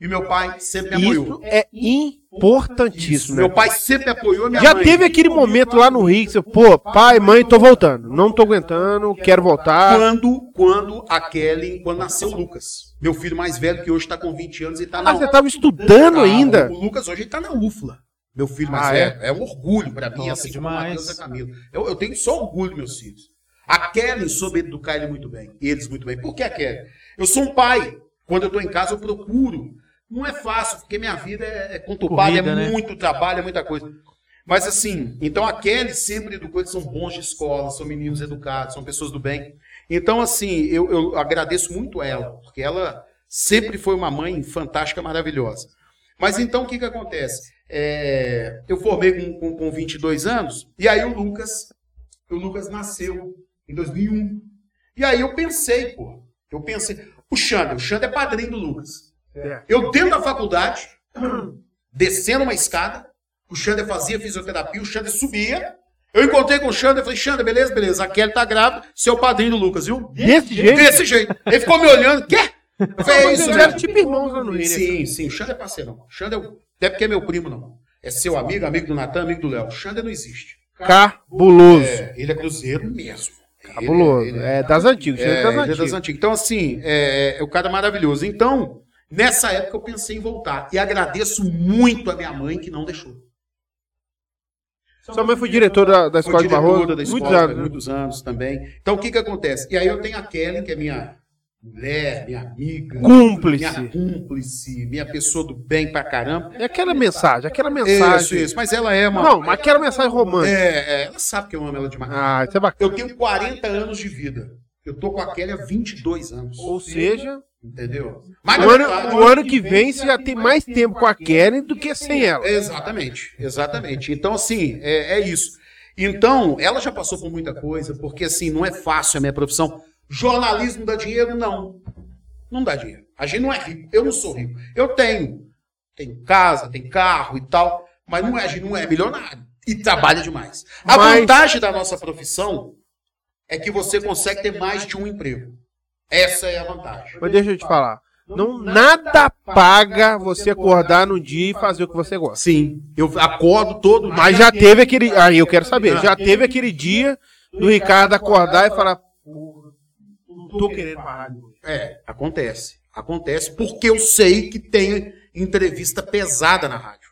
E meu pai sempre me
Isso
apoiou.
é importantíssimo, né?
Meu pai sempre me apoiou. Minha
Já
mãe.
teve aquele momento lá no Rio que você, pô, pai, mãe, tô voltando. Não tô aguentando, quero voltar.
Ah, Quando, quando a Kelly, quando nasceu o Lucas, meu filho mais velho, que hoje está com 20 anos e está na
Ah, você tava estudando
Tá,
ainda?
O Lucas hoje ele tá na UFLA. Meu filho mais
Ah,
velho. É? um orgulho pra mim,
Nossa,
assim
demais.
como a Matheus e a Camila. Eu, eu tenho só orgulho, meus filhos. A Kelly soube educar ele muito bem. Eles muito bem. Por que a Kelly? Eu sou um pai. Quando eu tô em casa, eu procuro. Não é fácil, porque minha vida é, é conturbada,
Corrida,
é
né?
muito trabalho, é muita coisa. Mas assim, então a Kelly sempre educou, eles são bons de escola, são meninos educados, são pessoas do bem. Então, assim, eu, eu agradeço muito ela, porque ela sempre foi uma mãe fantástica, maravilhosa. Mas então o que, que acontece? É, eu formei com, com, com 22 anos, e aí o Lucas, o Lucas nasceu em 2001. E aí eu pensei, pô, eu pensei, o Xander, o Xander é padrinho do Lucas.
Certo.
Eu dentro da faculdade, descendo uma escada, o Xander fazia fisioterapia, o Xander subia, eu encontrei com o Xander, falei, Xander, beleza, beleza, a Kelly tá grávida, você é o padrinho do Lucas, viu?
Desse jeito?
Desse jeito. Ele ficou me olhando, quê? Eu falei, é
Mas
isso
eles
mesmo.
eram tipo irmãos lá no Rio, né?
Sim, sim. O Xander é parceirão. O Xander, é o- até porque é meu primo, não. É seu amigo, amigo do Natan, amigo do Léo. O Xander não existe.
Cabuloso.
É, ele é cruzeiro mesmo.
Cabuloso.
Ele- ele-
É das antigas,
é,
é
ele
das
é das
antigas.
antigas. Então, assim, é, é, é o cara maravilhoso. Então, nessa época eu pensei em voltar. E agradeço muito a minha mãe que não deixou.
Sua mãe foi diretora da, da
Foi
escola de
diretora
Barroso
da
muitos
escola,
anos. né?
muitos anos também. Então, o que que acontece? E aí eu tenho a Kelly, que é minha mulher, minha amiga, minha
Cúmplice.
cúmplice, minha pessoa do bem pra caramba.
É aquela mensagem, aquela mensagem.
Isso, isso. Mas ela é uma...
Não, mas aquela mensagem romântica.
É, é, ela sabe que eu amo ela demais.
Ah, isso é bacana.
Eu tenho 40 anos de vida. Eu tô com a Kelly há 22 anos.
Ou seja,
Entendeu? Mas
o
na
ano,
verdade-
o ano que vem você já tem mais tempo com a Kelly do que sem ela.
Exatamente, exatamente. Então, assim, é, é isso. Então, ela já passou por muita coisa, porque assim, não é fácil a minha profissão. Jornalismo dá dinheiro? Não. Não dá dinheiro. A gente não é rico. Eu não sou rico. Eu tenho. Tenho casa, tenho carro e tal, mas não é, a gente não é milionário. E trabalha demais. A
Mas-
vantagem da nossa profissão é que você consegue ter mais de um emprego. Essa é a vantagem.
Mas deixa eu te falar. Não, nada paga você acordar num dia e fazer o que você gosta.
Sim, eu acordo todo dia.
Mas já teve aquele. Aí eu quero saber. Já teve aquele dia do Ricardo acordar e falar. Não tô querendo parar.
É, acontece. Acontece porque eu sei que tem entrevista pesada na rádio.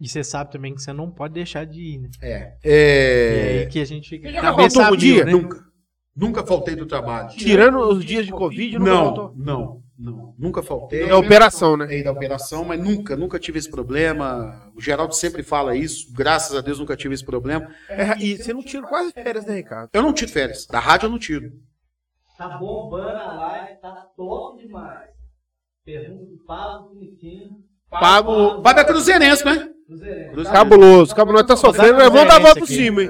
E você sabe também que você não pode deixar de ir, né?
É.
E
é...
aí que a gente fica
já
cabeça
faltou um
a mil,
dia?
né?
Nunca. Nunca faltei do trabalho.
Tirando os dias de Covid, nunca
Não,
voltou.
não, não. Nunca faltei.
É operação, né?
Aí da operação, mas nunca, nunca tive esse problema. O Geraldo sempre fala isso. Graças a Deus nunca tive esse problema.
É, e você não tira quase férias, né, Ricardo?
Eu não tiro férias. Da rádio eu não tiro.
Tá bombando a live, tá top demais. Pergunta do Pablo Bonitinho.
Pablo-
O Fábio é cruzeirense, né?
Cruzeirense.
Cruzeirense.
Cabuloso, cabuloso. Nós tá sofrendo, nós vamos dar a volta por cima, hein?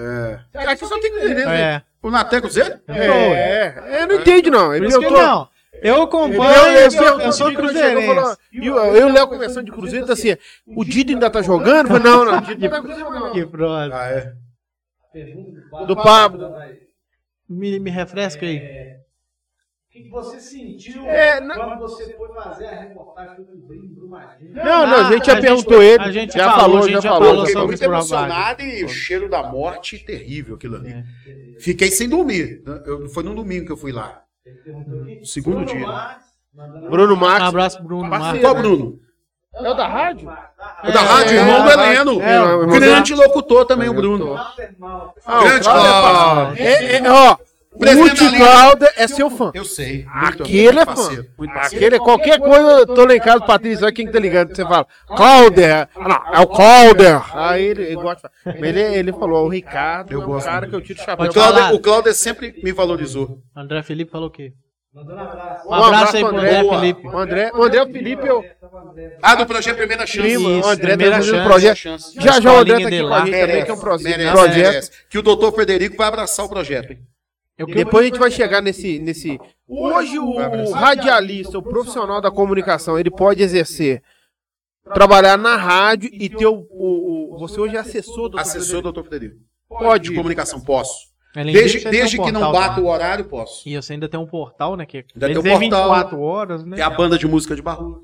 É.
Aqui só tem cruzeirense, né?
É.
O Natan é Cruzeiro?
É, é, eu não entendo, não.
Por
Ele
isso que
perguntou.
não. Eu acompanho,
Eu- eu-
eu, sou-
eu-
eu sou
eu-
assim,
cruzeirense.
E o- eu e o Léo conversando de Cruzeiro, tá assim, o Dido ainda tá jogando? Eu falei, não, não, o Dido não tá jogando, não.
Que próximo.
Ah, é.
Pergunta do
Do Pablo.
Me, me refresca aí.
É.
O que que você sentiu
É, na-
quando você foi fazer a reportagem do Cruzeiro em Brumadinho?
Não, não, Ah, a gente
a
já
gente-
perguntou ele.
a gente
já
falou,
falou,
a gente
já
já
falou. já
falou
Fiquei
falou.
sobre-
muito
esse trabalho.
emocionado e o cheiro da morte terrível aquilo ali. Fiquei sem dormir. Eu- foi num domingo que eu fui lá.
Ele perguntou o que-
Segundo
Bruno
dia.
Marques, mandando-
Ah, Bruno
Um
Max.
abraço, Bruno Marcos.
Qual, Bruno?
É o da rádio?
O da
É,
rádio,
é,
irmão do
é,
Heleno.
é, o irmão
Grande locutor também, o Bruno.
Walter Mal.
Ah, o
Grande
Cláudio é
Cláudio.
parceiro. É, é, ó, o
Presidente
Ruth
Aline.
Cláudio é seu fã.
Eu sei. muito
Aquele é
amigo,
fã.
parceiro, muito parceiro.
Aquele, é qualquer coisa, eu tô lá em casa, Patrícia, olha quem que tá ligando. Você fala, Calder. Ah, não, é o Calder. Aí Ah, ele, ele gosta. de falar. Mas ele, ele falou, o Ricardo
Eu
é um
gosto
cara
muito.
que eu tiro o
O
chapéu.
Pode falar.
Cláudio, o Cláudio sempre me valorizou.
Né? André Felipe falou o quê?
Mandando abraço.
Um abraço aí pro
pro
André
André. O
Felipe.
André, o André, o Felipe, eu...
Ah, do projeto Primeira Chance.
Primo,
Isso,
o André tá
primeira
fazendo um
chance.
projeto.
Chance.
Já já o André tá
Escolinha
aqui
de
com a gente
lá.
também, que é um projeto.
Merece,
projeto.
merece. Que o doutor Frederico vai abraçar o projeto.
Eu que-
Depois a gente vai chegar nesse. nesse... Hoje o, o radialista, o profissional da comunicação, ele pode exercer, trabalhar na rádio e ter o. o- o- você hoje é assessor do
Assessor do doutor Frederico.
Pode.
De comunicação, posso.
Além
Desde,
disso, você
desde
tem um
que não
portal
bata
também.
o horário, posso.
E você ainda tem um portal, né? Que
Ainda tem
eles
um
têm
portal.
24 horas, né?
É a banda de música de Barroso.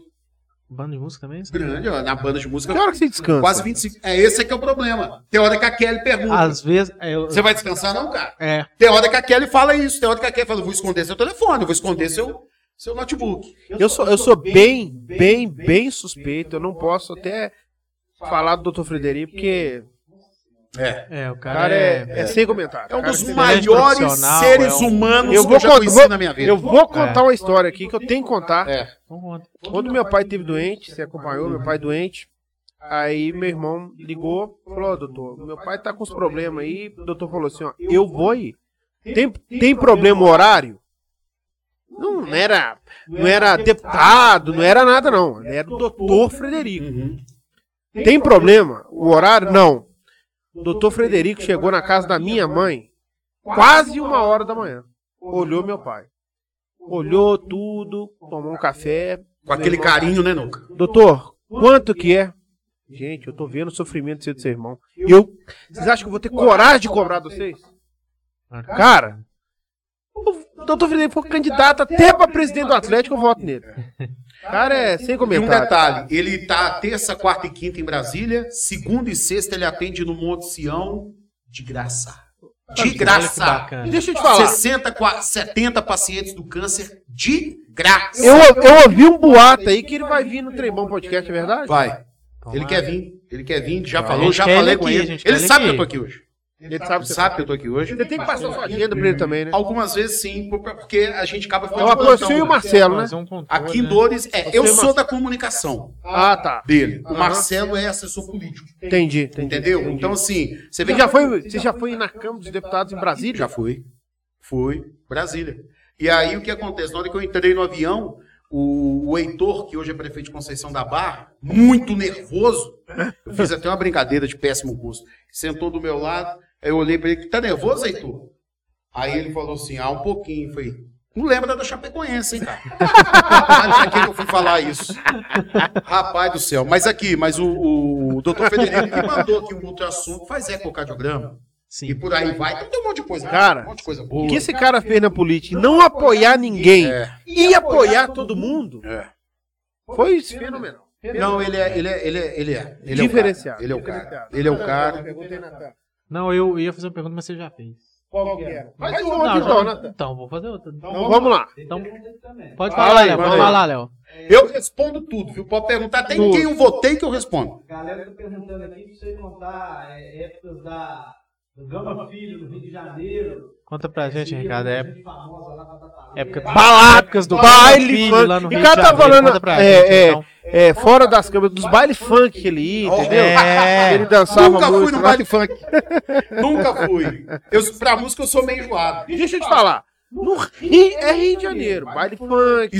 Banda de música também? sabe?
Grande, ó, na banda de música.
Que hora que você descansa?
Quase 25. É esse é que é o problema. Tem hora que a Kelly pergunta.
Ah.
Às vezes. É, eu-
Você vai descansar, não, cara?
é.
Tem hora que a Kelly fala isso. Tem hora que a Kelly fala, vou esconder seu telefone, vou esconder seu, seu notebook.
Eu sou, eu sou bem, bem, bem suspeito. Eu não posso até falar do Dr. Frederico, porque
É.
é, o
o
cara,
cara é,
é.
é sem comentário.
É um
Cara,
dos
você-
maiores
profissional,
seres
é um-
humanos
eu
que eu
vou,
já
con-
conheci
vou-
na minha vida.
eu vou contar uma história aqui que eu tenho que contar.
É.
Vamos lá.
Quando meu pai teve doente, você acompanhou, meu pai doente, aí meu irmão ligou, falou, "Ó, doutor, meu pai tá com uns problemas aí, o doutor falou assim, ó, eu vou aí. Tem, tem problema horário? Não era, não era deputado, não era nada não, era o doutor Frederico.
Uhum.
Tem problema o horário? Não. O doutor Frederico chegou na casa da minha mãe quase uma hora da manhã, olhou meu pai. Olhou tudo, tomou um café,
Com aquele carinho, né, Nuca?
Doutor, quanto que é? Gente, eu tô vendo o sofrimento seu do seu irmão. E eu. Vocês acham que eu vou ter coragem de cobrar de vocês? Cara, o doutor Felipe foi candidato até pra presidente do Atlético, eu voto nele. Cara, é sem
E um
comentário.
detalhe, ele tá terça, quarta e quinta em Brasília, segunda e sexta ele atende no Monte Sião de graça. De
Olha que
graça.
E
bacana.
deixa eu te falar.
60, qua- 70 pacientes do câncer de graça.
Eu, eu ouvi um boato aí que ele vai vir no Trembão Podcast, é verdade?
Vai. Ele
Tomara.
quer vir. Ele quer vir, já
a
falou,
gente
já
quer
falei
ele
com
aqui, a
ele.
gente quer
Ele
ele
sabe que eu
aqui.
tô aqui hoje.
Ele
Sabe,
sabe que
que eu tô aqui hoje.
Ainda tem que passar sua agenda pra ele também, né?
Algumas vezes sim, por- porque a gente acaba
É o Aconcio e o
plantão, né?
Marcelo, né?
Fazer um controle,
Aqui em
né?
Dores, é, eu
Você,
sou da comunicação
Ah, tá.
dele. O
Aham.
Marcelo é assessor político,
Entendi. entendi.
entendeu? Então, assim, você
Você
vê que
já foi, você já foi na Câmara dos Deputados em Brasília?
Já fui. Fui. Brasília. E aí o que acontece? Na hora que eu entrei no avião, o, o Heitor, que hoje é prefeito de Conceição da Barra, muito nervoso, eu fiz até uma brincadeira de péssimo gosto, sentou do meu lado, aí eu olhei pra ele, tá nervoso, Heitor? Aí ele falou assim, ah, um pouquinho. Eu Falei, não lembra da Chapecoense, hein, cara? Rapaz, pra que que eu fui falar isso? Rapaz do céu. Mas aqui, mas o, o, doutor Federico que mandou aqui um outro assunto, faz ecocardiograma. E
Sim.
por aí vai. Então tem um monte de coisa.
Cara,
um monte de coisa
O
boa.
que esse cara fez na política? Tá Não apoiar ninguém
É.
e apoiar todo mundo
É.
foi fenomenal.
Não, ele é, ele é, ele é, ele é. Ele
Diferenciado.
É o cara. Ele é o cara. Ele é o cara.
Não, eu ia fazer uma pergunta, mas você já fez.
Qual que era? Mas
Não,
outro
já-
então, Nathan.
então, vou fazer outra.
Então vamos lá.
Então, também.
Pode
Fala
falar,
aí,
Léo. Pode
manda aí.
falar, Léo.
Eu respondo tudo, viu? Pode perguntar até em quem eu votei que eu respondo.
A galera tá perguntando aqui pra você contar é, épocas da do Gama Filho, no Rio de Janeiro.
Conta pra
Ah,
gente,
Esse
Ricardo.
dia,
É
gente famosa lá tá, na Tataleira.
época
Balada,
épocas do
baile,
Filho
funk.
lá no
E
Rio de
cara tá
Janeiro.
falando-
Conta pra
é,
gente,
é.
então.
É, fora das câmeras, dos baile funk que ele ia, entendeu?
É.
Ele dançava
Nunca
muito.
fui no
lá.
baile funk. Nunca fui. Eu, pra música eu sou meio enjoado.
Deixa eu te falar. No Rio, é Rio de Janeiro. Baile funk,
E,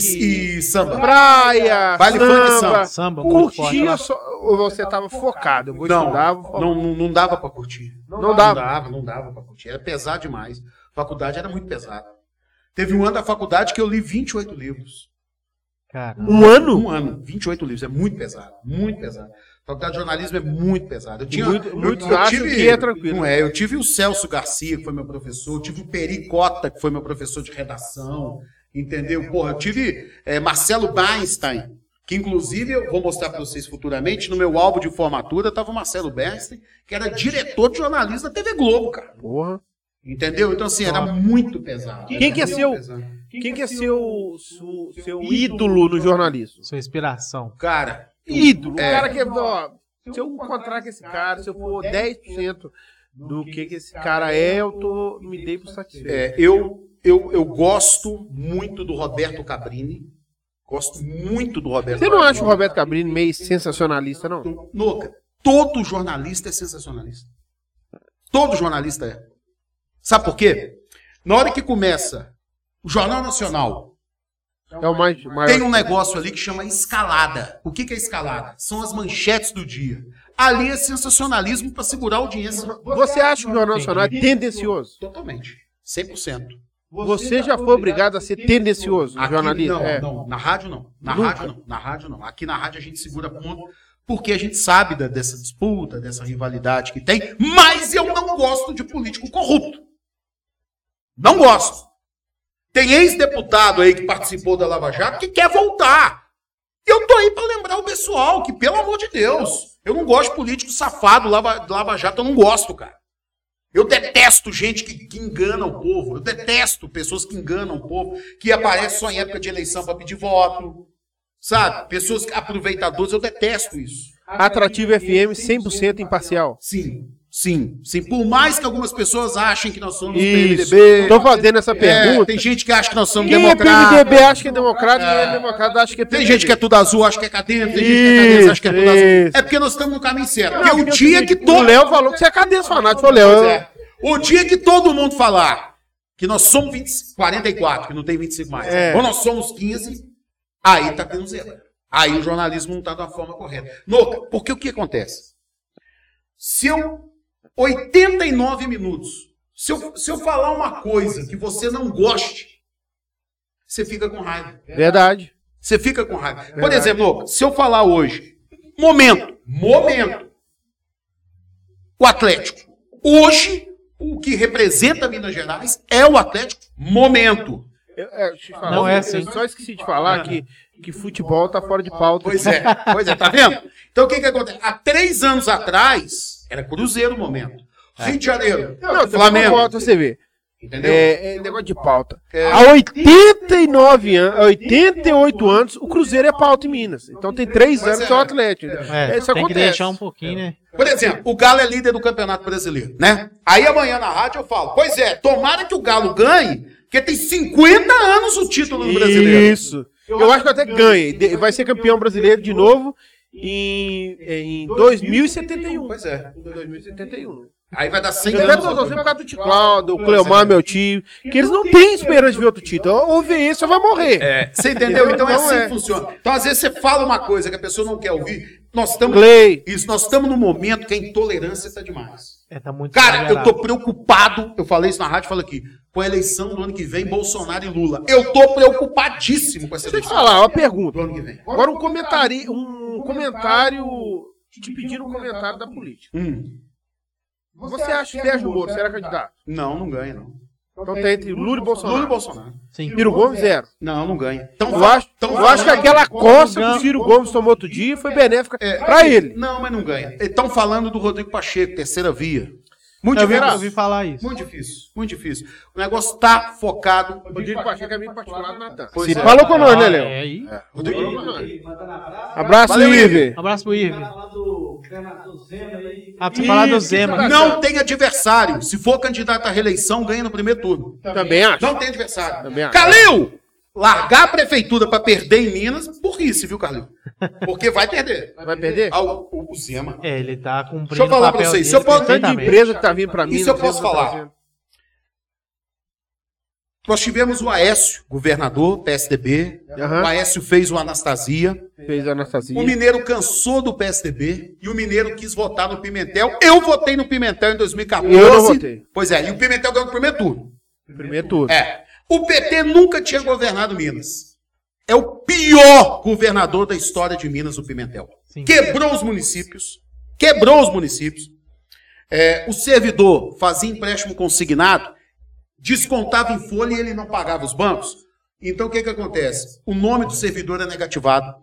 e samba.
praia,
Baile funk e samba.
Samba, muito forte
Curtia
lá.
só. Ou você tava focado? Eu vou
Não,
estudar, vou
não, não, não dava pra curtir.
Não dava.
Não dava, não dava pra curtir. Era pesado demais. Faculdade era muito pesada. Teve um ano da faculdade que eu li 28 livros.
Caramba.
Um ano?
Um ano, 28 livros. É muito pesado, muito pesado. Faculdade de jornalismo é muito pesado. Eu tinha,
Muito-
eu-
muitos
eu
acham
tive-
que é tranquilo.
Não é, eu tive o Celso Garcia, que foi meu professor, eu tive o Pericota, que foi meu professor de redação, entendeu? Porra, eu tive eh, Marcelo Beinstein, que inclusive eu vou mostrar para vocês futuramente, no meu álbum de formatura estava o Marcelo Beinstein, que era diretor de jornalismo da TV Globo, cara.
Porra.
Entendeu? Então, assim, era muito pesado.
Quem
Era
que é
muito
seu-
pesado.
Quem que é seu, seu, seu ídolo no jornalismo?
Sua inspiração.
Cara,
Ídolo.
É.
O um cara que, ó, se eu encontrar com esse cara, se eu for 10% do que, que esse cara é, eu tô, me dei por satisfeito.
É, eu, eu, eu gosto muito do Roberto Cabrini. Gosto muito do Roberto
Você não acha o Roberto Cabrini meio sensacionalista, não?
Cabrini. Noca, todo jornalista é sensacionalista. Todo jornalista é. Sabe por quê? Na hora que começa o Jornal Nacional,
É o mais maior.
tem um negócio ali que chama escalada. O que, que é escalada? São as manchetes do dia. Ali é sensacionalismo para segurar a audiência.
Você acha que o Jornal Nacional é tendencioso?
Totalmente. 100%.
Você já foi obrigado a ser tendencioso,
Aqui,
jornalista?
Não,
É.
não. Na rádio não. Na
Nunca.
rádio não. Na rádio não. Aqui na rádio a gente segura ponto porque a gente sabe da- dessa disputa, dessa rivalidade que tem, mas eu não gosto de político corrupto. Não gosto. Tem ex-deputado aí que participou da Lava Jato que quer voltar. Eu tô aí pra lembrar o pessoal que, pelo amor de Deus, eu não gosto de político safado, Lava, Lava Jato, eu não gosto, cara. Eu detesto gente que, que engana o povo. Eu detesto pessoas que enganam o povo, que aparecem só em época de eleição para pedir voto. Sabe? Pessoas que- aproveitadoras, eu detesto isso.
Atrativo FM 100% imparcial.
Sim, sim, sim. Por mais que algumas pessoas achem que nós somos
Isso.
PMDB.
Tô fazendo essa
É,
pergunta.
tem gente que acha que nós somos
Quem é
democratas.
PMDB acha que é democrata, quem é democrata acha que é
Tem
PMDB.
gente que é tudo azul, acha que é cadente. Tem gente que é cadente, acha que é tudo azul.
Isso.
É porque nós estamos no caminho certo. Porque é o dia que
O
todo
Léo falou que você é cadeia fanático. Falou, Léo,
Pois
eu-
é. O dia que todo mundo falar que nós somos 20, 44, que não tem 25 mais,
É.
ou nós somos 15, aí tá tendo zero. Aí o jornalismo não tá da forma correta. Noca, porque o que acontece? Se eu. 89 minutos. Se eu, se eu falar uma coisa que você não goste, você fica com raiva.
Verdade.
Você fica com raiva. Por exemplo, se eu falar hoje, momento, momento, o Atlético. Hoje, o que representa Minas Gerais é o Atlético, momento.
Eu- é, deixa eu te falar,
Não é
eu-
assim.
Eu só esqueci de falar que, que futebol tá fora de pauta.
Pois é, pois é, tá vendo? Então o que que acontece? Há três anos atrás, era Cruzeiro, momento. Rio de Janeiro,
Não,
Flamengo.
Flamengo. você vê.
entendeu? um
É, é negócio de pauta.
É.
Há 89 anos, há 88 anos, o Cruzeiro é pauta em Minas. Então tem 3
Pois
anos
é.
que é o Atlético.
É,
É, isso
tem que
acontece.
deixar um pouquinho, né?
Por exemplo, o Galo é líder do Campeonato Brasileiro, né? Aí amanhã na rádio eu falo, pois é, tomara que o Galo ganhe, porque tem 50 anos o título no Brasileiro.
Isso. Eu acho que até ganha. De- Vai ser campeão brasileiro de novo em, em 2071.
Pois é.
Em 2071.
Aí vai dar 100
Eu lembro
anos.
nós torcemos por causa do Tio Cláudio, o Cleomar, meu tio, que eles não têm esperança de ver outro título. Ou ver isso, ou vai morrer.
É, Você entendeu? Então é
Então
assim
é.
que funciona. Então, às vezes, você fala uma coisa que a pessoa não quer ouvir. Nós estamos.
Play.
Isso, nós estamos num momento que a intolerância está demais.
É, tá muito
Cara, eu
exagerado.
tô preocupado. Eu falei isso na rádio, falo aqui. Com a eleição do ano que vem, Bolsonaro e Lula. Eu tô preocupadíssimo com essa
Deixa eu te
eleição
falar, uma pergunta.
do ano que vem.
Agora um comentário, um comentário, te pedindo um comentário da política.
Hum,
Você acha que Sérgio Moro será candidato?
não, não ganha, não.
Então tá entre Lula e
Lula e
Bolsonaro. Então, tá,
Bolsonaro.
Sim.
Ciro Gomes, zero.
Não, não ganha. Então,
Eu acho,
então
eu acho que aquela costa que o Ciro Gomes tomou outro dia foi benéfica pra ele.
Não, mas não ganha. Estão falando do Rodrigo Pacheco, terceira via. Muito
Eu ouvi,
difícil.
ouvi falar isso.
Muito difícil, muito difícil. O negócio tá focado.
Rodrigo Pacheco é amigo particular do Natan.
Pois
Ciro
é.
Falou com nós, né,
Ah,
Léo?
é aí. Um
Ele manda na praça.
Abraço,
Valeu,
Ive.
Abraço pro
Vai
Irving.
falar do governador Zema aí.
Ah, pra falar do
Isso,
Zema.
isso
Não tem adversário. Se for candidato à reeleição, ganha no primeiro turno.
Também acho.
Não tem adversário.
Também acho.
Calil! Largar a prefeitura pra perder em Minas, burrice, viu, Calil? Porque vai perder.
Vai perder?
Ah, O, o Zema.
É, ele tá cumprindo
Deixa eu falar
o papel
pra vocês,
dele
se eu posso-
Tanto de
perfeitamente.
empresa que tá vindo pra mim.
Isso eu posso falar. Nós tivemos o Aécio, governador, PSDB. O
Aham.
Aécio fez o Anastasia.
Fez a Anastasia.
O Mineiro cansou do PSDB e o Mineiro quis votar no Pimentel. Eu votei no Pimentel em 2014.
Eu não votei.
Pois é, e o Pimentel ganhou no primeiro turno.
Primeiro turno.
É. O PT nunca tinha governado Minas. É o pior governador da história de Minas, o Pimentel.
Sim.
Quebrou os municípios. Quebrou os municípios. É, o servidor fazia empréstimo consignado, descontava em folha e ele não pagava os bancos. Então o que, que acontece? O nome do servidor é negativado.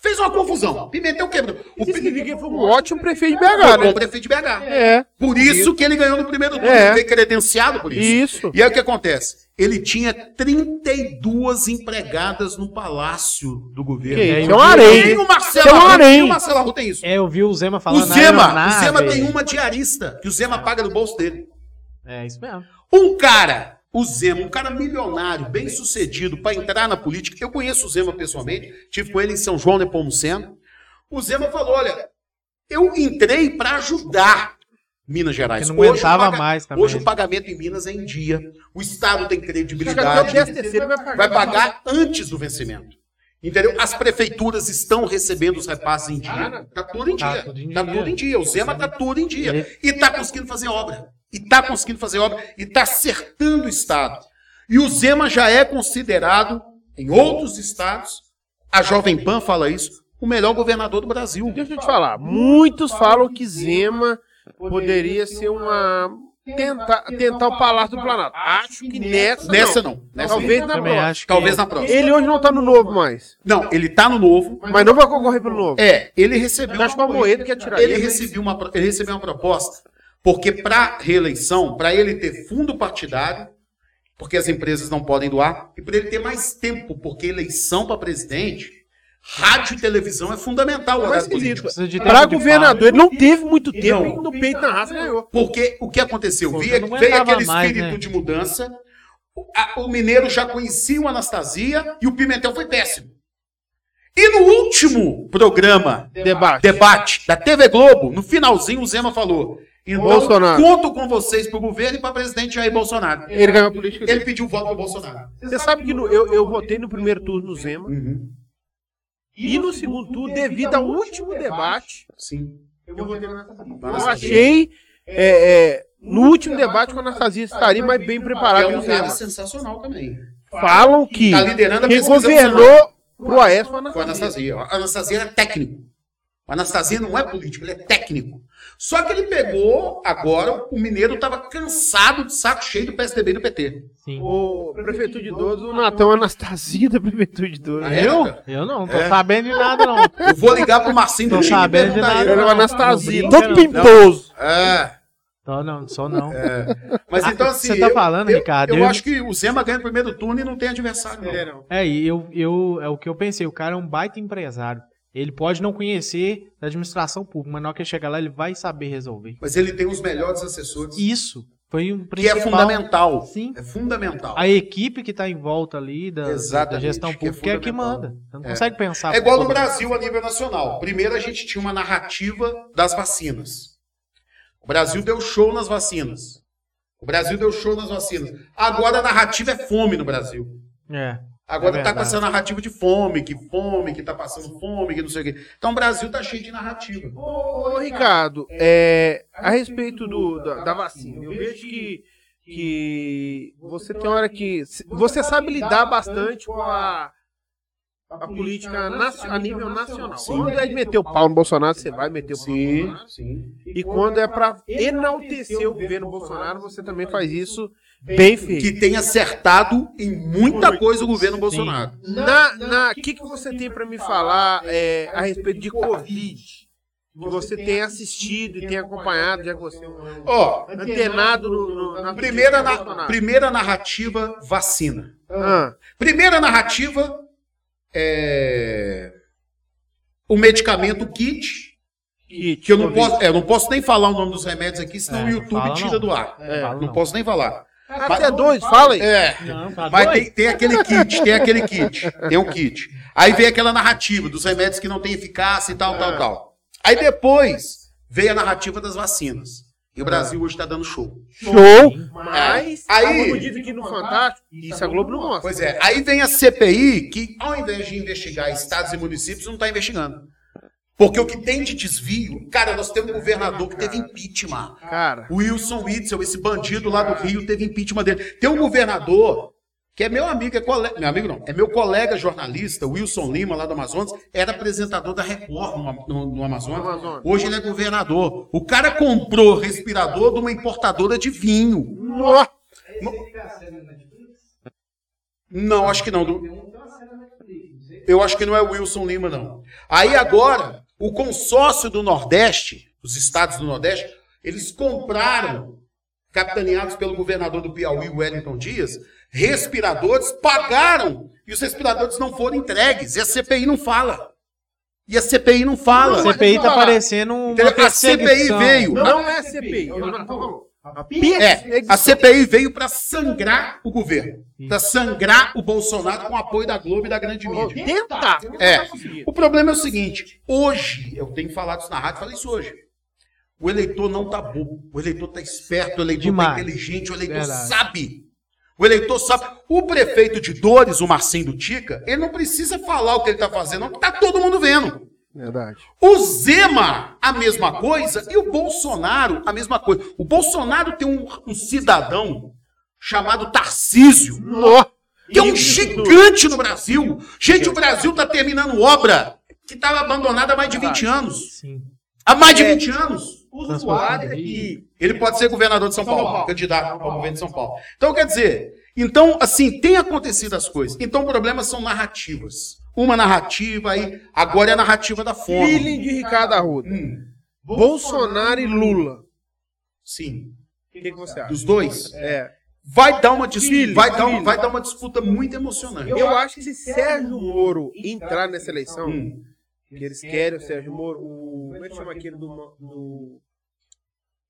Fez uma confusão. Pimentel quebrou. O Pimentel
Foi um ótimo prefeito de BH,
foi o
né?
prefeito de BH.
É,
Por isso que ele ganhou no primeiro turno.
É.
Ele Foi credenciado por isso.
isso.
E aí o que acontece? Ele tinha 32 empregadas no palácio do governo.
Que isso,
é
é um
Nem
harém.
o Marcelo
Isso é um
Arru,
harém.
nem o Marcelo Arru tem isso.
É, eu vi o Zema
O
falando. na
Zema, o
aeronave.
Zema tem uma diarista que o Zema paga do bolso dele.
É isso mesmo.
Um cara, o Zema, um cara milionário, bem sucedido, para entrar na política. Eu conheço o Zema pessoalmente, tive com ele em São João Nepomuceno. O Zema falou: olha, eu entrei para ajudar Minas Gerais.
Porque não
Hoje o
aguentava
paga-
mais também.
Hoje o pagamento em Minas é em dia. O Estado tem credibilidade. Vai
Vai
pagar antes do vencimento. Entendeu? As prefeituras estão recebendo os repasses em dia. Tá tudo em
Tá
dia.
tudo em
Tá
dia.
tudo em dia. O Zema tá tudo em dia. E tá conseguindo fazer obra. E tá conseguindo fazer obra. E tá acertando o Estado. E o Zema já é considerado, em outros estados, a Jovem Pan fala isso, o melhor governador do Brasil.
Deixa eu te falar. Muitos falam que Zema poderia ser uma. Tentar, tentar o Palácio do Planalto. Acho que nessa.
Nessa não. Nessa não.
Talvez na
Também
próxima.
acho que.
Talvez na próxima.
Ele hoje não tá no novo mais.
Não, ele tá no novo.
Mas não vai concorrer pelo novo.
É, ele recebeu.
Acho que o Amoedo quer tirar
ele
ele.
recebeu uma, pro- ele recebeu uma proposta, porque para reeleição, para ele ter fundo partidário, porque as empresas não podem doar, e para ele ter mais tempo, porque eleição para presidente, rádio e televisão é fundamental.
Mas
horário
que lindo.
político.
Precisa de tempo
Pra
de
governador, ele não teve muito
Não.
tempo e no peito na raça ganhou.
Porque o que aconteceu?
Pô,
Veio,
não
veio
aguentava
aquele
mais,
espírito
né?
de mudança, o, a- o mineiro já conhecia o Anastasia e o Pimentel foi péssimo. E no último programa
Debate.
debate da TV Globo, no finalzinho o Zema falou: então,
Bolsonaro.
conto com vocês pro governo e para presidente Jair Bolsonaro.
Ele ganhou a política dele.
Ele pediu voto pro Bolsonaro.
Você sabe que no- eu, eu votei no primeiro turno no Zema
Uhum.
e no segundo turno, devido ao último debate,
Sim.
Eu vou ter uma
eu achei é, é, no último debate que a Anastasia estaria mais bem
É
preparada que o
um cara
Zema.
sensacional também.
Falam que
Tá liderando a
quem
pesquisa
governou pro Aécio foi a
Com a
Anastasia.
Anastasia. A Anastasia era técnico. A Anastasia não é político, ele é técnico. Só que ele pegou, agora, o mineiro estava cansado de saco cheio do PSDB e do PT.
Sim.
O prefeitura de idosos, o Natão Anastasia da prefeitura de idosos.
Na época,
Eu não, tô
É.
sabendo de nada, não.
Eu vou ligar pro Marcinho
Tô
do Chile e
sabendo de
perguntar
nada.
Era
ele.
o Anastasia,
Não,
todo
não.
pimposo.
Ah,
Tô, não, sou não.
É. Mas
Ah,
então assim.
você tá
eu-
falando,
eu-
Ricardo,
Eu,
eu-
acho que o Zema ganha o primeiro turno e não tem adversário, né? não.
É, e eu, eu, é o que eu pensei. O cara é um baita empresário. Ele pode não conhecer da administração pública, mas na hora que ele chegar lá, ele vai saber resolver.
Mas ele tem os melhores assessores.
Isso foi um
Que é
principal-
fundamental.
Sim.
É fundamental.
A equipe que tá em volta ali da, da
Exatamente,
gestão
que é
pública é, a que
fundamental.
manda. Você não consegue pensar.
É igual no
todo-
Brasil a nível nacional. Primeiro a gente tinha uma narrativa das vacinas. O Brasil deu show nas vacinas. O Brasil deu show nas vacinas. Agora a narrativa é fome no Brasil.
É.
Agora
É
tá com
verdade.
essa narrativa de fome, que fome, que tá passando fome, que não sei o quê. Então o Brasil tá cheio de narrativa.
Ô, Ricardo, é, a respeito do, da, da vacina, eu vejo que, que você tem hora que. Você sabe lidar bastante com a, a política nacio- a nível nacional. Quando é de meter o pau no Bolsonaro, você vai meter o pau no Bolsonaro.
sim.
E quando é pra enaltecer o governo Bolsonaro, você também faz isso bem feito.
Que tem acertado em muita coisa o governo Bolsonaro.
Na, na, que, que você tem pra me falar é, a respeito de Covid? Que você tem assistido e tem acompanhado, já que você é um-
Ó,
antenado no, no- na
primeira, na-
Bolsonaro.
primeira narrativa, vacina.
Ah,
Primeira narrativa é o medicamento kit,
kit,
que eu não posso, é, eu não posso nem falar o nome dos remédios aqui, senão
É,
o YouTube
fala
tira
não.
do ar.
É, fala
não,
não. Tá
posso nem falar.
Até dois, fala aí.
É,
Não, fala,
mas
"Oi".
tem, tem aquele kit, tem aquele kit, tem um kit. Aí vem aquela narrativa dos remédios que não tem eficácia e tal, tal,
É.
tal. Aí depois veio a narrativa das vacinas.
É.
E o Brasil hoje está dando show.
Show. Mas,
Mas, aí-
como dito aqui no Fantástico, isso a Globo não mostra.
Pois é, aí vem a CPI, que ao invés de investigar estados e municípios, não está tá investigando. Porque o que tem de desvio, cara, nós temos um governador que teve impeachment.
Cara,
O Wilson Witzel, esse bandido lá do Rio, teve impeachment dele. Tem um governador que é meu amigo, é colega, meu amigo não, é meu colega jornalista, Wilson Lima, lá do Amazonas, era apresentador da Record no, no, no Amazonas. Hoje ele é governador. O cara comprou respirador de uma importadora de vinho.
nossa,
Esse aí tem a série na Netflix?
Não, acho que não. do-
Tem um que tem uma série na Netflix. não sei.
Eu acho que não é o Wilson Lima, não. Aí agora, o consórcio do Nordeste, os estados do Nordeste, eles compraram, capitaneados pelo governador do Piauí, Wellington Dias, respiradores, pagaram, e os respiradores não foram entregues. E a CPI não fala. E a CPI não fala.
Não,
CPI tá
falar.
parecendo uma
Entendeu? a CPI
perseguição.
veio.
não é CPI.
É, a CPI veio para sangrar o governo, para sangrar o Bolsonaro com o apoio da Globo e da grande mídia.
Tentar.
É. O problema é o seguinte: hoje, eu tenho falado isso na rádio, falei isso hoje. O eleitor não tá bobo, o eleitor tá esperto, o eleitor tá
Demais.
inteligente, o eleitor
Verdade.
sabe. O eleitor sabe. O prefeito de Dores, o Marcinho do Tica, ele não precisa falar o que ele tá fazendo, não, porque tá todo mundo vendo.
Verdade.
O Zema, a mesma coisa, e o Bolsonaro, a mesma coisa. O Bolsonaro tem um, um cidadão chamado Tarcísio,
Nossa.
que é um gigante no Brasil. Gente, o Brasil está terminando obra que estava abandonada há mais de 20 anos.
Sim.
Há mais de 20 anos.
Os
Transporte
usuários aqui.
é Ele pode ser governador de São Paulo, candidato ao governo de São Paulo. Então, quer dizer, então, assim, tem acontecido as coisas. Então, o problema são narrativas. Uma narrativa aí, agora é a narrativa da fome.
Feeling de Ricardo Arruda.
Hum,
Bolsonaro e Lula.
sim.
O que, que você acha?
Dos dois?
É.
Vai dar uma disputa,
Filho,
vai dar, um-
filho.
vai dar uma disputa muito emocionante.
Eu acho que se Sérgio Moro entrar nessa eleição,
Hum,
que eles querem o Sérgio Moro, o. Como é que chama aquele do. ma- do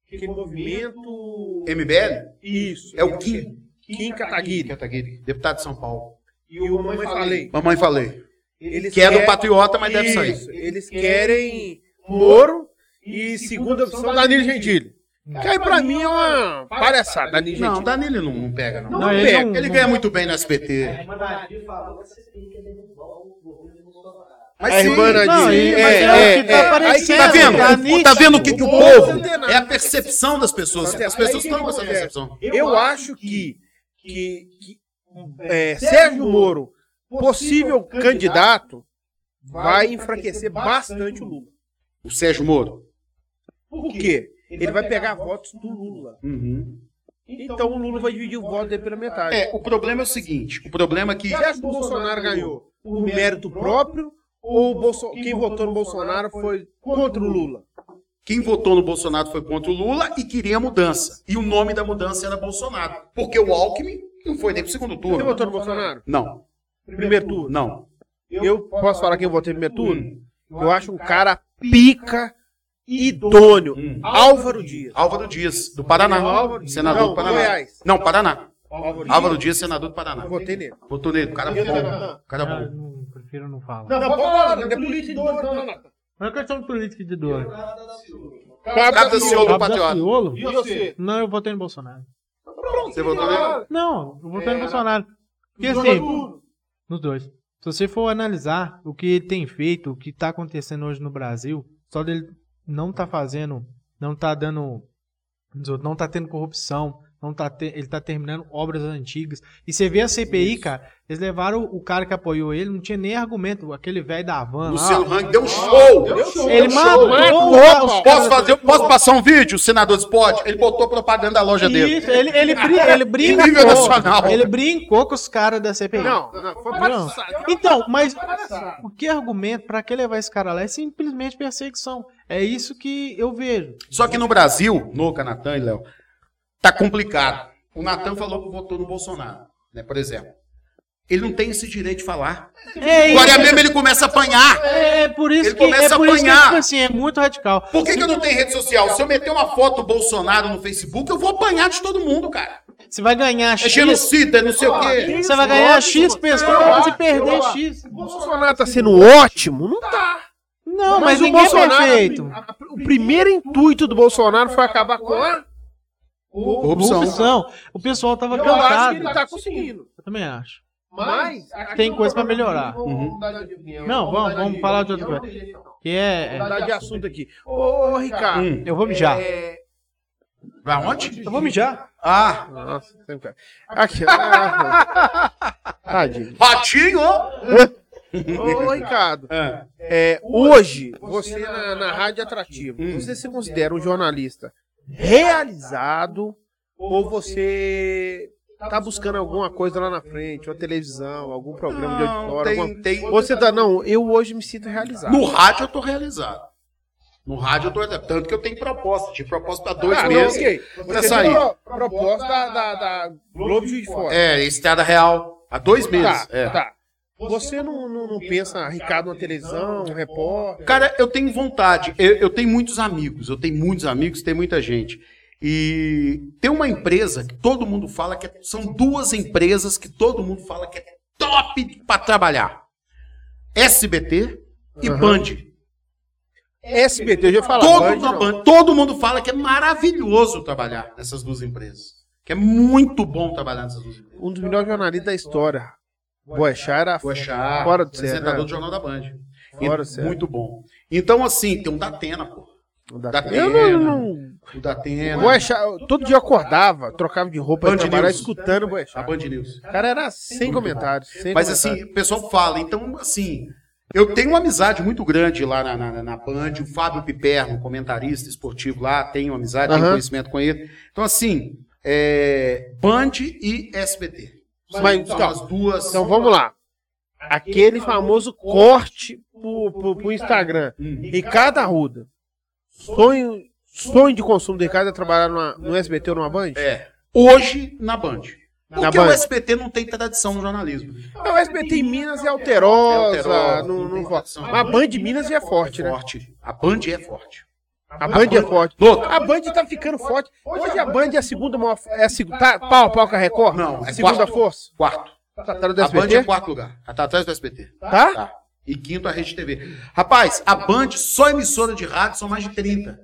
aquele movimento.
MBL
Isso.
é o Kim,
Kim Kataguiri.
Kataguiri, deputado de São Paulo.
E o Mamãe Falei.
Mamãe falei.
Eles
Que é do
querem-
patriota, mas deve sair.
Isso, Eles querem Moro e segunda opção Danilo Gentili. Que aí pra mim é uma palhaçada, Danilo
Não,
Gentili.
Danilo não, não pega, não.
Não,
pega.
ele, não,
Ele
não-
ganha muito bem no SBT.
A irmã Nadir falou que vocês têm que derrubar o governo de Bolsonaro.
Mas
A
sim,
irmã Nadir-
Não, e- mas
É,
é, o que
é,
tá
é.
aparecendo.
Tá vendo?
tá
O- Tá
nítido.
vendo o que, que o
O
povo.
centenário.
É a percepção das pessoas. As pessoas estão com essa percepção.
Eu acho que, que, que, é, Sérgio Moro, possível candidato, vai enfraquecer bastante o Lula.
O Sérgio Moro.
Por quê? Ele vai pegar votos do Lula. Então o Lula vai dividir o voto dele pela metade.
É, o problema é o seguinte: o problema é que.
Você acha que o Bolsonaro ganhou por mérito próprio ou o Bolso- quem votou no Bolsonaro foi contra o Lula?
Quem votou no Bolsonaro foi contra o Lula e queria mudança. E o nome da mudança era Bolsonaro. Porque o Alckmin não foi nem pro segundo
Você
turno.
votou no Bolsonaro?
Não,
Primeiro turno.
não.
Eu posso falar quem eu votei no primeiro turno?
Hum,
Eu acho um cara pica, idôneo.
hum.
Álvaro Dias.
Álvaro Dias, do Paraná. Senador
Não,
do Paraná.
Goiás.
Não, Paraná.
Álvaro Dias.
Álvaro Dias, senador do Paraná.
Eu Votei nele.
Votou nele. O cara é bom. O cara é
Ah,
bom.
não, prefiro não falar.
Não, pode falar, não é político idôneo, não, não, não.
Não é questão de política de
O
dor.
cara da Silva.
Cabo da Ciolo,
Cabo da
patriota.
Ciolo?
E você?
Não, eu votei no Bolsonaro.
Você votou nele?
Não, eu votei
É,
no Bolsonaro. Porque assim, nos dois. Se você for analisar o que ele tem feito, o que tá acontecendo hoje no Brasil, só dele não tá fazendo, não tá dando, não tá tendo corrupção, não tá te- ele tá terminando obras antigas. E você vê a CPI, cara, eles levaram o cara que apoiou ele, não tinha nem argumento, aquele velho da van
Luciano
lá.
Hang deu um show. é
Ele matou,
matou,
os
pau.
caras
Posso, fazer, posso passar um vídeo, senadores? Pode. Ele botou propaganda da loja dele.
Isso, é. ele, ele, brin- ele brincou.
nível nacional.
Ele brincou com os caras da CPI.
Não, não, foi
Não.
palhaçada.
Então, mas o que argumento pra que levar esse cara lá? É simplesmente perseguição. É isso que eu vejo.
Só que no Brasil, Noca, Natan e Léo, tá complicado. O Natan falou que votou no Bolsonaro, né? Por exemplo. Ele não tem esse direito de falar.
É isso.
Agora mesmo ele começa a apanhar.
É, é por isso
Ele
que é
começa a
por isso que
apanhar.
tipo assim, é muito radical.
Por que, que eu não tenho rede social? Se eu meter uma foto do Bolsonaro no Facebook, eu vou apanhar de todo mundo, cara.
Você vai ganhar
É
X,
genocida, é não sei o
Ah,
quê.
você vai ganhar X pessoas e perder X.
O Bolsonaro tá sendo ótimo? Não tá.
Não, mas, ninguém é perfeito.
a- a- o primeiro intuito do Bolsonaro foi acabar com a
Corrupção.
Corrupção. O pessoal tava
Eu acho que
cansado.
ele tá conseguindo.
Eu também acho.
Mas
Tem coisa pra melhorar.
Vamos
Uhum.
mudar de opinião,
Não, vamos-
mudar
vamos
opinião.
falar de outra
Não
coisa.
tem jeito, não.
Que é. é-
Mudar
Mudar de assunto aqui. Ô, ô, Ricardo.
Hum.
Eu vou mijar.
É...
Vai onde?
Eu vou mijar.
Ah,
Nossa, sempre cara. Aqui. ah, Tadinho.
patinho!
Ô, Ricardo.
Ah,
É, hoje, você na, na rádio atrativa,
Hum.
você se considera um jornalista realizado ou você tá buscando alguma coisa lá na frente, uma televisão, algum programa de
não,
auditório, alguma...
tem, tem...
Você tá, não, eu hoje me sinto realizado.
No rádio eu tô realizado. No rádio eu tô realizado. Tanto que eu tenho proposta. Tive proposta pra dois
Ah, não,
meses.
ok.
pra
Você
sair.
tem pro- Proposta da, da, da Globo de Fora.
É, Estrada Real. Há dois meses.
Tá,
é.
tá. Você não, não, não pensa, Ricardo, na televisão, um repórter?
Cara, eu tenho vontade. Eu, eu tenho muitos amigos. Eu tenho muitos amigos, tem muita gente. E tem uma empresa que todo mundo fala que é- são duas empresas que todo mundo fala que é top pra trabalhar: SBT e
Aham.
Band.
SBT, eu já ia falar.
Todo,
Band
mundo-
não.
todo mundo fala que é maravilhoso trabalhar nessas duas empresas. Que é muito bom trabalhar nessas duas empresas.
Um dos melhores jornalistas da história. Boechat era
Boechat,
fora de série.
apresentador
né?
do Jornal da Band.
Fora
E-
de série.
muito bom. Então, assim, tem um Datena, pô.
Não dá
da né?
tempo.
Atena.
Eu não...
O Datena.
não... Boechat, eu- todo dia eu acordava, trocava de roupa,
Band
eu trabalhava
News.
escutando o
A
Boechat.
Band News.
O cara era sem comentários. sem
Mas
comentários.
assim, o pessoal fala, então assim, eu tenho uma amizade muito grande lá na, na, na Band, o Fábio Piperno, comentarista esportivo lá, tenho amizade, tenho
Aham.
conhecimento com ele. Então assim, é, Band e SBT. São-
Mas,
são
então,
as duas...
Então vamos lá. Aquele famoso corte pro, pro, pro Instagram.
Hum.
Ricardo Arruda. Sonho, sonho de consumo do Ricardo é trabalhar numa- no SBT ou numa Band?
É, hoje na Band.
Na
Porque o
Band.
SBT não tem tradição no jornalismo.
Não, o SBT em Minas é alterosa.
É alterosa,
não,
não
não,
tem
vo- Mas
tradição.
a Band de Minas é forte, né?
Forte. A Band é forte.
A Band é forte.
Louco.
A Band tá ficando forte. Hoje a Band é a segunda maior. É a segunda, tá pau a pau com a Record?
Não, é
segunda
quarto.
força.
Quarto.
Tá atrás do
A Band é
SBT?
quarto lugar. Ela tá atrás do SBT.
Tá?
Tá. E quinto a Rede TV. Rapaz, a Band, só é emissora de rádio, são mais de 30.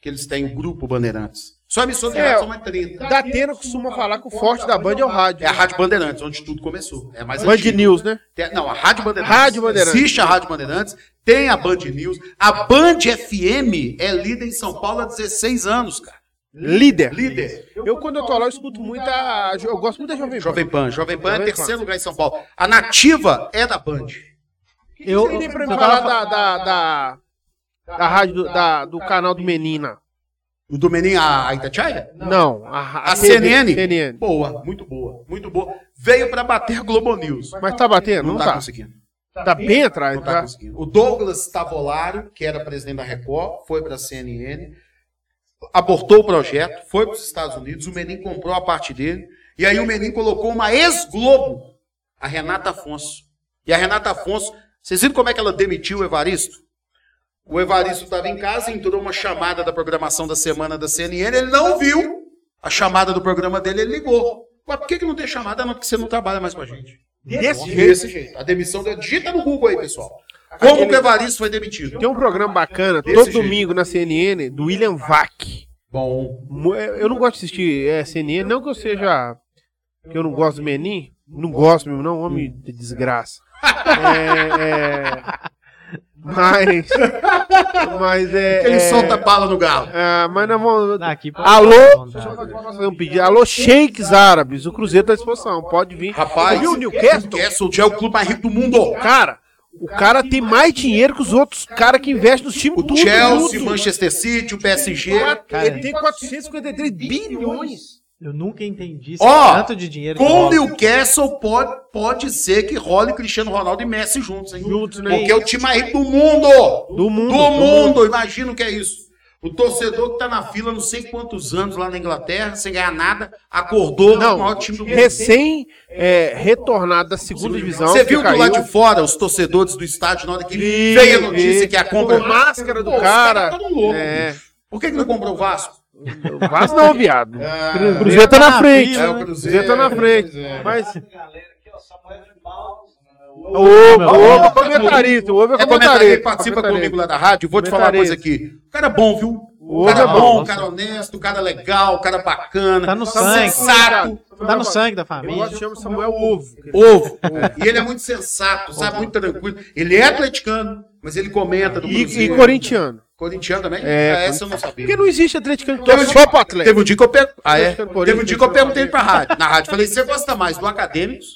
Que eles têm o grupo Bandeirantes. Só emissora de
É,
rádio são mais de 30.
Da Atena costuma falar que o forte da Band é o rádio.
É a Rádio Bandeirantes, onde tudo começou. É a mais
Band
antiga.
News, né?
Tem- Não, a Rádio Bandeirantes.
Rádio Bandeirantes.
Existe a Rádio Bandeirantes, tem a Band News. A Band FM é líder em São Paulo há 16 anos, cara.
Líder.
Líder.
Eu, quando eu tô lá, eu escuto muito a. Eu gosto muito da Jovem Pan.
Jovem Pan. Jovem Pan é
Jovem Pan.
terceiro lugar em São Paulo. A nativa é da Band.
Eu,
Você tem pra me
eu
falar da,
tava-
da, da, da rádio, do, da- do canal do Menina?
O Domeninho, a a Itatiaia?
Não, a, ra-
A CNN?
CNN.
Boa, muito boa, muito boa. Veio pra bater a Globo News.
Mas tá batendo? Não,
Não tá,
tá.
conseguindo.
Tá bem atrás,
Não tá
tá?
conseguindo. O Douglas Tavolaro, que era presidente da Record, foi para a CNN, abortou o projeto, foi para os Estados Unidos, o Menin comprou a parte dele, e aí o Menin colocou uma ex-Globo, a Renata Afonso. E a Renata Afonso, vocês viram como é que ela demitiu o Evaristo? O Evaristo estava em casa, entrou uma chamada da programação da semana da CNN, ele não viu a chamada do programa dele, ele ligou. Mas por que, que não tem chamada? Não, porque você não trabalha mais com a gente.
Desse
Desse jeito. A demissão dele. Digita no Google aí, pessoal. Como que o Evaristo foi demitido?
Tem um programa bacana,
Desse
todo
jeito.
domingo na CNN, do William Vac.
Bom.
Mo- é, Eu não gosto de assistir é, CNN, não que eu seja. que eu não gosto do Menin. Não gosto mesmo, não, homem de desgraça. É, é, mas. Mas é.
Ele
é,
solta bala no galo.
ah, mas nós vamos.
Daqui pra-
Alô?
Deixa eu fazer-
Fazer um pedido. Alô, sheiks árabes. O Cruzeiro tá à disposição. Pode vir.
Rapaz,
viu o Newcastle?
Newcastle já é o clube mais rico do mundo.
Cara, o cara tem mais dinheiro que os outros caras que investem nos times
O
do
Chelsea,
mundo.
Manchester City, o PSG.
Cara, Ele tem 453 bilhões.
Eu nunca entendi
Ó,
tanto de dinheiro que
Com o
rola.
Newcastle pode, pode ser que role Cristiano Ronaldo e Messi juntos, hein?
Juntos, né?
Porque é o time mais rico do mundo.
Do mundo.
Do mundo, imagina o que é isso. O torcedor que tá na fila não sei quantos anos lá na Inglaterra, sem ganhar nada, acordou
Não,
o maior É um time do mundo.
Recém é, retornado da segunda divisão.
Você viu
que
do
caiu.
lado de fora os torcedores do estádio na hora que
Vi,
veio a notícia
vi.
que a compra.
Com a máscara do
Pô, os
cara.
caras tão loucos,
É.
bicho. Por que, que não comprou o Vasco?
Mas não, viado.
É,
O
Cruzeiro
Cruzeiro tá na frente.
fila, né?
O Cruzeiro tá na frente.
é.
Mas.
galera aqui, ó, Samuel de Paus. né?
O ovo,
Ovo
ovo é comentarista. O ovo é
É comentarista,
comentarista.
ele participa comigo lá da rádio. Vou te falar uma coisa aqui. O cara é bom, viu? O
Hoje
cara
é
é bom,
bom.
o cara é honesto, o cara é legal, o cara é bacana.
Tá no sangue.
sensato.
Tá no sangue da
Eu
família. É
gosto de chamar Samuel Ovo.
Ovo. E ele é muito sensato, sabe? Muito tranquilo. Ele é atleticano, mas ele comenta do
E, e
Cruzeiro.
corintiano.
Corintiano também?
É,
Ah, essa eu não
Porque
sabia.
não existe atleticano que
Teve
torce
um
só pro Atlético.
Teve um dia que eu per... ah, é?
Atlético, Corinthians,
Teve um dia que eu perguntei pra rádio. Na rádio, falei: você gosta mais do Acadêmicos?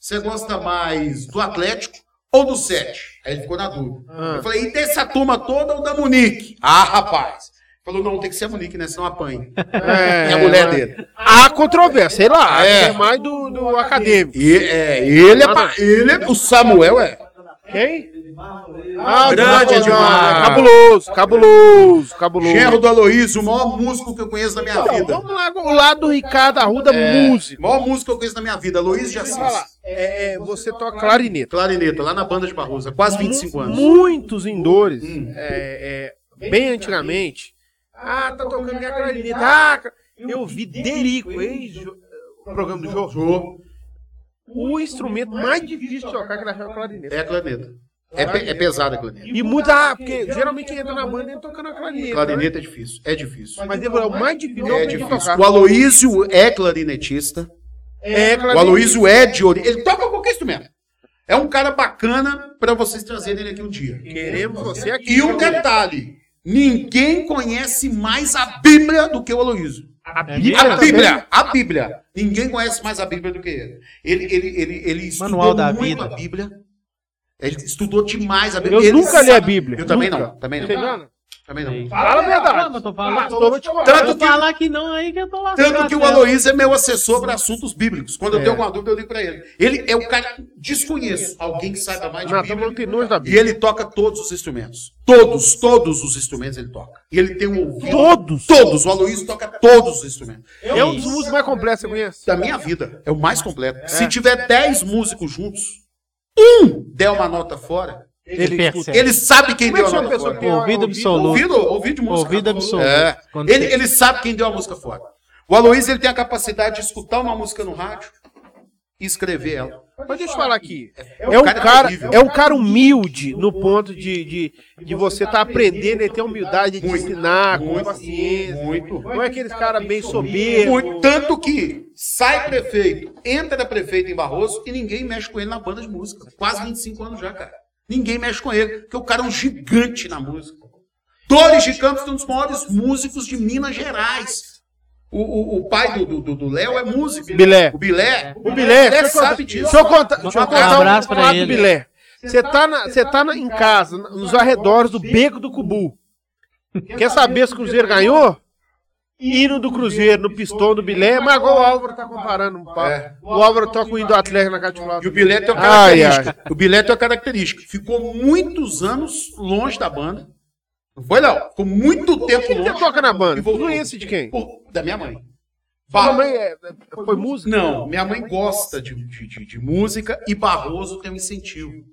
Você gosta mais do Atlético ou do Sete? Aí ele ficou na dúvida.
Ah.
Eu falei, e dessa turma toda ou da Munique? Ah, rapaz. Falou, não, tem que ser a Munique, né? Senão apanha. É, a mulher dele.
Há controvérsia, sei lá. É,
É.
é mais do, do acadêmico.
E, é, ele é, pa- ele é- O Samuel é.
Quem?
Edmar Moreira.
Ah,
Grande
grande
Edmar.
Edmar. Cabuloso, cabuloso, cabuloso.
Gerro do Aloysio, o maior músico que eu conheço na minha
Então,
vida.
vamos lá, o lado do Ricardo Arruda,
O
músico.
maior músico que eu conheço na minha vida, Aloysio de Assis.
É, é, você toca clarineta.
Clarineta, lá na banda de Barroso, há quase 25 anos.
Muitos indores,
Hum.
é, é, bem antigamente. Ah, tá tocando minha clarineta. Ah, ca- eu vi Derico, ex
é
o programa do Jorge. O instrumento mais difícil de tocar que ele achava a clarineta.
É a clarineta. É, pe- é pesada a clarineta.
E muita, ah, porque geralmente quem entra na banda entra tocando a clarineta. né?
Clarineta é difícil. É difícil.
Mas ele falou, o mais difícil eu
É
aprendi a
difícil.
tocar.
O Aloysio é clarinetista.
É,
O Aloysio é de origem. Ele toca qualquer instrumento. É um cara bacana pra vocês trazerem ele aqui um dia.
Queremos você aqui.
E um detalhe: ninguém conhece mais a Bíblia do que o Aloysio.
A
A Bíblia, a Bíblia. Ninguém conhece mais a Bíblia do que ele. Ele, ele, ele, ele estudou
Manual da
muito
vida.
a Bíblia. Ele estudou demais a Bíblia.
Eu
Ele
nunca li a
sabe-
Bíblia.
Eu também
Nunca.
não, também
Você
não.
engana?
Também não.
Fala a
Não,
verdade.
mas eu tô
Mas
falando.
eu vou te falar.
Tanto
Não
que,
falar que não aí que eu tô lá.
tanto que o Aloysio é meu assessor para assuntos bíblicos. Quando eu
É.
tenho alguma dúvida, eu ligo para ele. Ele é o cara desconheço, alguém que saiba mais de
Não, tá estamos
Bíblia.
falando que nojo da
E
Bíblia.
ele toca todos os instrumentos. Todos, todos os instrumentos ele toca. E ele tem um ouvido.
Todos?
Todos. O Aloysio toca todos os instrumentos.
É um dos músicos mais complexos que eu conheço.
da minha vida. É o mais completo. Se tiver 10 músicos juntos, um der uma nota fora,
Ele percebe.
ele sabe quem
Como é
deu
que
a
chama uma
nota
pessoa
fora.
que tem
Ouvido absoluto.
Ouvido, ouvido de música.
Ouvido absoluto.
É.
Quando
Ele,
você-
ele sabe quem deu a música fora. O Aloysio ele tem a capacidade de escutar uma música no rádio e escrever ela.
Mas deixa eu falar aqui.
um
É um
cara
cara,
terrível.
é um cara humilde no ponto de, de, de você estar aprendendo e ter a humildade de
Muito,
ensinar, com
muito,
paciência.
muito.
Não é aqueles caras bem soberbos.
Muito- tanto que sai prefeito, entra prefeito em Barroso e ninguém mexe com ele na banda de música. Quase 25 anos já, cara. Ninguém mexe com ele, porque o cara é um gigante na música. Dores de Campos é um dos maiores músicos de Minas Gerais. O, o- o pai do- do do- do Léo é músico.
Bilé.
O Bilé.
O Bilé,
Bilé
deixa eu
sabe
contar-
disso.
deixa eu contar, deixa eu
Um
contar
abraço pra
fato do
ele.
Bilé. Você tá, na, você tá na- em casa, na- nos arredores do Beco do Cubu. Quer saber se o Cruzeiro ganhou? Hino do Cruzeiro, no pistão do Bilé, mas agora o Álvaro tá comparando um papo.
É.
O Álvaro toca o hino do Atlético na Catilá.
E o Bilé tem uma
Ai,
característica. O Bilé tem uma característica. Ficou muitos anos longe da banda. Não foi, Léo? Ficou muito tempo
Ele
longe.
toca na banda.
E voltou.
Influência de quem?
Por- Da minha mãe.
Sua
Bar-
mãe é- foi música?
Não, minha mãe gosta de, de- de- de música e Barroso tem um incentivo.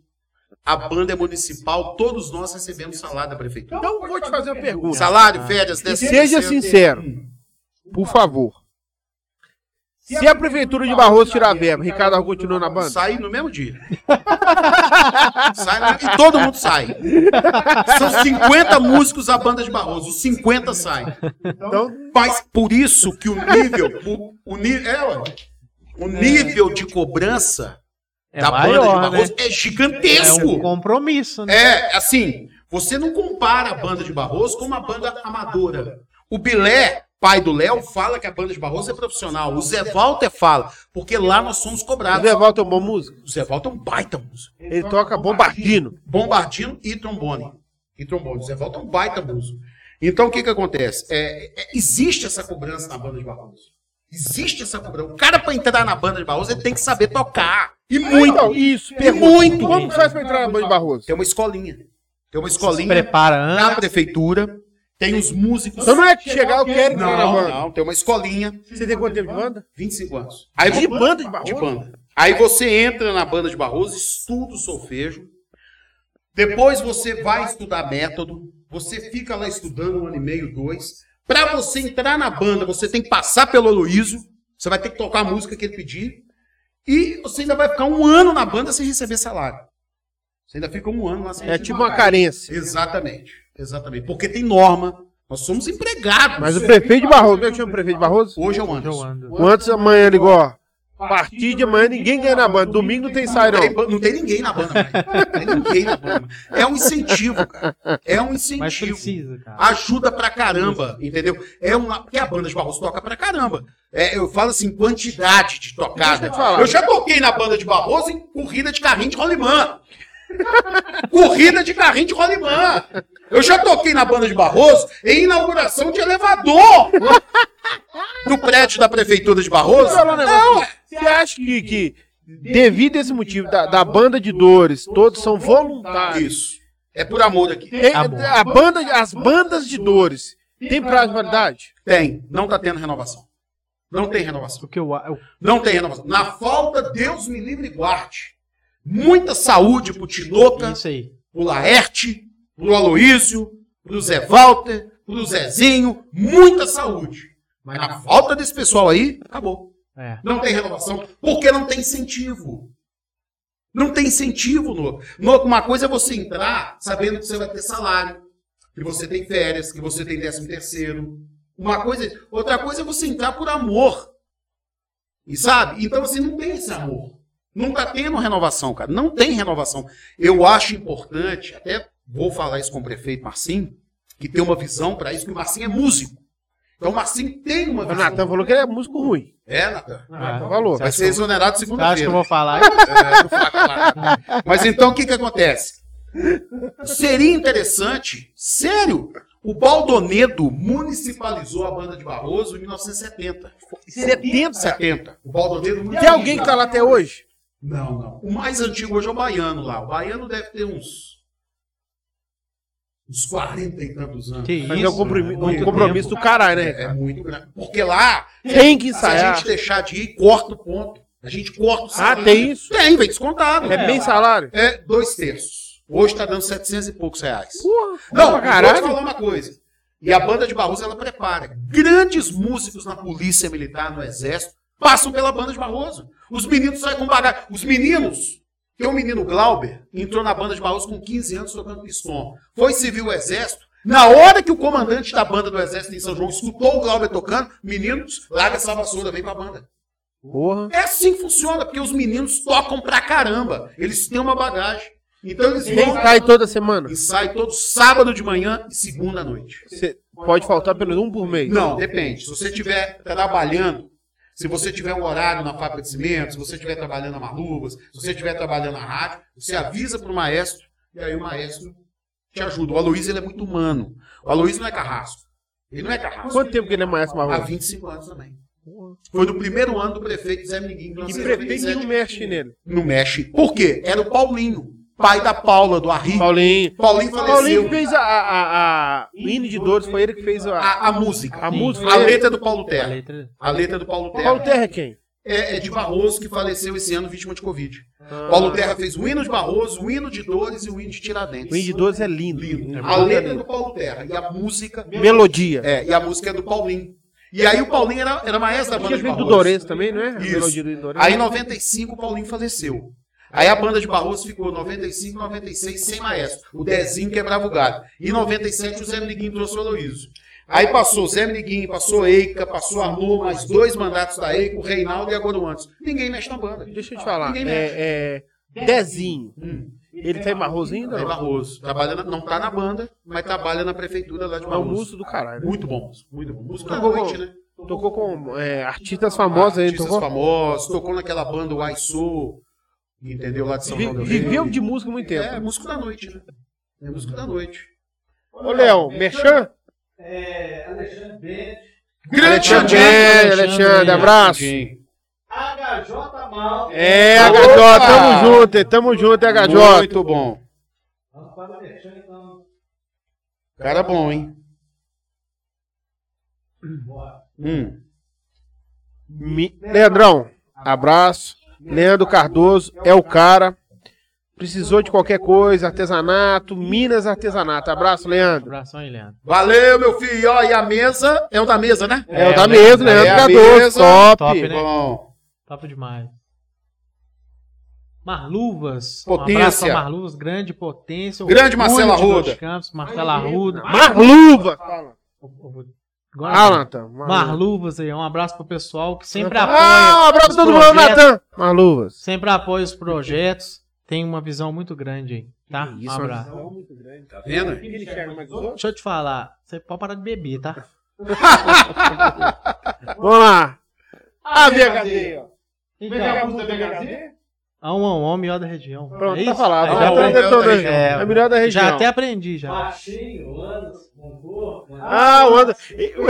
A banda é municipal, todos nós recebemos salário da prefeitura.
Então vou te fazer uma pergunta.
Salário, férias,
E
10%.
Seja sincero, por favor. Se a prefeitura de Barroso tirar a verba, Ricardo Arru continua na banda?
Sai no mesmo dia. sai no... E todo mundo sai. São 50 músicos a banda de Barroso. Os 50 saem.
Então,
Mas por isso que o nível. O, o, ni- é, ué. o nível de cobrança
É
da banda de
maior,
Barroso é
É
gigantesco.
um compromisso, né?
É, assim, você não compara a banda de Barroso com uma banda amadora. O Bilé, pai do Léo, fala que a banda de Barroso é profissional. O Zé Walter fala, porque lá nós somos
o
cobrados.
Devaldo é uma boa música?
O Zé Walter é um baita músico.
Ele toca bombardino.
Bombardino e trombone. E trombone. O Zé Walter é um baita músico. Então, o que que acontece? É, é, existe essa cobrança na banda de Barroso. Existe essa cobrança. O cara, pra entrar na banda de Barroso, ele tem que saber tocar. E muito.
Então, isso,
E
pergunta.
muito.
Como faz pra entrar na banda de Barroso?
Tem uma escolinha. Tem uma
Se
escolinha.
prepara
na
antes.
prefeitura, tem os músicos.
Então não é que chegar, eu quero entrar na
Não,
banda.
não, tem uma escolinha,
Você tem quanto tempo de banda?
25 anos. Aí
De
vo-
banda de Barroso?
de banda. Aí você entra na banda de Barroso, estuda o solfejo. Depois você vai estudar método. Você fica lá estudando um ano e meio, dois. Pra você entrar na banda, você tem que passar pelo Aloysio. Você vai ter que tocar a música que ele pedir. E você ainda vai ficar um ano na banda sem receber salário. Você ainda fica um ano lá sem
É
receber
tipo uma carência.
Exatamente, exatamente. Porque tem norma, Nós somos empregados.
Mas o prefeito de Barroso, como é que chama o prefeito de Barroso?
Hoje é o
Hoje eu
ano.
ando.
Quantos amanhã ligou? ó? A partir de amanhã ninguém ganha na banda. Domingo não tem sair,
Não tem,
não.
ba- não tem ninguém na banda, velho. Não tem ninguém na banda. É um incentivo, cara. É um
Mas
incentivo.
precisa, cara.
Ajuda pra caramba, entendeu? É uma. Porque a banda de Barroso toca pra caramba. É, eu falo assim, quantidade de tocada.
Deixa eu te falar.
Eu já toquei na banda de Barroso em corrida de carrinho de rolimã. corrida de carrinho de rolimã. Eu já toquei na banda de Barroso em inauguração de elevador. Do prédio da prefeitura de Barroso.
Deixa eu falar um negócio.
Não, é-
Você acha que, que devido a esse motivo da, da banda de dores, todos são voluntários.
isso. É por amor aqui.
Tem-
Tá bom.
a banda, as bandas de dores tem prazo de validade?
Tem. Não tá tendo renovação. Não tem renovação.
O que eu, eu
Não tem renovação. Na falta, Deus me livre e guarde. Muita saúde pro Tinoca,
isso aí.
pro Laerte, pro Aloísio, pro Zé Walter, pro Zezinho. Muita saúde. Mas na falta desse pessoal aí, acabou.
É.
Não tem renovação, porque não tem incentivo. Não tem incentivo, Noco. Noco, uma coisa é você entrar sabendo que você vai ter salário, que você tem férias, que você tem décimo terceiro. Uma coisa, outra coisa é você entrar por amor. E sabe? Então, assim, não tem esse amor. Não tá tendo renovação, cara. Não tem renovação. Eu acho importante, até vou falar isso com o prefeito Marcinho, que tem uma visão para isso, que o Marcinho é músico. Então, o Marcinho tem uma
O
visão.
Natan falou que ele é músico ruim.
É, Natan.
Ah,
falou.
Você
Vai
acha,
ser exonerado
que eu- você acha que eu
segunda-feira.
vou falar?
É, do Flaco lá. Mas então o que, que acontece? Seria interessante, sério, o Baldonedo municipalizou a banda de Barroso em 1970.
70?
70. O Baldonedo
Tem alguém que tá lá até hoje?
Não, não. O mais antigo hoje é o baiano lá. O baiano deve ter uns. uns 40 e tantos anos.
Que
Mas
isso?
é um compromi-
Muito
um compromisso do caralho, né?
É, é muito grande. Porque lá
Tem que é.
Se a
ensaiar.
gente deixar de ir, corta o ponto. A gente corta o salário.
Ah, tem isso?
Tem, vem descontado.
É bem salário.
É dois terços. Hoje tá dando 700 e poucos reais.
Porra,
Não,
Uh, pra
eu vou te
caralho.
falar uma coisa. E a banda de Barroso, ela prepara. Grandes músicos na polícia militar, no exército, passam pela banda de Barroso. Os meninos saem com bagagem. Os meninos, tem um menino Glauber, entrou na banda de Barroso com 15 anos tocando pistão. Foi servir o exército. Na hora que o comandante da banda do exército em São João escutou o Glauber tocando, meninos, larga essa vassoura, vem pra banda.
Porra.
É assim que funciona, porque os meninos tocam pra caramba. Eles têm uma bagagem. Então eles
Quem
vão
sai toda semana?
e sai todo sábado de manhã e segunda à noite.
Você pode faltar pelo menos um por mês.
Não, depende. Se você estiver trabalhando, se você tiver um horário na fábrica de cimento, se você estiver trabalhando na Marluvas, se você estiver trabalhando na rádio, você avisa pro maestro e aí o maestro te ajuda. O Aloysio ele é muito humano. O Aloysio não é carrasco. Ele não é carrasco.
Quanto tempo que ele é maestro
Há
marrom?
25 anos também. Foi no primeiro ano do prefeito Zé Minguim.
E prefeito nenhum mexe um nele.
Não mexe. Por quê? Era o Paulinho, pai da Paula, do Arri.
Paulinho.
Paulinho faleceu.
Paulinho que fez a, a, a- O hino de dores, foi ele que fez a.
A, a música.
A música.
A letra é do Paulo
A
Terra.
letra.
A letra é do Paulo
Paulo
Terra.
Terra é quem?
É, é de Barroso, que faleceu esse ano vítima de Covid. Paulo Terra fez o hino de Barroso, o hino de Dores e o hino de Tiradentes.
O hino de dores é lindo. É
A
muito
letra é
lindo.
do Paulo Terra e a música.
Melodia.
É, e a música é do Paulinho. E aí o Paulinho era, era maestro da
Tinha
banda de
vindo do
Barroso.
Dores também, não é? A
Isso.
Melodia do Dores.
Aí em 95 o Paulinho faleceu. Aí a banda de Barroso ficou 95, 96 sem maestro. O Dezinho quebrava o galho. Em 97 o Zé Meniguinho trouxe o Aloysio. Aí passou o Zé Meniguinho, passou a Eica, passou a Arnô, mais dois mandatos da Eica, o Reinaldo e agora o Antes. Ninguém mexe na banda.
Deixa eu te falar.
Ninguém mexe.
É, é, Dezinho.
Hum.
Ele tá em Barroso ainda?
Zé
não?
Barroso. Trabalha na- não tá na banda, mas trabalha na prefeitura lá de
É um
Barroso.
músico do caralho.
Muito bom, músico, muito bom. Músico
Tocou
doente,
com-
né?
Tocou com é, artistas famosos aí,
Artistas
tocou?
famosos, tocou naquela banda o Soul, entendeu? Lá de São
Vi-
Paulo.
Viveu de música há muito
É,
tempo.
músico da noite, né? É músico da noite.
Ô, Léo, Merchan?
É, Alexandre Bennett,
Grande
Alexandre, Alexandre, abraço.
HJ Mal.
É,
Opa!
HJ, tamo junto, hein? tamo junto, hein, HJ.
Muito bom.
Vamos para o Merchan, então.
Cara bom, hein?
Bora.
Hum.
Mi- Leandrão, abraço. Leandro Cardoso é o cara. Precisou de qualquer coisa, artesanato, Minas Artesanato. Abraço, Leandro.
Abração aí, Leandro.
Valeu, meu filho. Ó, e a mesa é o da mesa, né?
É, o
É,
da
o
mesa,
Leandro.
É
Leandro
a
Cardoso,
mesa.
top.
Top, né?
Bom.
Top demais. Marluvas.
Potência.
Um abraço pra Marluvas, grande potência. orgulho
Grande Marcelo
de Dois
Arruda.
Campos, Marcelo Arruda.
Marluva.
eu- eu vou- agora-
Ah, Natan. Marluvas.
Marluvas aí, um abraço pro pessoal que sempre apoia,
Ah, um abraço pra todo mundo,
projetos.
Natan. Marluvas.
sempre apoia os projetos, tem uma visão muito grande aí, tá?
Que
Um
isso,
abraço.
Tá vendo?
Ele enxerga mais os outros?
Deixa eu te falar, você pode parar de beber, tá?
Vamos lá. Ah, BHD. ó.
Vem cá,
Então,
vamos da BHD?
a um a um, a melhor da região.
Pronto,
é
tá
isso?
falado.
Aí
Ah,
já
Já
bom,
tá
aprendi.
melhor
detonando.
da região.
É o melhor da região.
Já até aprendi, já.
Baixinho, Anderson, Mondor,
Ah, o Anderson.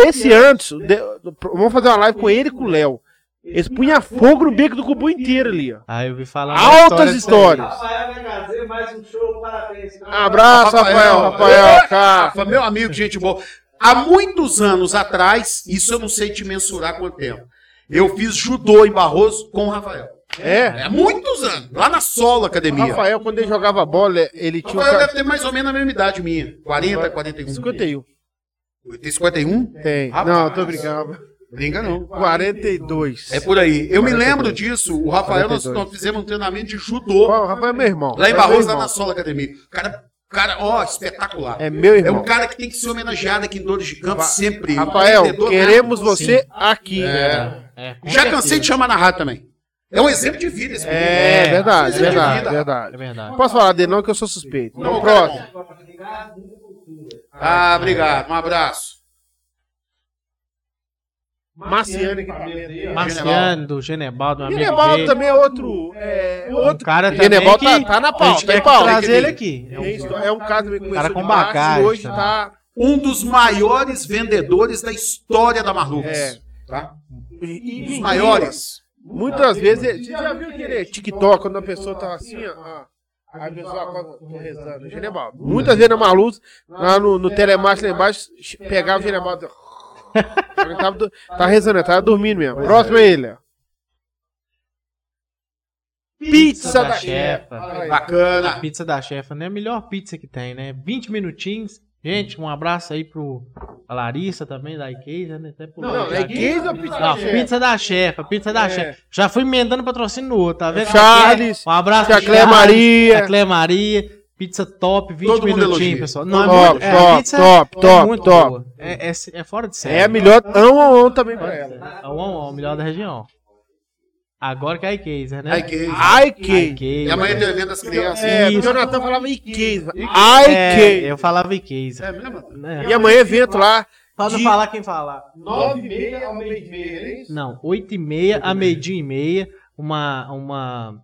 Esse antes, de- vamos fazer uma live com ele e com o Léo. Eles punham fogo no bico do cubu inteiro ali, ó.
Aí eu vi falar. uma
Altas
história sobre-
histórias.
Rafael HZ, mais um show, parabéns.
Abraço, Rafael, É. Rafael, cara.
Rafa, Ah, meu amigo, gente boa. Há muitos anos atrás, isso eu não sei te mensurar quanto tempo, eu fiz judô em Barroso com o Rafael.
É.
É, há muitos anos, lá na Sola Academia. Rafael,
Rafael, quando ele jogava bola, ele tinha um cara.
deve ter mais ou menos a mesma idade minha. 40, 41.
51.
Tem 51?
Tem.
Rapaz.
Não, tô brincando.
Brinca um? não.
42.
É por aí. Eu me
42.
lembro disso. O Rafael, nós,
42.
nós fizemos um treinamento de judô
Ó, o Rafael é meu irmão.
lá em
É
Barroso,
meu
lá
irmão.
na Sola Academia. O Cara, cara, ó, espetacular.
É meu
É
irmão.
um cara que tem que ser homenageado aqui em Dores de Campo
Rafa-
sempre.
Rafael,
Empreendedor
queremos
nato.
você aqui. né?
É, com
Já
certeza.
cansei de chamar na rádio também. É um exemplo de vida esse menino.
É, verdade,
Exemplo de
verdade,
vida.
verdade.
É verdade.
Não posso falar dele não, que eu sou suspeito.
Não,
Vamos pro
cara,
próximo.
Obrigado, muita cultura.
Ah, obrigado. Um abraço.
Marciano
equipamento
né?
aí, ó.
Marciano, do Genebaldo, meu amigo
Genebaldo
dele.
também é outro. É,
O
outro.
cara também
Genebaldo
que
tá, tá na
a
pauta,
gente
tá
quer
em pauta.
trazer ele aqui. É um-
É, isso, é um caso que
Cara
começou
com
de baixo e
bagagem,
hoje
tá?
tá.
Um dos maiores vendedores da história da Marlucas.
É.
Tá? Um
e-
dos
e-
maiores.
Muitas vezes, ele- você já viu aquele TikTok quando a pessoa tá assim, ó, ó. Aí a pessoa acorda, tô rezando. é, O Genebaldo. Muitas vezes na Maluz, lá no, no telemarketing lá embaixo, ch- pegava o Genebaldo. ó. Ele tava, do- é. tá rezando, ele tava dormindo mesmo. Próximo é ele. ó.
Pizza
da
da chefa.
Fala aí.
Bacana.
Pizza da chefa, né? A melhor pizza que tem, né? 20 minutinhos. Gente, um abraço aí pro a Larissa também, da Ikeza, né? Até pro
Não, é
já-
15 ou pizza
Não,
da chefe?
pizza da chefa, pizza da
É.
chefa. Já fui emendando patrocínio no outro, tá vendo?
Charles,
Um abraço
Tia
pro
Clé
Charles,
Maria.
a Clé Maria. Pizza top, 20
Todo mundo
minutinhos,
elogia.
pessoal. Não, é
Top, top, top, top, top.
boa. É, é, é fora de série.
É a melhor ão ou ão também pra ela.
É o on, on, melhor da região. Agora que é a Ikeza, né?
Ai, que...
I
Ai,
case.
que-
E É amanhã tem o evento das crianças.
É,
Isso.
o Jonathan falava I case.
É,
I
eu falava Ikeza.
É mesmo?
né?
case. E amanhã é evento lá.
Pra não
De-
falar quem falar.
9 e meia ao meio e meia, é isso?
Não, 8 e meia a meio-dia e meia, uma, uma...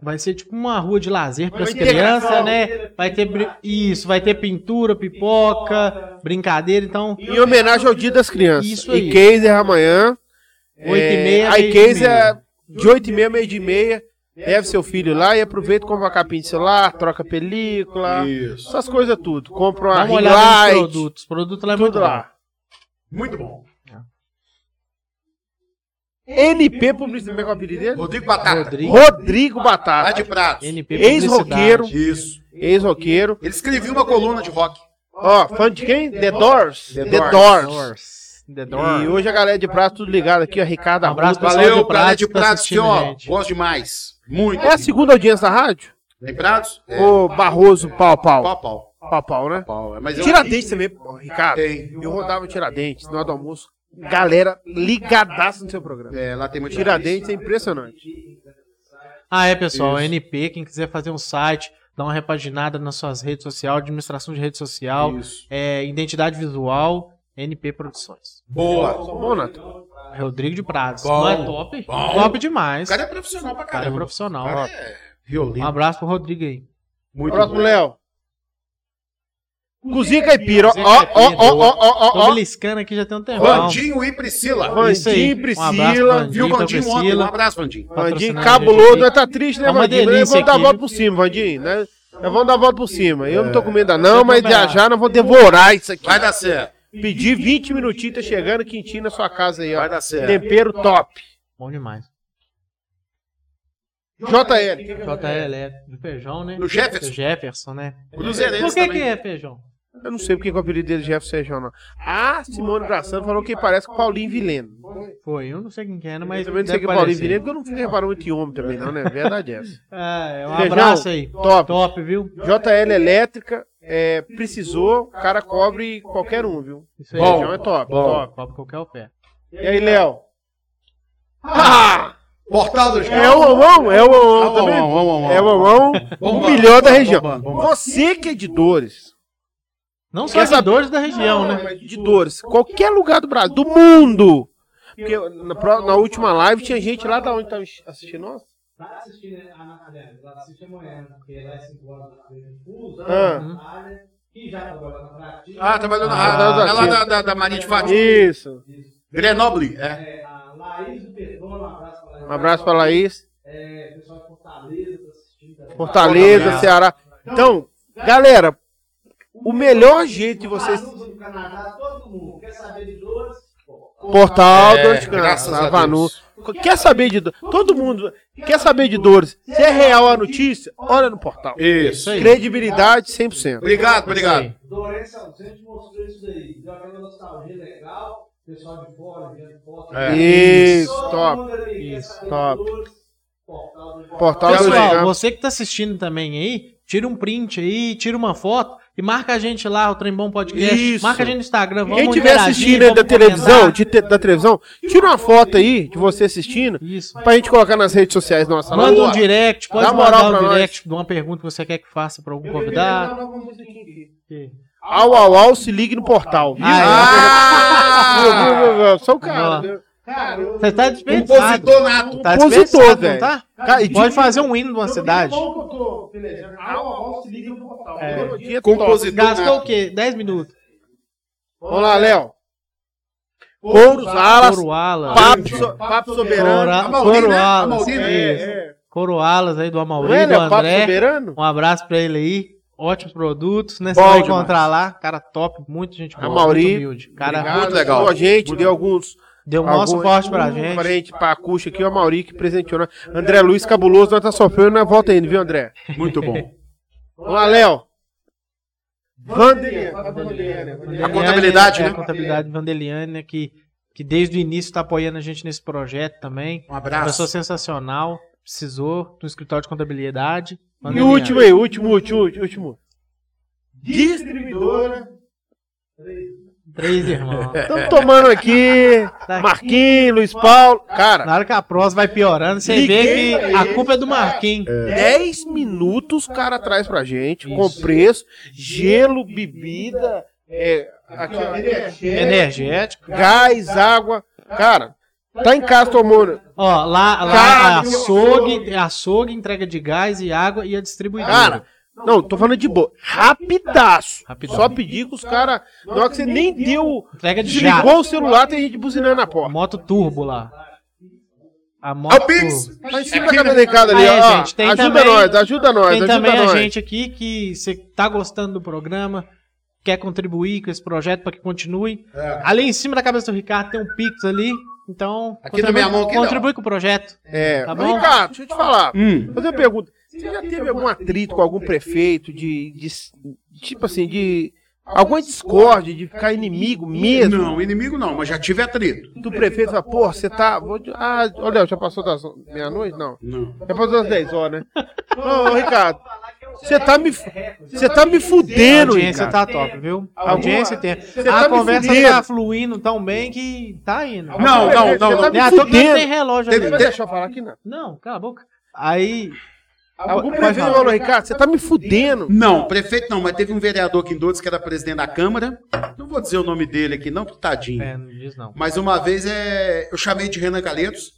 Vai ser tipo uma rua de lazer para as
ter
crianças, né? Vai ter bri- isso, vai ter pintura, pipoca, brincadeira, então
Em homenagem ao Dia das Crianças.
Isso aí.
I case é amanhã.
8 e meia.
É, I case é
meio-dia.
de 8 e meia, meio de meia. Leve seu filho lá e aproveita, compra uma capinha de celular, troca película,
Isso.
essas coisas tudo. Compra uma
Dá uma
ring
olhada nos
light,
produtos. Os produtos lá é muito
tudo
lá.
lá.
Muito bom.
NP Publicidade, como é que é o apelido dele?
Rodrigo Batata.
Rodrigo.
Rodrigo
Lá
Batata,
de Pratos.
NP
ex-roqueiro,
Isso.
ex-roqueiro.
Ele escreveu uma coluna de rock.
Ó, fã de quem? The Doors? The, Doors.
Doors. The Doors.
E hoje a galera de prato tudo ligado aqui, ó, Ricardo
Um abraço,
Arruda.
pessoal
Valeu,
de
Praia de
Pratos, tá
Pratos, que ó,
assistindo, gente.
gosto demais. Muito.
É a segunda audiência da rádio?
Tem Pratos? É.
Ô, Barroso, pau, pau.
Pau, pau.
Pau, pau, né?
Pau. Mas eu...
Tiradentes também, pô, Ricardo.
Tem.
Eu rodava Tiradentes, na hora do almoço. Galera ligadaço no seu programa.
É, lá tem muito
Tiradentes é impressionante.
Ah, é, pessoal.
Isso.
NP, quem quiser fazer um site, dar uma repaginada nas suas redes sociais, administração de rede social,
Isso.
é, identidade visual, NP Produções.
Boa.
Bom, Nato.
Rodrigo de Prados.
Bom.
Não é top?
Bom.
Top demais.
O cara é profissional pra
O cara é
caramba.
profissional.
O cara é
Um
violino.
abraço pro Rodrigo aí.
Muito
Próximo,
bom.
Léo. Cozinha Caipira, ó,
Cozinha
ó, ó,
caipira,
ó, ó,
Tô
ó, ó, ó.
beliscando aqui já tem um tempo.
Vandinho e Priscila.
Vandinho,
Isso aí.
Priscila,
Um abraço pro Vandinho,
Viu o
pra
Vandinho ontem? Um
Priscila.
abraço, Vandinho.
Vandinho
Patrocinando
cabuloso,
a gente
nós
aqui.
tá triste, né,
É uma
Vandinho? Nós
delícia
vamos dar a
aqui,
volta
viu?
por cima, Vandinho, né? Nós vamos dar a volta por cima. Eu não tô com medo ainda não,
Você
mas já
também.
já nós vamos devorar isso aqui.
Vai dar certo.
Pedir 20 minutinhos, tá chegando quintinho na sua casa aí,
Vai
ó.
dar certo.
Tempero top.
Bom demais.
JL.
JL é do feijão, né?
No Jefferson.
Do Jefferson, né?
Cruzeirense
Por que que
também.
é feijão?
Eu não sei porque que o apelido dele é Jefferson Sejão, não. A Simone Graçano falou que parece com Paulinho Vileno.
Foi, eu não sei quem que é, né, mas
Eu também não sei
deve
que é Paulinho
parecer.
Vileno, porque eu não fui reparar muito em homem também, não, né? Verdade é essa.
É, um
Feijão,
abraço aí.
Top.
Top, viu?
JL Elétrica, é, precisou, o cara cobre qualquer um, viu?
Isso aí.
Bom,
Região é top,
bom.
top.
Copa qualquer o pé.
E aí, Léo?
Ah!
Ah! Portal do
É o Omão? É o
Ah,
Omão
o
também?
Omão, o Omão.
É o Omão,
Bombando,
o melhor da
bombando,
região.
bombando, bombando.
Você que é de Dores,
Não só
Quer saber-
jogadores da região, né?
de Dores, qualquer lugar do Brasil, do mundo. Porque na, pro- na última live tinha gente lá da onde tava assistindo nós.
Tá assistindo, a- aliás, ela assiste amanhã, né? porque lá é 5 horas da tarde, fuso,
Ah.
na área, que já trabalha na prática.
Ah, trabalhou na.
tá
Ah,
Ah,
da-
é lá
da-
da, da, da Marinha de Fátima.
Isso.
Grenoble, é.
É, a Laís do Perdona, um abraço pra Laís.
Um abraço pra Laís.
É, pessoal de Fortaleza tá assistindo também.
Fortaleza,
Obrigado.
Ceará. Então, galera, o é melhor jeito de vocês.
Vanusa do Canadá, todo mundo quer saber de dores. pô,
Portal,
É,
Dores
graças a
Canal,
Deus.
Vanu. Quer saber de dores? Todo mundo quer saber de dores. Se é real a notícia, olha no portal.
Isso.
aí.
Credibilidade 100%.
Obrigado,
Tá
obrigado.
Doença ausente mostrou isso daí. Deu aquela nostalgia legal. Pessoal de fora, de fora.
É.
Isso,
Todo
top.
mundo ali quer
Isso,
saber de
top.
dores. Portal do
Portal
Fala,
Então, Pessoal,
Zé.
você que tá assistindo também aí, tira um print aí, tira uma foto e marca a gente lá, o Trembom Podcast.
Isso.
Marca a gente no Instagram. Então Vamos
Quem estiver
interagir,
assistindo aí
vamos
da televisão,
comentar.
de te- da televisão, tira uma foto aí de você assistindo
Isso.
pra gente colocar nas redes sociais nossa.
Manda um
Boa.
direct, pode
Dá moral
mandar um
pra
direct de uma pergunta que você quer que faça pra algum convidado.
Au, au, au, se ligue no portal. viu?
Ah, é.
Meu Deus,
Ah!
meu Deus, Sou o cara. né?
Não.
viu?
Cara, eu.
Você tá dispensado.
Compositor nato.
Tá
Um compositor,
dispensado, não
velho.
tá?
Cara, e tipo, de-
Pode fazer um hino de uma
eu-
cidade.
Como que eu tô pelejando? Ah, o avô se liga no portal.
É.
É.
Todo dia é top.
Compositor né?
Gastou
nato.
o quê? 10 minutos.
Vamos lá, Léo.
Ouros,
Ouros, alas,
Coroala.
papo, so- papo soberano.
Cora-
A Maurina, né? A
Coroalas.
Maurina.
É, Coroalas aí do
Não
Amaury,
é,
do
Léo? Papo
André.
soberano?
Um abraço pra ele aí. Ótimos produtos, né? Você
Bom
vai
demais.
encontrar lá. Cara top, muita gente boa,
Amaury,
muito humilde. Cara,
Muito legal.
ajudou A gente deu alguns.
deu um maior
alguns-
suporte pra gente.
Frente, pra Cuxa aqui, o Mauri que presenteou. nós. André Luiz Cabuloso, nós tá sofrendo, nós volta ainda, viu, André?
Muito bom.
Vamos lá, Léo.
Vandelier. né?
A contabilidade,
é,
né?
A contabilidade Vandeliane, né? Que, que desde o início tá apoiando a gente nesse projeto também.
Um
Uma pessoa
abraço.
sensacional. Precisou do escritório de contabilidade.
E
Vandeliane.
o último aí, último, último, último.
Distribuidora.
Três irmãos.
Estamos tomando aqui.
Tá aqui.
Marquinhos, Luiz Paulo. Cara,
Na hora que a prosa vai piorando, você
Liguei
vê
pra
que a culpa é do Marquinhos.
10 minutos o cara traz pra gente, com preço, gelo, bebida, é, aqui, ó,
Energético.
gás, água. Cara, tá em casa tomando.
Ó, lá, lá
Cara,
é
meu
açougue, é açougue, entrega de gás e água e a distribuidora.
Cara, não, tô falando de boa. Rapidaço.
Rapidão.
Só pedir que os caras. Na hora que você nem deu.
entrega de jato.
Desligou o celular, tem gente buzinando na porta.
Moto turbo lá. A
É
moto
o Pix.
turbo.
Tá em cima da cadeira em casa ali,
Ah, é,
ó.
gente, tem
ajuda
também-
nós, ajuda
é
nós,
Tem
ajuda
também a
nós.
gente aqui que você tá gostando do programa, quer contribuir com esse projeto para que continue.
É.
Ali em cima da cabeça do Ricardo tem um Pix ali. Então,
Aqui na minha mão aqui não.
contribui com o projeto.
É,
Tá
Ô,
bom?
Ricardo, deixa eu te falar.
Hum.
Fazer uma pergunta. Você já teve algum atrito com algum prefeito de. de- tipo assim, de. Alguma discórdia, de ficar inimigo mesmo
Não, inimigo não, mas já tive atrito.
do prefeito? Fala, Pô, você tá. Vou, te- ah, olha, já passou das meia-noite? Não.
Não.
Já passou das 10 horas, né? Não, ô, Ricardo, você tá me. Você
Você
tá me
A
fudendo,
audiência
Ricardo.
tá top, viu? A
Alguma-
audiência tem.
Você
a
tá me
conversa
fudendo.
tá fluindo tão bem que tá indo. Né?
Não, não, não,
Você
não.
tá me
Nem à toa que não
fudendo.
tem relógio
Você
ali.
vai deixar eu falar aqui, não.
Não, cala a boca. Aí,
Algum
Pode
prefeito
falar.
falou, Ricardo, você tá me fudendo.
Não, prefeito não, mas teve um vereador aqui em Dodes que era presidente da Câmara. Não vou dizer o nome dele aqui, não, porque tadinho.
é, não diz não.
Mas uma vez é, eu chamei de Renan Calheiros.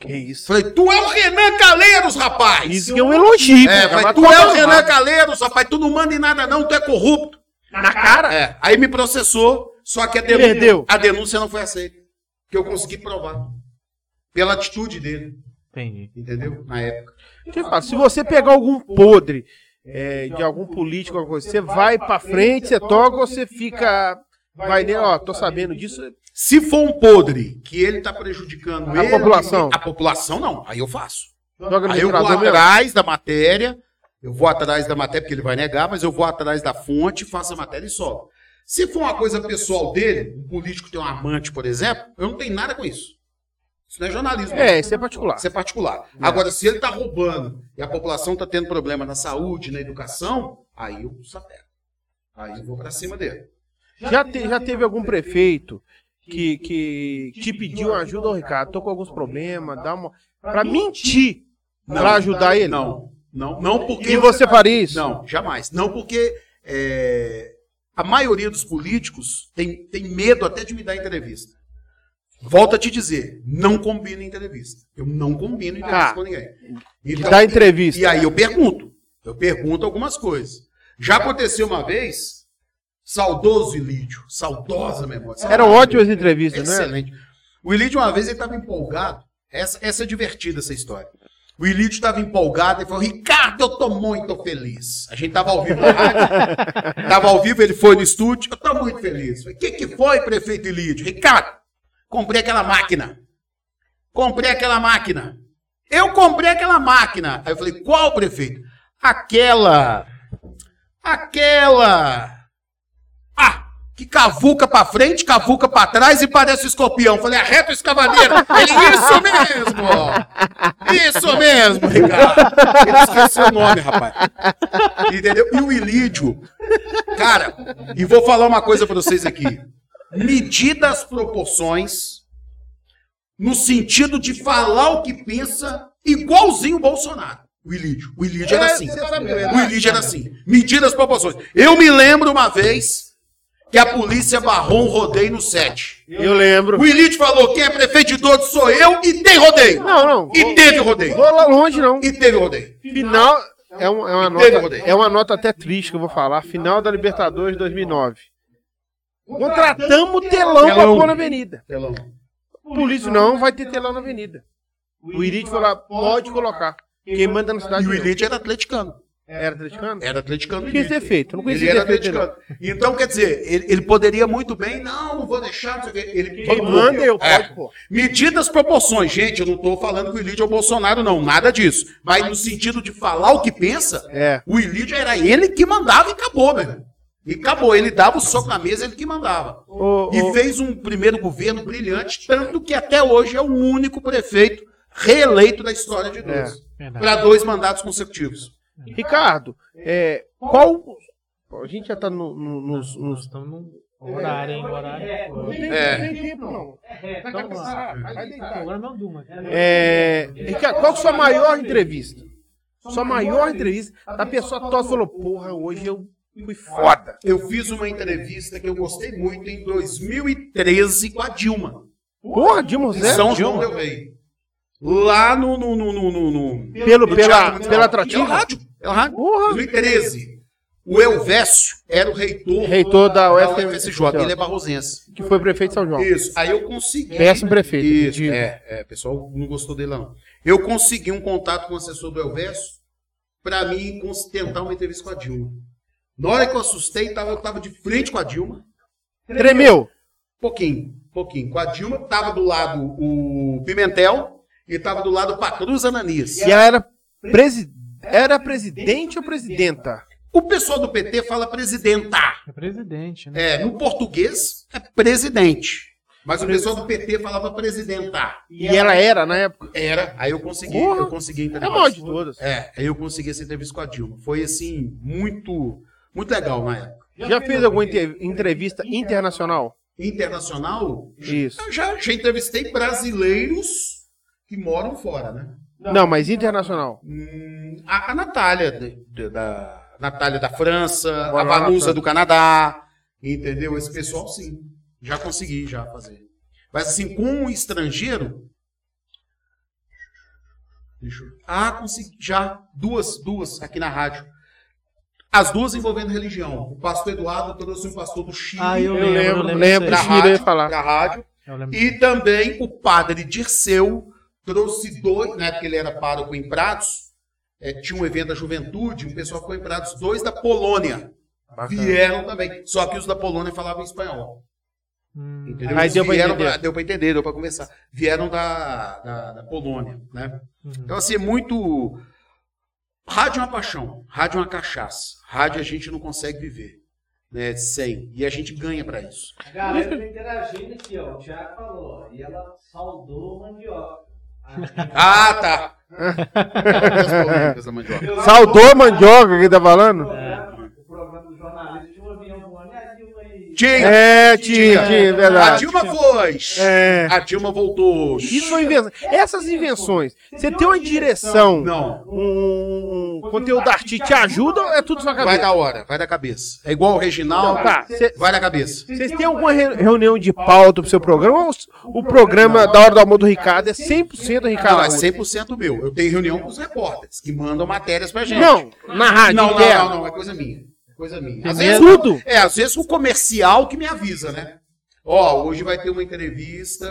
Que isso?
Falei, tu é o Renan Calheiros, rapaz!
Isso que é um elogio.
É,
cara,
mas
vai
tu é o
tomar
Renan
no
Calheiros, rapaz, tu não manda em nada não, tu é corrupto.
Na cara?
É, aí me processou, só que a denúncia,
Perdeu.
a denúncia não foi aceita. Que eu consegui provar. Pela atitude dele,
Entendi.
entendeu? Na época.
Deixa eu falar, se você pegar algum podre é, de algum político, alguma coisa, você vai pra frente, você toca ou você fica. Vai nele, ó, tô sabendo disso.
Se for um podre que ele tá prejudicando
A
ele,
população.
A população não, aí eu faço.
Joga no
Aí eu né? vou
ventilador mesmo.
atrás da matéria, eu vou atrás da matéria, porque ele vai negar, mas eu vou atrás da fonte, faço a matéria e sobe. Se for uma coisa pessoal dele, um político tem um amante, por exemplo, eu não tenho nada com isso. Isso não é jornalismo.
É, isso é particular.
Isso é particular. Agora, se ele está roubando e a população está tendo problema na saúde, na educação, aí eu sapego. Aí eu vou para cima dele.
Já, te- já teve algum prefeito que, que te pediu ajuda, ô Ricardo, tô com alguns problemas, dá uma. Pra mentir, pra ajudar ele?
Não, não, não porque.
E você faria isso?
Não, jamais. Não porque é, a maioria dos políticos tem, tem medo até de me dar entrevista. Volto a te dizer, não combino entrevista. Eu não combino entrevista
Ah.
com ninguém.
De
Então,
dar entrevista.
E aí eu pergunto. Eu pergunto algumas coisas. Já aconteceu uma vez, saudoso Ilídio, saudosa memória.
Eram ótimas entrevistas, né?
Excelente. O Ilídio, uma vez, ele estava empolgado. Essa, essa é divertida, essa história. O Ilídio estava empolgado e falou: Ricardo, eu tô muito feliz. A gente tava ao vivo na rádio. tava ao vivo, ele foi no estúdio. Eu tô muito feliz. Falei, O que, que foi, prefeito Ilídio? Ricardo, comprei aquela máquina. Comprei aquela máquina. Eu comprei aquela máquina. Aí eu falei: Qual, prefeito? Aquela. Aquela. Ah, que cavuca pra frente, cavuca pra trás e parece um escorpião. Falei, arreta o escavadeiro. Ele, isso mesmo! Isso mesmo, Ricardo. Ele esqueceu o nome, rapaz. Entendeu? E o Ilídio. Cara, e vou falar uma coisa pra vocês aqui. Medida as proporções no sentido de falar o que pensa igualzinho o Bolsonaro. O Ilídio. O Ilídio era assim. O Ilídio era assim. Medida as proporções. Eu me lembro uma vez que a polícia barrou um rodeio no set.
Eu lembro.
O Ilídio falou: quem é prefeito de todos sou eu e tem rodeio.
Não, não.
E teve rodeio.
Vou lá longe, não.
E teve rodeio.
Final. É, um- é uma
Teve
nota,
rodeio.
é uma nota até triste que eu vou falar. Final da Libertadores 2009. Contratamos telão pra
Telão.
pôr na avenida.
Telão.
Polícia não vai ter telão na avenida. O Irid falou: lá, pode colocar. Quem manda na cidade
E o
não.
Ilídio era atleticano.
Era atleticano?
Era atleticano.
Não quis ter feito. Não
Ele
conhecia
era
defeito dele, não.
atleticano. Então, quer dizer, ele, ele poderia muito bem, não, não vou deixar, não sei o quê. Ele
Quem manda eu
É.
pode, pô.
Medidas proporções, gente, eu não tô falando que o Ilídio é o Bolsonaro, não, nada disso. Mas no sentido de falar o que pensa,
É.
o Ilídio era ele que mandava e acabou, meu irmão. E acabou, ele dava o soco na mesa, ele que mandava.
Ô,
E
ô,
fez um primeiro governo brilhante, tanto que até hoje é o único prefeito reeleito da história
É.
de Deus.
Verdade.
Para dois mandatos consecutivos.
Ricardo, é, qual. A gente já tá no- no- nos-
Nós
nos
estamos num horário, hein? Horário.
É,
Não tem,
É.
não tem tempo, não. Vai
Então,
cabeçar,
vamos lá.
vai deitar.
Agora não Duma.
tá É, Ricardo, qual que é a sua maior entrevista? Sua maior entrevista. A pessoa tosse e falou: Porra, hoje eu fui foda.
Eu fiz uma entrevista que eu gostei muito em 2013 com a Dilma.
Porra, Né? Dilma
Em
Zé?
São João Del Rey. Lá no. no, no, no, no, no-
Pelo,
no
pela, Ah,
Teatro Municipal.
pela
Pela
atrativa.
rádio. Pela rádio.
Porra.
2013. O Elvésio era o reitor,
Reitor da
da
UFMJ,
UFSJ. Ele é barrosense.
que foi prefeito de São João.
Isso. Aí eu consegui.
Péssimo prefeito.
Isso,
Digo.
é, é, o pessoal não gostou dele, não. Eu consegui um contato com o assessor do Elvésio pra mim cons- tentar uma entrevista com a Dilma. Na hora que eu assustei, tava, eu tava de frente com a Dilma.
Tremeu.
Pouquinho, pouquinho. Com a Dilma, tava do lado o Pimentel e tava do lado o Pacruz Ananias.
E ela era, presi era presidente ou presidenta?
O pessoal do PT fala presidenta.
É presidente, né?
É, no português é presidente. Mas o pessoal do PT falava presidenta.
E ela era na época.
Era. Aí eu consegui,
Porra.
eu consegui a
É
entrevista.
a maior de todas.
É, aí eu consegui essa entrevista com a Dilma. Foi assim, muito, muito legal na época.
Já fez alguma inter- entrevista internacional?
Internacional,
Isso.
eu já, já entrevistei brasileiros que moram fora, né?
Não, mas internacional.
Hum, a, a Natália de- de- da Natália da França,
Bora
a
lá,
Vanusa
Natália.
do Canadá, entendeu? Esse pessoal sim, já consegui já fazer. Mas assim, com um estrangeiro, Deixa eu- ah, consegui já duas, duas aqui na rádio. As duas envolvendo religião. O pastor Eduardo trouxe um pastor do Chile
Ah, eu lembro, eu lembro.
lembro.
pra
disso aí.
Esse menino
rádio,
ia falar.
pra rádio.
Eu lembro.
E também o padre Dirceu trouxe dois, né? Porque ele era pároco em Prados, é, tinha um evento da juventude, um pessoal foi em Prados, dois da Polônia. Vieram também. Só que os da Polônia falavam espanhol.
Hum.
Entendeu?
Aí
Eles
deu pra
vieram
entender.
pra- deu pra entender, deu pra conversar. Vieram da, da, da Polônia, né?
Uhum.
Então, assim, é muito. Rádio é uma paixão, rádio é uma cachaça. Rádio a gente não consegue viver. né, 100. E a gente ganha para isso.
A galera tá interagindo aqui, ó. O Thiago falou, ó, e ela saudou mandioca.
Ah, tá. As polêmicas da mandioca.
Eu-
Saudou a mandioca que tá
O
falando?
programa-
É.
o programa do jornalismo de uma vinha um ano e a Dilma aí.
Tinha, um
É, tinha, tinha, é
a
verdade.
Dilma foi.
É.
A Dilma voltou.
Isso é uma invenção. Essas invenções, você tem uma direção,
Não.
um, um conteúdo artístico te ajuda ou é tudo sua
Vai
cabeça?
da hora, vai da cabeça. É igual o Reginaldo.
Tá, cê-
Vai da cabeça.
Vocês têm alguma re- reunião de pauta pro seu programa? Ou s- o programa da hora do almoço do Ricardo é 100% do Ricardo?
Não, é
Araújo?
100% meu. Eu tenho reunião com os repórteres que mandam matérias pra gente.
Não, na rádio
não, não,
inteira.
não, não, é coisa minha. É Coisa minha.
Às
Às
vezes
vezes,
tudo.
é, às vezes o comercial que me avisa, né? Ó, hoje vai ter uma entrevista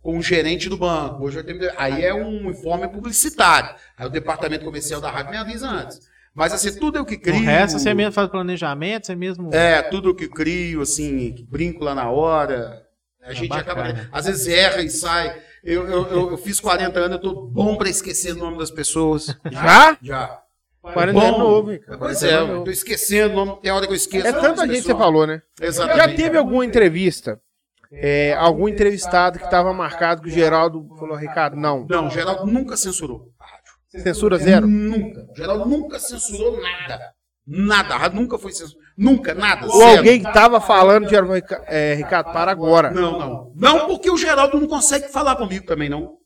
com o gerente do banco. Hoje vai ter... Aí é um informe publicitário. Aí o departamento comercial da rádio me avisa antes. Mas assim, tudo eu que
O
É,
crio.
resto você mesmo faz planejamento, você mesmo.
É, tudo eu que crio, assim, que brinco lá na hora.
É
A gente
bacana.
acaba. Às vezes erra e sai. Eu, eu, eu, eu fiz 40 anos, eu tô bom pra esquecer o nome das pessoas.
Já?
Já.
40 anos é novo, hein, cara.
Pois
40
é,
anos
eu
novo.
tô esquecendo o nome. Tem hora que eu esqueço.
É
o nome
tanta
das
gente que você
pessoas.
falou, né? Já
Exatamente.
teve alguma entrevista? é, algum entrevistado que tava marcado que o Geraldo falou, Ricardo, não.
Não, o Geraldo nunca censurou a rádio.
Censura zero?
Nunca. O Geraldo nunca censurou nada. Nada. A rádio nunca foi censurada. Nunca, nada.
Ou
zero.
alguém que tava falando, Geraldo, Rica- é, Ricardo, para agora.
Não, não. Não, porque o Geraldo não consegue falar comigo também, não.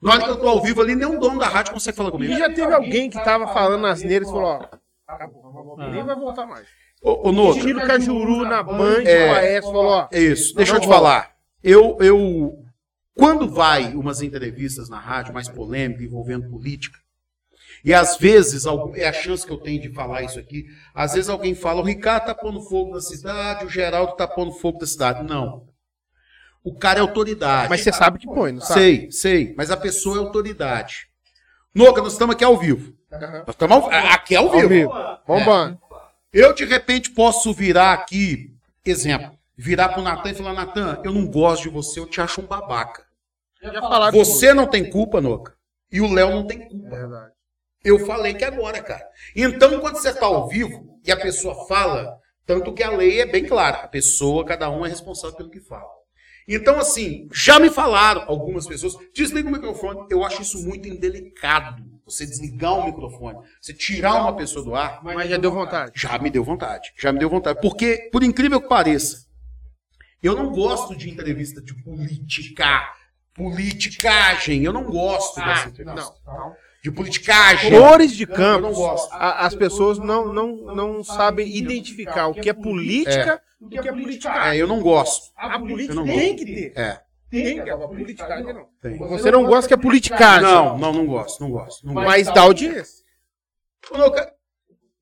Na hora que eu tô ao vivo ali, nenhum dono da rádio consegue falar comigo.
E já teve alguém que tava falando nas neiras e falou, ó, acabou, nem vai voltar mais.
Ô, ô Noto,
Tiro Cajuru na Band,
É.
o AES falou, ó,
É isso. Deixa eu te falar. Eu, eu, quando vai umas entrevistas na rádio mais polêmica envolvendo política, e às vezes algum- é a chance que eu tenho de falar isso aqui. Às vezes alguém fala: o Ricardo tá pondo fogo na cidade, o Geraldo tá pondo fogo na cidade. Não. O cara é autoridade.
mas você sabe que põe, não sabe?
Sei, sei. Mas a pessoa é autoridade. Noca, nós estamos aqui ao vivo.
Aham.
Nós estamos ao- a- aqui é ao
Ao
vivo.
vivo. Bombando.
Eu, de repente, posso virar aqui, exemplo, virar pro Natan e falar, Natan, eu não gosto de você, eu te acho um babaca.
Já falaram
Você não tem culpa, Noca. E o Léo não tem
tudo.
culpa.
É verdade.
Eu falei que agora, cara. Então, quando você tá ao vivo e a pessoa fala, tanto que a lei é bem clara, a pessoa, cada um é responsável pelo que fala. Então, assim, já me falaram algumas pessoas, desliga o microfone. Eu acho isso muito indelicado. Você desligar o microfone, você tirar uma pessoa do ar,
Mas já deu vontade.
já me deu vontade. Já me deu vontade. Porque, por incrível que pareça, eu não gosto de entrevista de política. Politicagem. Eu não gosto dessa entrevista.
Não.
De politicagem.
Flores de
Eu não
Campos,
gosto.
a- as pessoas não, não, não sabem identificar o que é política do que é
É,
politicagem.
eu não gosto.
A
eu não
política
gosto.
tem que ter.
É.
Tem que ter. A politicagem não.
Tem.
Você não gosta que é politicagem.
Não, não, não gosto, não gosto. Não gosto.
Mas dá audiência.
Ô, Luca,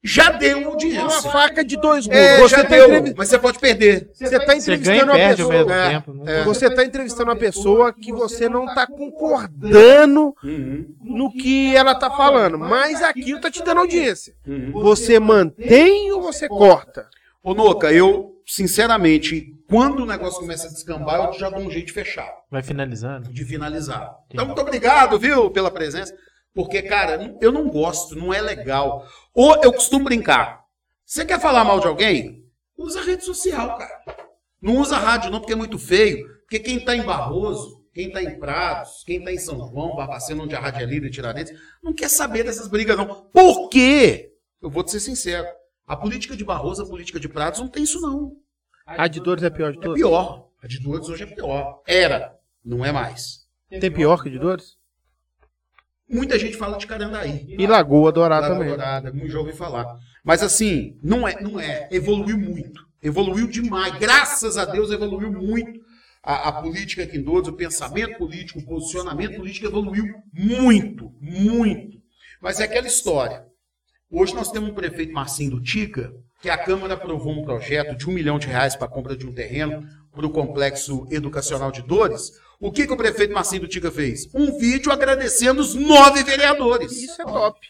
já deu
É uma
audiência.
faca de dois gumes.
É,
você,
já
tá
deu.
entrevi-
Mas você pode perder.
você tá
Você ganha
entrevistando
e
uma
perde ao
pessoa.
mesmo
é,
tempo. né?
é.
Você tá entrevistando uma pessoa que você não tá concordando
Uhum,
no que ela tá falando, mas aquilo tá te dando audiência.
uhum.
Você mantém ou você corta?
Ô, Noca, eu, sinceramente, quando o negócio começa a descambar, eu já dou um jeito de fechar.
Vai finalizando.
de finalizar.
Sim.
Então, muito obrigado, viu, pela presença. Porque, cara, n- eu não gosto, não é legal. Ou eu costumo brincar. Você quer falar mal de alguém? Usa rede social, cara. Não usa rádio, não, porque é muito feio. Porque quem tá em Barroso, quem tá em Prados, quem tá em São João, Barbacena, onde a rádio é líder, Tiradentes, não quer saber dessas brigas, não. Por quê? Eu vou te ser sincero. A política de Barroso, a política de Prados, não tem isso, não.
A de dores é pior de
É
todas?
pior. A de Dudes hoje é pior. Era, não é mais.
Tem pior que a de dores?
Muita gente fala de Carandaí.
E Lagoa Dourada
Lá
também.
Dourada, muito é já ouvi falar. Mas assim, não é, não é. Evoluiu muito. Evoluiu demais. Graças a Deus evoluiu muito. A, a política aqui em Dourados, o pensamento político, o posicionamento político evoluiu muito, muito. Mas é aquela história. Hoje nós temos um prefeito Marcinho do Tica, que a Câmara aprovou um projeto de um milhão de reais para a compra de um terreno para o Complexo Educacional de Dores. O que, que o prefeito Marcinho do Tica fez? Um vídeo agradecendo os nove vereadores.
Isso é top.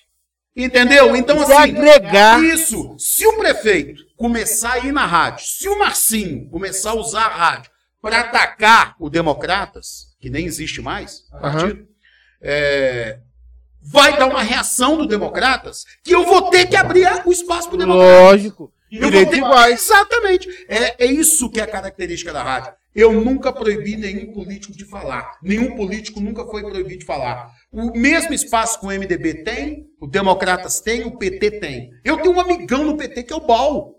Entendeu? Então,
Se
assim,
agregar.
isso. Se o prefeito começar a ir na rádio, se o Marcinho começar a usar a rádio para atacar o Democratas, que nem existe mais, partido, é, vai dar uma reação do Democratas que eu vou ter que abrir o espaço para o Democratas.
Lógico.
Eu vou
Direitos
ter-
iguais.
Exatamente. É, é isso que é a característica da rádio. Eu nunca proibi nenhum político de falar. Nenhum político nunca foi proibido de falar. O mesmo espaço que o MDB tem, o Democratas tem, o PT tem. Eu tenho um amigão no PT que é o Bal.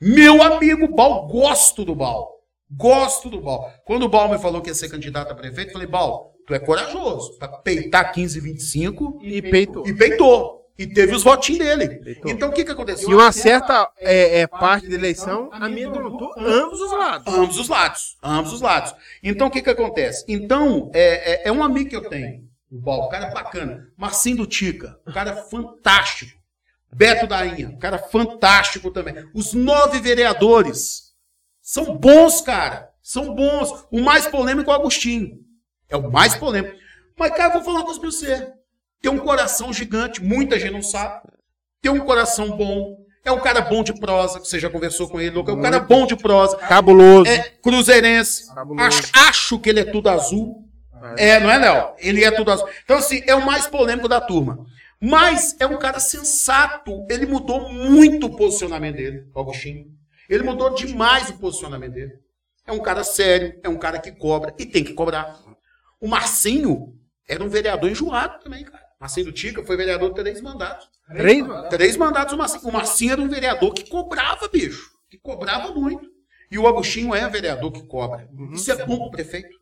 Meu amigo Bal, gosto do Bal. Gosto do Bal. Quando o Bal me falou que ia ser candidato a prefeito, eu falei, Bal, tu é corajoso. Pra peitar 15, 25
E peito.
e peitou. E teve os votinhos dele. Então o que, que aconteceu?
E uma certa é, é, parte da eleição amedrontou ambos os lados.
Ambos os lados. Ambos os lados. Então, o que que acontece? Então, é, é- é um amigo que eu tenho, o Bal, um cara bacana. Marcinho do Tica, um cara fantástico. Beto Dainha, um cara fantástico também. Os nove vereadores são bons, cara. São bons. O mais polêmico é o Agostinho. É o mais polêmico. Mas, cara, eu vou falar uma coisa pra você. Tem um coração gigante, muita gente não sabe tem um coração bom, é um cara bom de prosa, que você já conversou com ele, Luca, é um cara bom de prosa,
Cabuloso.
é cruzeirense,
Cabuloso.
acho, acho que ele é tudo azul, é, não é, Léo? Ele é tudo azul. Então, assim, é o mais polêmico da turma. Mas é um cara sensato, ele mudou muito o posicionamento dele, o Agostinho. Ele mudou demais o posicionamento dele. É um cara sério, é um cara que cobra e tem que cobrar. O Marcinho era um vereador enjoado também, cara. Marcinho do Tica foi vereador três mandatos.
Três,
Três mandatos o Marcinho. O Marcinho era um vereador que cobrava, bicho. Que cobrava muito. E o Agostinho é vereador que cobra.
Uhum.
Isso é bom pro prefeito.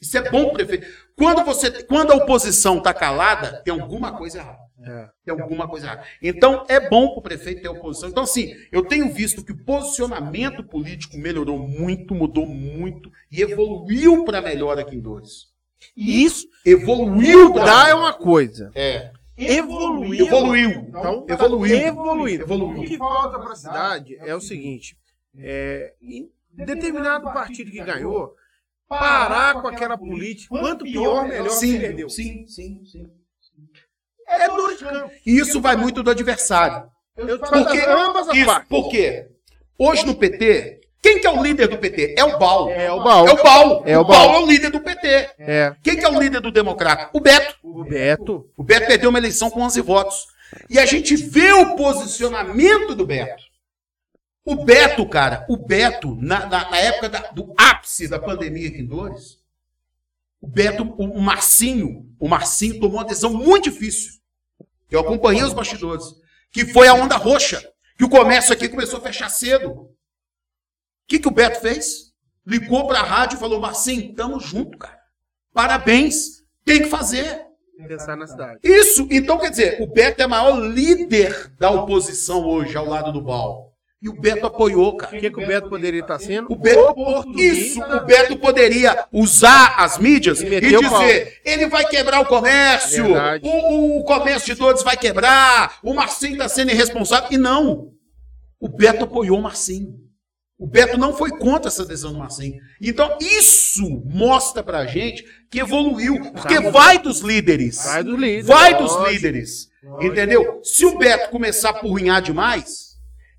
Isso é bom pro prefeito. Quando, você, quando a oposição tá calada, tem alguma coisa errada.
É.
Tem alguma coisa errada. Então, é bom pro prefeito ter oposição. Então, assim, eu tenho visto que o posicionamento político melhorou muito, mudou muito e evoluiu para melhor aqui em Dores. E isso evoluiu
Mudar é
para
uma coisa.
É,
Evoluiu.
evoluiu.
Então,
Evoluiu.
evoluindo. O
Evoluiu.
que falta para a cidade é o seguinte: é, em determinado partido que ganhou, parar com aquela política. Quanto pior, melhor se perdeu.
sim, sim, sim.
É dor de campo.
E isso vai muito do adversário.
Eu te falo
Porque,
das ambas as
isso,
partes.
por quê? Hoje no PT, quem que é o líder do PT? É o Bal.
É o Baú.
É o Bal.
É o
o Bal
Bal.
é o líder do PT.
É.
Quem que é o líder do Democrata? O Beto.
O Beto.
O Beto perdeu uma eleição com 11 votos. E a gente vê o posicionamento do Beto. O Beto, cara, o Beto, na, na- na época da- do ápice da pandemia aqui em Dores, o Beto, o Marcinho, o Marcinho tomou uma decisão muito difícil. Eu acompanhei os bastidores. Que foi a onda roxa. Que o comércio aqui começou a fechar cedo. O que, que o Beto fez? Ligou pra rádio e falou: Marcinho, tamo junto, cara. Parabéns. Tem que fazer.
Pensar na cidade.
Isso, então quer dizer, o Beto é o maior líder da oposição hoje ao lado do Bal. E o Beto apoiou, cara.
O que, que o Beto poderia estar sendo?
O Beto, isso, o Beto poderia usar as mídias
E
e,
meter o pau.
dizer: ele vai quebrar o comércio,
Verdade.
o, o comércio de todos vai quebrar, o Marcinho está sendo irresponsável. E não. O Beto apoiou o Marcinho. O Beto não foi contra essa decisão do Marcinho. Então, isso mostra pra gente que evoluiu. Porque vai dos líderes.
Tá Vai dos líderes.
Vai dos
Lógico.
líderes. Entendeu? Se o Beto começar a porrinhar demais,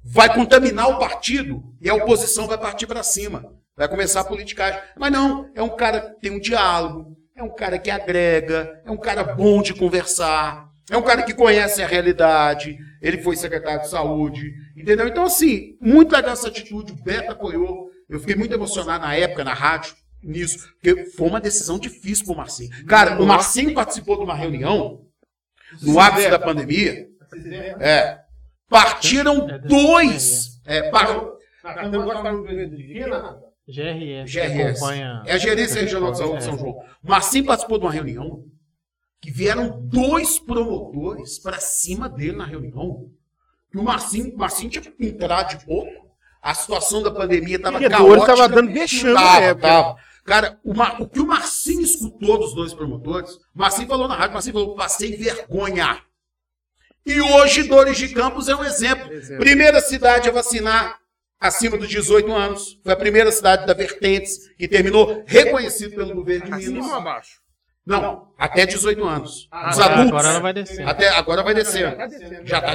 vai contaminar o partido e a oposição vai partir para cima. Vai começar a politicagem. Mas não, é um cara que tem um diálogo, é um cara que agrega, é um cara bom de conversar, é um cara que conhece a realidade. Ele foi secretário de saúde, entendeu? Então, assim, muito legal essa atitude. O Beto apoiou. Eu fiquei muito emocionado na época, na rádio, nisso, porque foi uma decisão difícil pro Marcinho. Cara, o Marcinho participou de uma reunião no ápice da pandemia, é, partiram dois. É, par-
Natan, agora tá no governo de quê, Natan?
GRS, que
GRS.
acompanha.
é a gerência regional de saúde de São João. Marcinho participou de uma reunião que vieram dois promotores para cima dele na reunião. E o Marcinho, Marcinho tinha que entrar de pouco. A situação da pandemia estava
Porque
caótica.
Dores tava dando vexame né, na
Tava,
época.
tava. Cara, o, Ma- o que o Marcinho escutou dos dois promotores, o Marcinho falou na rádio, o Marcinho falou, passei vergonha. E hoje Dores de Campos é um exemplo.
Exemplo.
Primeira cidade a vacinar acima dos 18 anos. Foi a primeira cidade da Vertentes que terminou reconhecido pelo governo de
Acima ou
Minas.
abaixo?
Não, até 18 anos. Os
Ah, Agora-
adultos.
Agora ela vai descer.
Até agora vai Tá descendo. Já está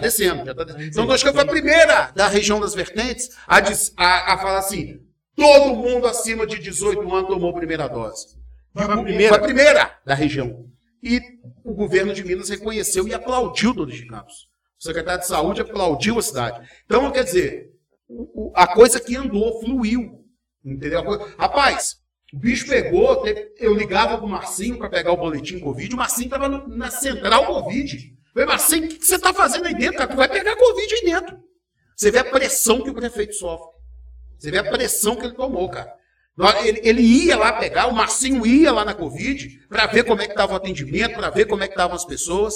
descendo. Já tá descendo. Então, nós que foi a primeira da região das vertentes a, dis- a- a falar assim: todo mundo acima de 18 anos tomou a primeira dose. E o- Foi a primeira, da região. E o governo de Minas reconheceu e aplaudiu Dores de Campos. O secretário de Saúde aplaudiu a cidade. Então, quer dizer, o- o- a coisa que andou, fluiu. Entendeu? A coisa- Rapaz, o bicho pegou, teve- eu ligava pro Marcinho para pegar o boletim Covid, o Marcinho tava na- na central Covid. Eu Falei, Marcinho, o que que você tá fazendo aí dentro, cara? Tu vai pegar Covid aí dentro. Você vê a pressão que o prefeito sofre. Você vê a pressão que ele tomou, cara. Nó- Ele, ele ia lá pegar, o Marcinho ia lá na Covid para ver como é que estava o atendimento, para ver como é que estavam as pessoas.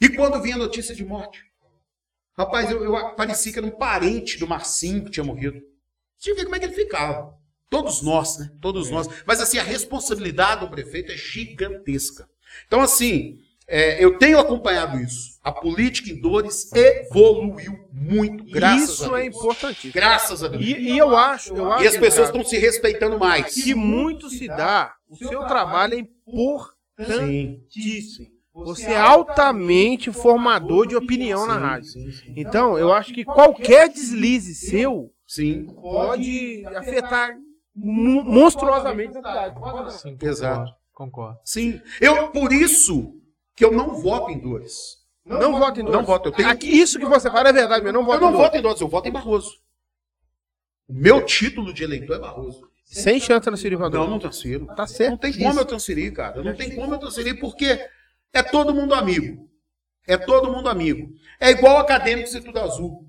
E quando vinha a notícia de morte? Rapaz, eu, eu parecia que era um parente do Marcinho que tinha morrido. Tinha que ver como é que ele ficava. Todos nós, né?
É.
Todos nós. Mas assim, a responsabilidade do prefeito é gigantesca. Então, assim, é, eu tenho acompanhado isso. A política em Dores evoluiu muito, graças
Uhum. Isso
a
é
Deus.
importantíssimo.
Graças a Deus. E,
E, e eu acho, eu acho
as pessoas estão se respeitando mais.
que muito se dá. O seu trabalho é importantíssimo. Você é altamente formador de opinião na rádio.
Sim, sim.
Então, eu acho que qualquer deslize seu
Sim,
pode afetar mu- monstruosamente
é
a cidade.
Sim, concordo,
Exato.
Concordo.
sim. Eu, por isso que eu não voto em Dores.
Não voto em
Não
dois.
voto. Eu, tenho...
Aqui, isso que você fala é verdade, mas não
eu
voto
não
em dois.
voto em Dores, eu voto em Barroso. O meu título de eleitor é Barroso.
Sem chance de transferir
Não,
voador.
não transfiro.
Tá certo.
Não tem
Isso.
como eu transferir, cara. Não tem como eu transferir, porque é todo mundo amigo. É todo mundo amigo. É igual acadêmicos e tudo azul.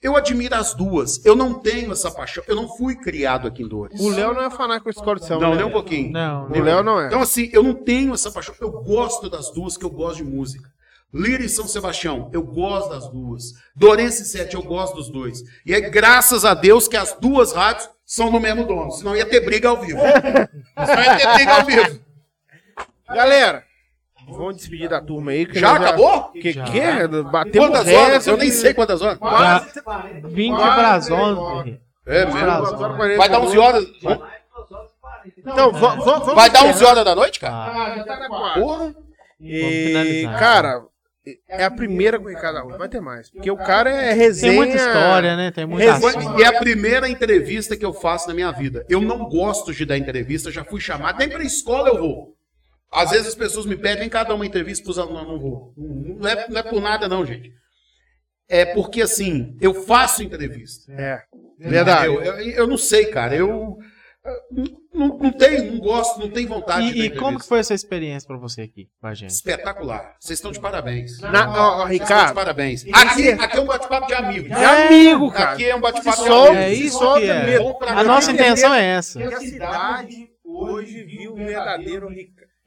Eu admiro as duas. Eu não tenho essa paixão. Eu não fui criado aqui em Dores.
O Léo não é fanático com escola de samba.
Não,
né?
nem um pouquinho.
Não,
O Léo não é.
Então, assim, eu não tenho essa paixão. Eu gosto das duas, que eu gosto de música. Lira e São Sebastião, eu gosto das duas. Dorense 7, eu gosto dos dois. E é graças a Deus que as duas rádios são do mesmo dono, senão ia ter briga ao vivo. Senão ia ter briga ao vivo.
Galera, vamos despedir da turma aí. que
Já
nós
acabou?
Que
Já.
que? Batemos
Quantas
recorde.
horas? Eu nem sei quantas horas.
Quase
Quase 40.
20
Quase
para as
três
11.
É
Pra-
mesmo.
duas horas e quarenta
Vai dar 11 horas.
Mais duas horas e 40.
Então, va- va- vamos.
Vai dar 11 horas da noite, cara?
Ah,
Ah, já tá na quarta.
Porra.
Vamos
E,
finalizar.
cara, é a primeira com o Ricardo Arruda. Vai ter mais. Porque o cara é resenha.
Tem muita história, né? Tem muita
Resenha-
assunto.
E é a primeira entrevista que eu faço na minha vida. Eu não gosto de dar entrevista, já fui chamado, nem pra escola eu vou. Às vezes as pessoas me pedem, vem cá dar uma entrevista pros alunos, não, não vou. Não é, não é por nada não, gente. É porque assim, eu faço entrevista.
É. Verdade.
Eu, eu, eu não sei, cara, eu eu não, não tenho, não gosto, não tenho vontade de
E, e
dar
como que
entrevista.
foi essa experiência pra você aqui com a gente?
Espetacular. Vocês estão de parabéns. Vocês
Na, ó, ó,
estão de
Ricardo.
parabéns. Aqui, aqui é um bate-papo de amigos.
É amigo, cara.
Aqui é um bate-papo de
Solta,
amigos.
É
se
isso
solta
que é.
mesmo.
Bom pra
A nossa
caralho.
intenção é essa.
Que a cidade hoje viu o verdadeiro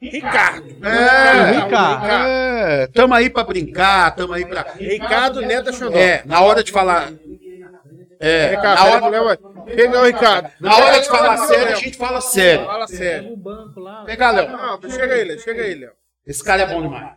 Ricardo. um Ricardo.
É,
o Ricardo.
É, tamo aí pra brincar, tamo aí pra.
Ricardo Neto Xandó.
É, na hora de falar. É,
Ricardo,
na hora,
Pega o Ricardo.
na hora de falar sério, a gente fala sério.
Fala sério.
O um banco lá.
Vem cá, Léo.
Não, chega aí, Léo. Chega aí, Léo.
Esse cara é bom demais.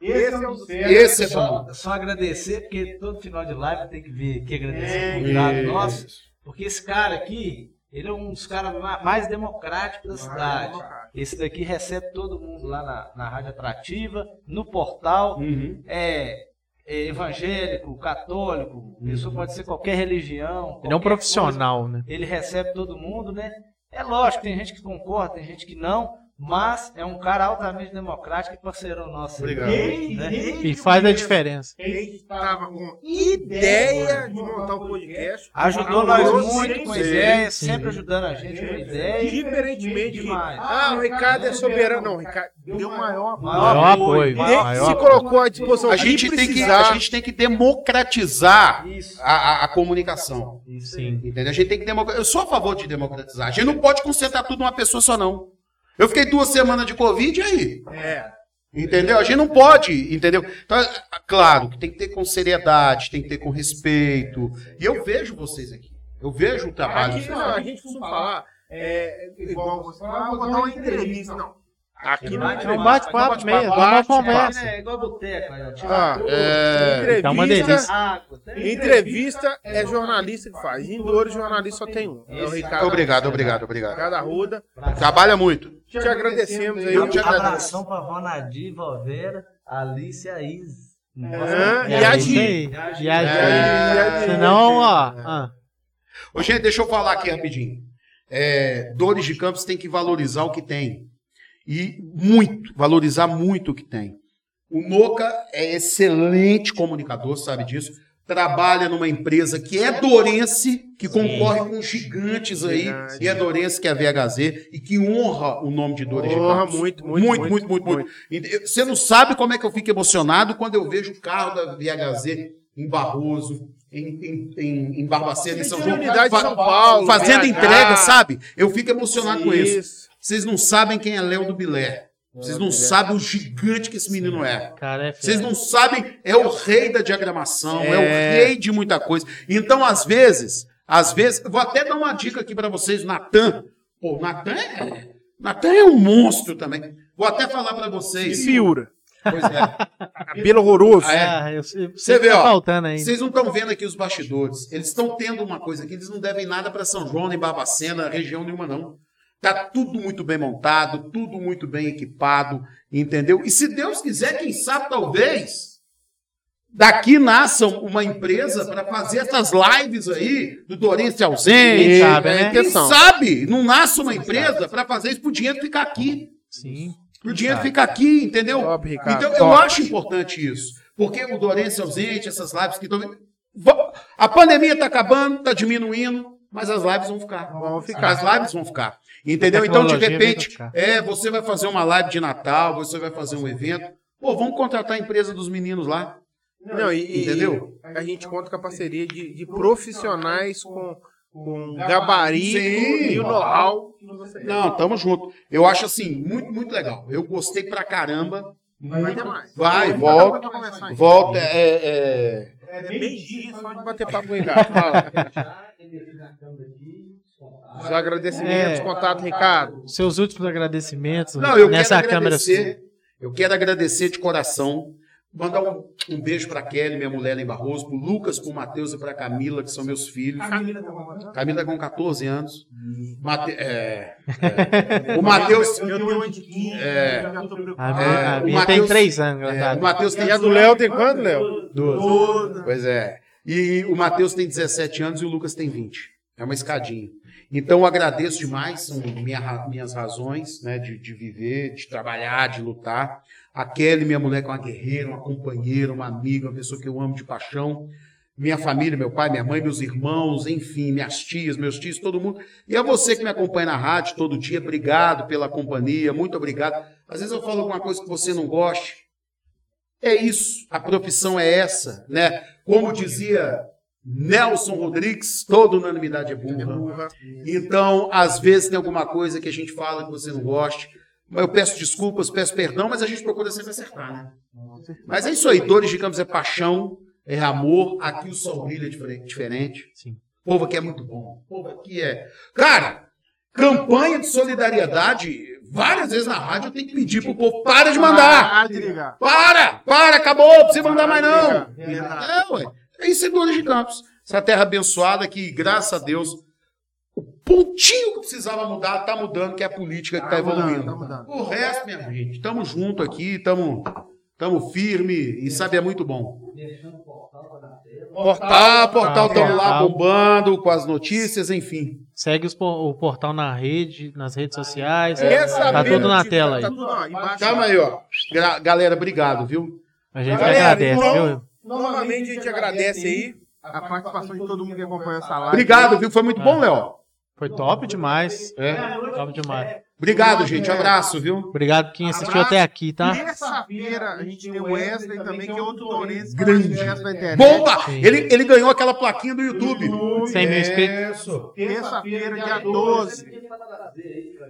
Esse é
um
o certo.
Esse é bom.
Só, só agradecer, porque todo final de live tem que vir aqui agradecer
É,
o convidado
isso.
nosso, porque esse cara aqui, ele é um dos caras ma- mais democráticos da cidade. Esse daqui recebe todo mundo lá na, na Rádio Atrativa, no portal,
Uhum.
é, é evangélico, católico,
Uhum.
pessoa pode ser qualquer religião.
Ele é um
qualquer coisa
profissional, né?
ele recebe todo mundo, né? É lógico, tem gente que concorda, tem gente que não, mas é um cara altamente democrático e parceirão nosso.
Obrigado.
Desde-
Né?
desde
E faz
o
a
começo,
diferença.
Ele
Tava
estava
com
ideia de montar
um
o podcast.
Ajudou nós
Alô,
muito
sim,
com
sim,
ideias,
sim.
sempre ajudando a gente com ideias.
Diferentemente de.
Demais.
Ah, o Ricardo é soberano. Não, o Ricardo deu maior
Maior apoio.
Ele
Maior
se
apoio.
colocou à disposição.
A gente
que
tem que,
precisar.
a gente tem que democratizar
Isso.
a, a- a comunicação.
Sim.
Entendeu? A gente tem que democratizar. Eu sou a favor de democratizar. A gente não pode concentrar tudo numa pessoa só, não. Eu fiquei duas semanas de Covid e aí.
É.
Entendeu? A gente não pode, entendeu? Então, é- claro, que tem que ter com seriedade, tem que ter com respeito. E eu vejo vocês aqui. Eu vejo o trabalho. de
Aqui, não,
vocês.
a gente costuma falar. É, igual você fala, ah, vou dar uma entrevista. Não. Aqui não é
É um
entrevista.
bate-papo mesmo, é uma conversa.
É igual boteco, aí, ó.
Ah,
É,
entrevista,
tá uma delícia.
Água, tem-
entrevista é jornalista que faz. Em Dores, jornalista só tem um. É o Ricardo.
Obrigado, obrigado, obrigado.
Ricardo Arruda.
Trabalha muito.
Te agradecemos aí.
Eu te agradeço.
Abração pra Vonadi, Valvera, Alice e a Isa.
Hã?
É
E a
isso
Gi.
aí. E a
É.
Gi. Senão, ó. ah,
Ô, gente, deixa eu falar aqui rapidinho. É, Dores de Campos tem que valorizar o que tem. E muito, valorizar muito o que tem. O Noca é excelente comunicador, sabe disso. trabalha numa empresa que é Dorense, que concorre com gigantes aí,
Verdade.
e é Dorense, que é a VHZ, e que honra o nome de Dores de
Honra
Campos.
muito,
Muito, muito, muito, muito, E eu- Você não sabe como é que eu fico emocionado quando eu vejo o carro da VHZ em Barroso, em, em, em, em Barbacena, em São João,
é, Unidade de
fa-
São Paulo, É,
fazendo
BH.
entrega, sabe? Eu fico emocionado com isso.
Isso.
Vocês não sabem quem é Léo do Bilé. Vocês não sabem o gigante que esse menino é.
Cara, é
Vocês
fera.
não sabem, é o rei da diagramação, é,
É.
o rei de muita coisa. Então, às vezes, às vezes, vou até dar uma dica aqui para vocês, Natan. Pô, Natan é, Natan é um monstro também. Vou até falar para vocês.
Fiura.
Pois é.
Cabelo horroroso.
Ah, é?
Ah, eu sei-
Você vê,
tá
ó.
faltando ainda.
Vocês não estão vendo aqui os bastidores. Eles estão tendo uma coisa que eles não devem nada para São João, nem Barbacena, região nenhuma, não. Tá tudo muito bem montado, tudo muito bem equipado, entendeu? E se Deus quiser, quem sabe, talvez, daqui nasça uma empresa para fazer essas lives aí do Dorense ausente.
Quem sabe, né?
Quem
Atenção.
sabe não nasce uma empresa para fazer isso pro dinheiro ficar aqui.
Sim.
Pro dinheiro ficar aqui, entendeu?
Top, Ricardo.
Então, eu
top.
acho importante isso. Porque o Dorense ausente, essas lives que estão. Va- A pandemia está acabando, está diminuindo, mas as lives vão ficar.
Vão ficar.
As lives vão ficar. Entendeu? Então, de
tecnologia
repente,
vai
é, você vai fazer uma live de Natal, você vai fazer um evento. Pô, vamos contratar a empresa dos meninos lá.
Não, e, e-
Entendeu?
A gente conta com a parceria de, de profissionais com, com gabarito
Sim.
e o know-how.
Não, tamo junto. Eu acho assim, muito, muito legal. Eu gostei pra caramba.
Vai ter
Muito.
mais.
Vai,
volta.
volta. Volta, é, é,
É meio-dia, só de
Bater papo aí, Ricardo. Fala. Os
Já
agradecimentos,
É.
contato, Ricardo.
Seus últimos agradecimentos
Não, eu
nessa
quero
câmera
agradecer. Eu quero agradecer de coração. Mandar um, um beijo para Kelly, minha mulher lá em Barroso, pro Lucas, pro Matheus e pra Camila, que são meus filhos.
Camila tá mamando.
Camila é com 14 anos. Mate- é, é. O Matheus.
Eu tenho uma diquinha.
É.
eu já tô
sua. A
preocupado.
minha, a
É, o
minha tem
Matheus-
três anos,
é,
guardada.
o Matheus
um
tem.
E a do Léo tem quanto, Léo?
Toda.
Pois é. E o Matheus tem 17 anos e o Lucas tem 20. É uma escadinha. Então eu agradeço demais, são minha ra- minhas razões né, de, de viver, de trabalhar, de lutar. A Kelly, minha mulher, que é uma guerreira, uma companheira, uma amiga, uma pessoa que eu amo de paixão. Minha família, meu pai, minha mãe, meus irmãos, enfim, minhas tias, meus tios, todo mundo. E a você que me acompanha na rádio todo dia, obrigado pela companhia, muito obrigado. Às vezes eu falo alguma coisa que você não goste, é isso, a profissão é essa, né? Como dizia Nelson Rodrigues, toda unanimidade é burra. Então, às vezes tem alguma coisa que a gente fala que você não goste. Eu peço desculpas, peço perdão, mas a gente procura sempre acertar, né? Mas é isso aí, Dores de Campos é paixão, é amor. Aqui o sol brilha difer- diferente.
Sim.
O povo aqui é muito bom. O povo aqui é. Cara, campanha de solidariedade, várias vezes na rádio eu tenho que pedir pro povo: para de mandar!
Ah, de ligar.
Para! Para, acabou! Não precisa mandar mais não!
Verdade.
É, ué. É isso aí, Dona de Campos. Essa terra abençoada que, graças a Deus, o pontinho que precisava mudar tá mudando, que é a política que tá
mudando, tá
evoluindo.
mudando.
O resto, minha gente, tamo junto aqui, tamo, tamo firme e sabe, é muito bom. Portal, portal, tamo lá
Portal.
bombando com as notícias, enfim.
Segue os por- o portal na rede, nas redes sociais.
Quer
tá
saber
tudo na
de-
tela aí.
Tá tudo, ó, embaixo.
Calma aí, ó. Gra- galera, obrigado, viu?
A gente
Galera,
agradece,
então-
viu?
Novamente a gente agradece aí
A participação de todo mundo que acompanhou essa live.
Obrigado, viu? Foi muito bom, Léo.
Foi top demais.
É.
Top demais.
Obrigado, gente. Abraço, viu?
Obrigado quem assistiu
Abraço.
até aqui, tá?
Terça-feira a gente tem o Wesley também, que é outro Lourenço.
Grande.
da internet.
Bomba!
Sim.
Ele, ele ganhou aquela plaquinha do YouTube.
100 mil inscritos.
Isso.
Terça-feira, dia 12.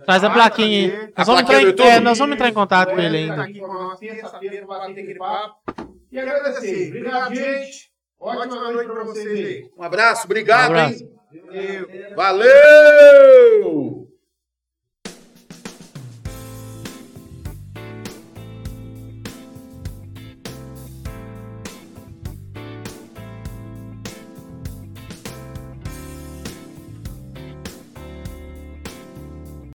Traz a
Vai
plaquinha aí.
fazer.
Nós
A
vamos,
plaquinha
entrar
do
em,
YouTube?
é, nós vamos entrar em contato com ele
Tá
ainda.
aqui com nós terça-feira, bater aquele papo. E agradecer. Obrigado, gente. Ótima noite pra vocês aí.
Um abraço, obrigado,
Um abraço.
hein? Valeu!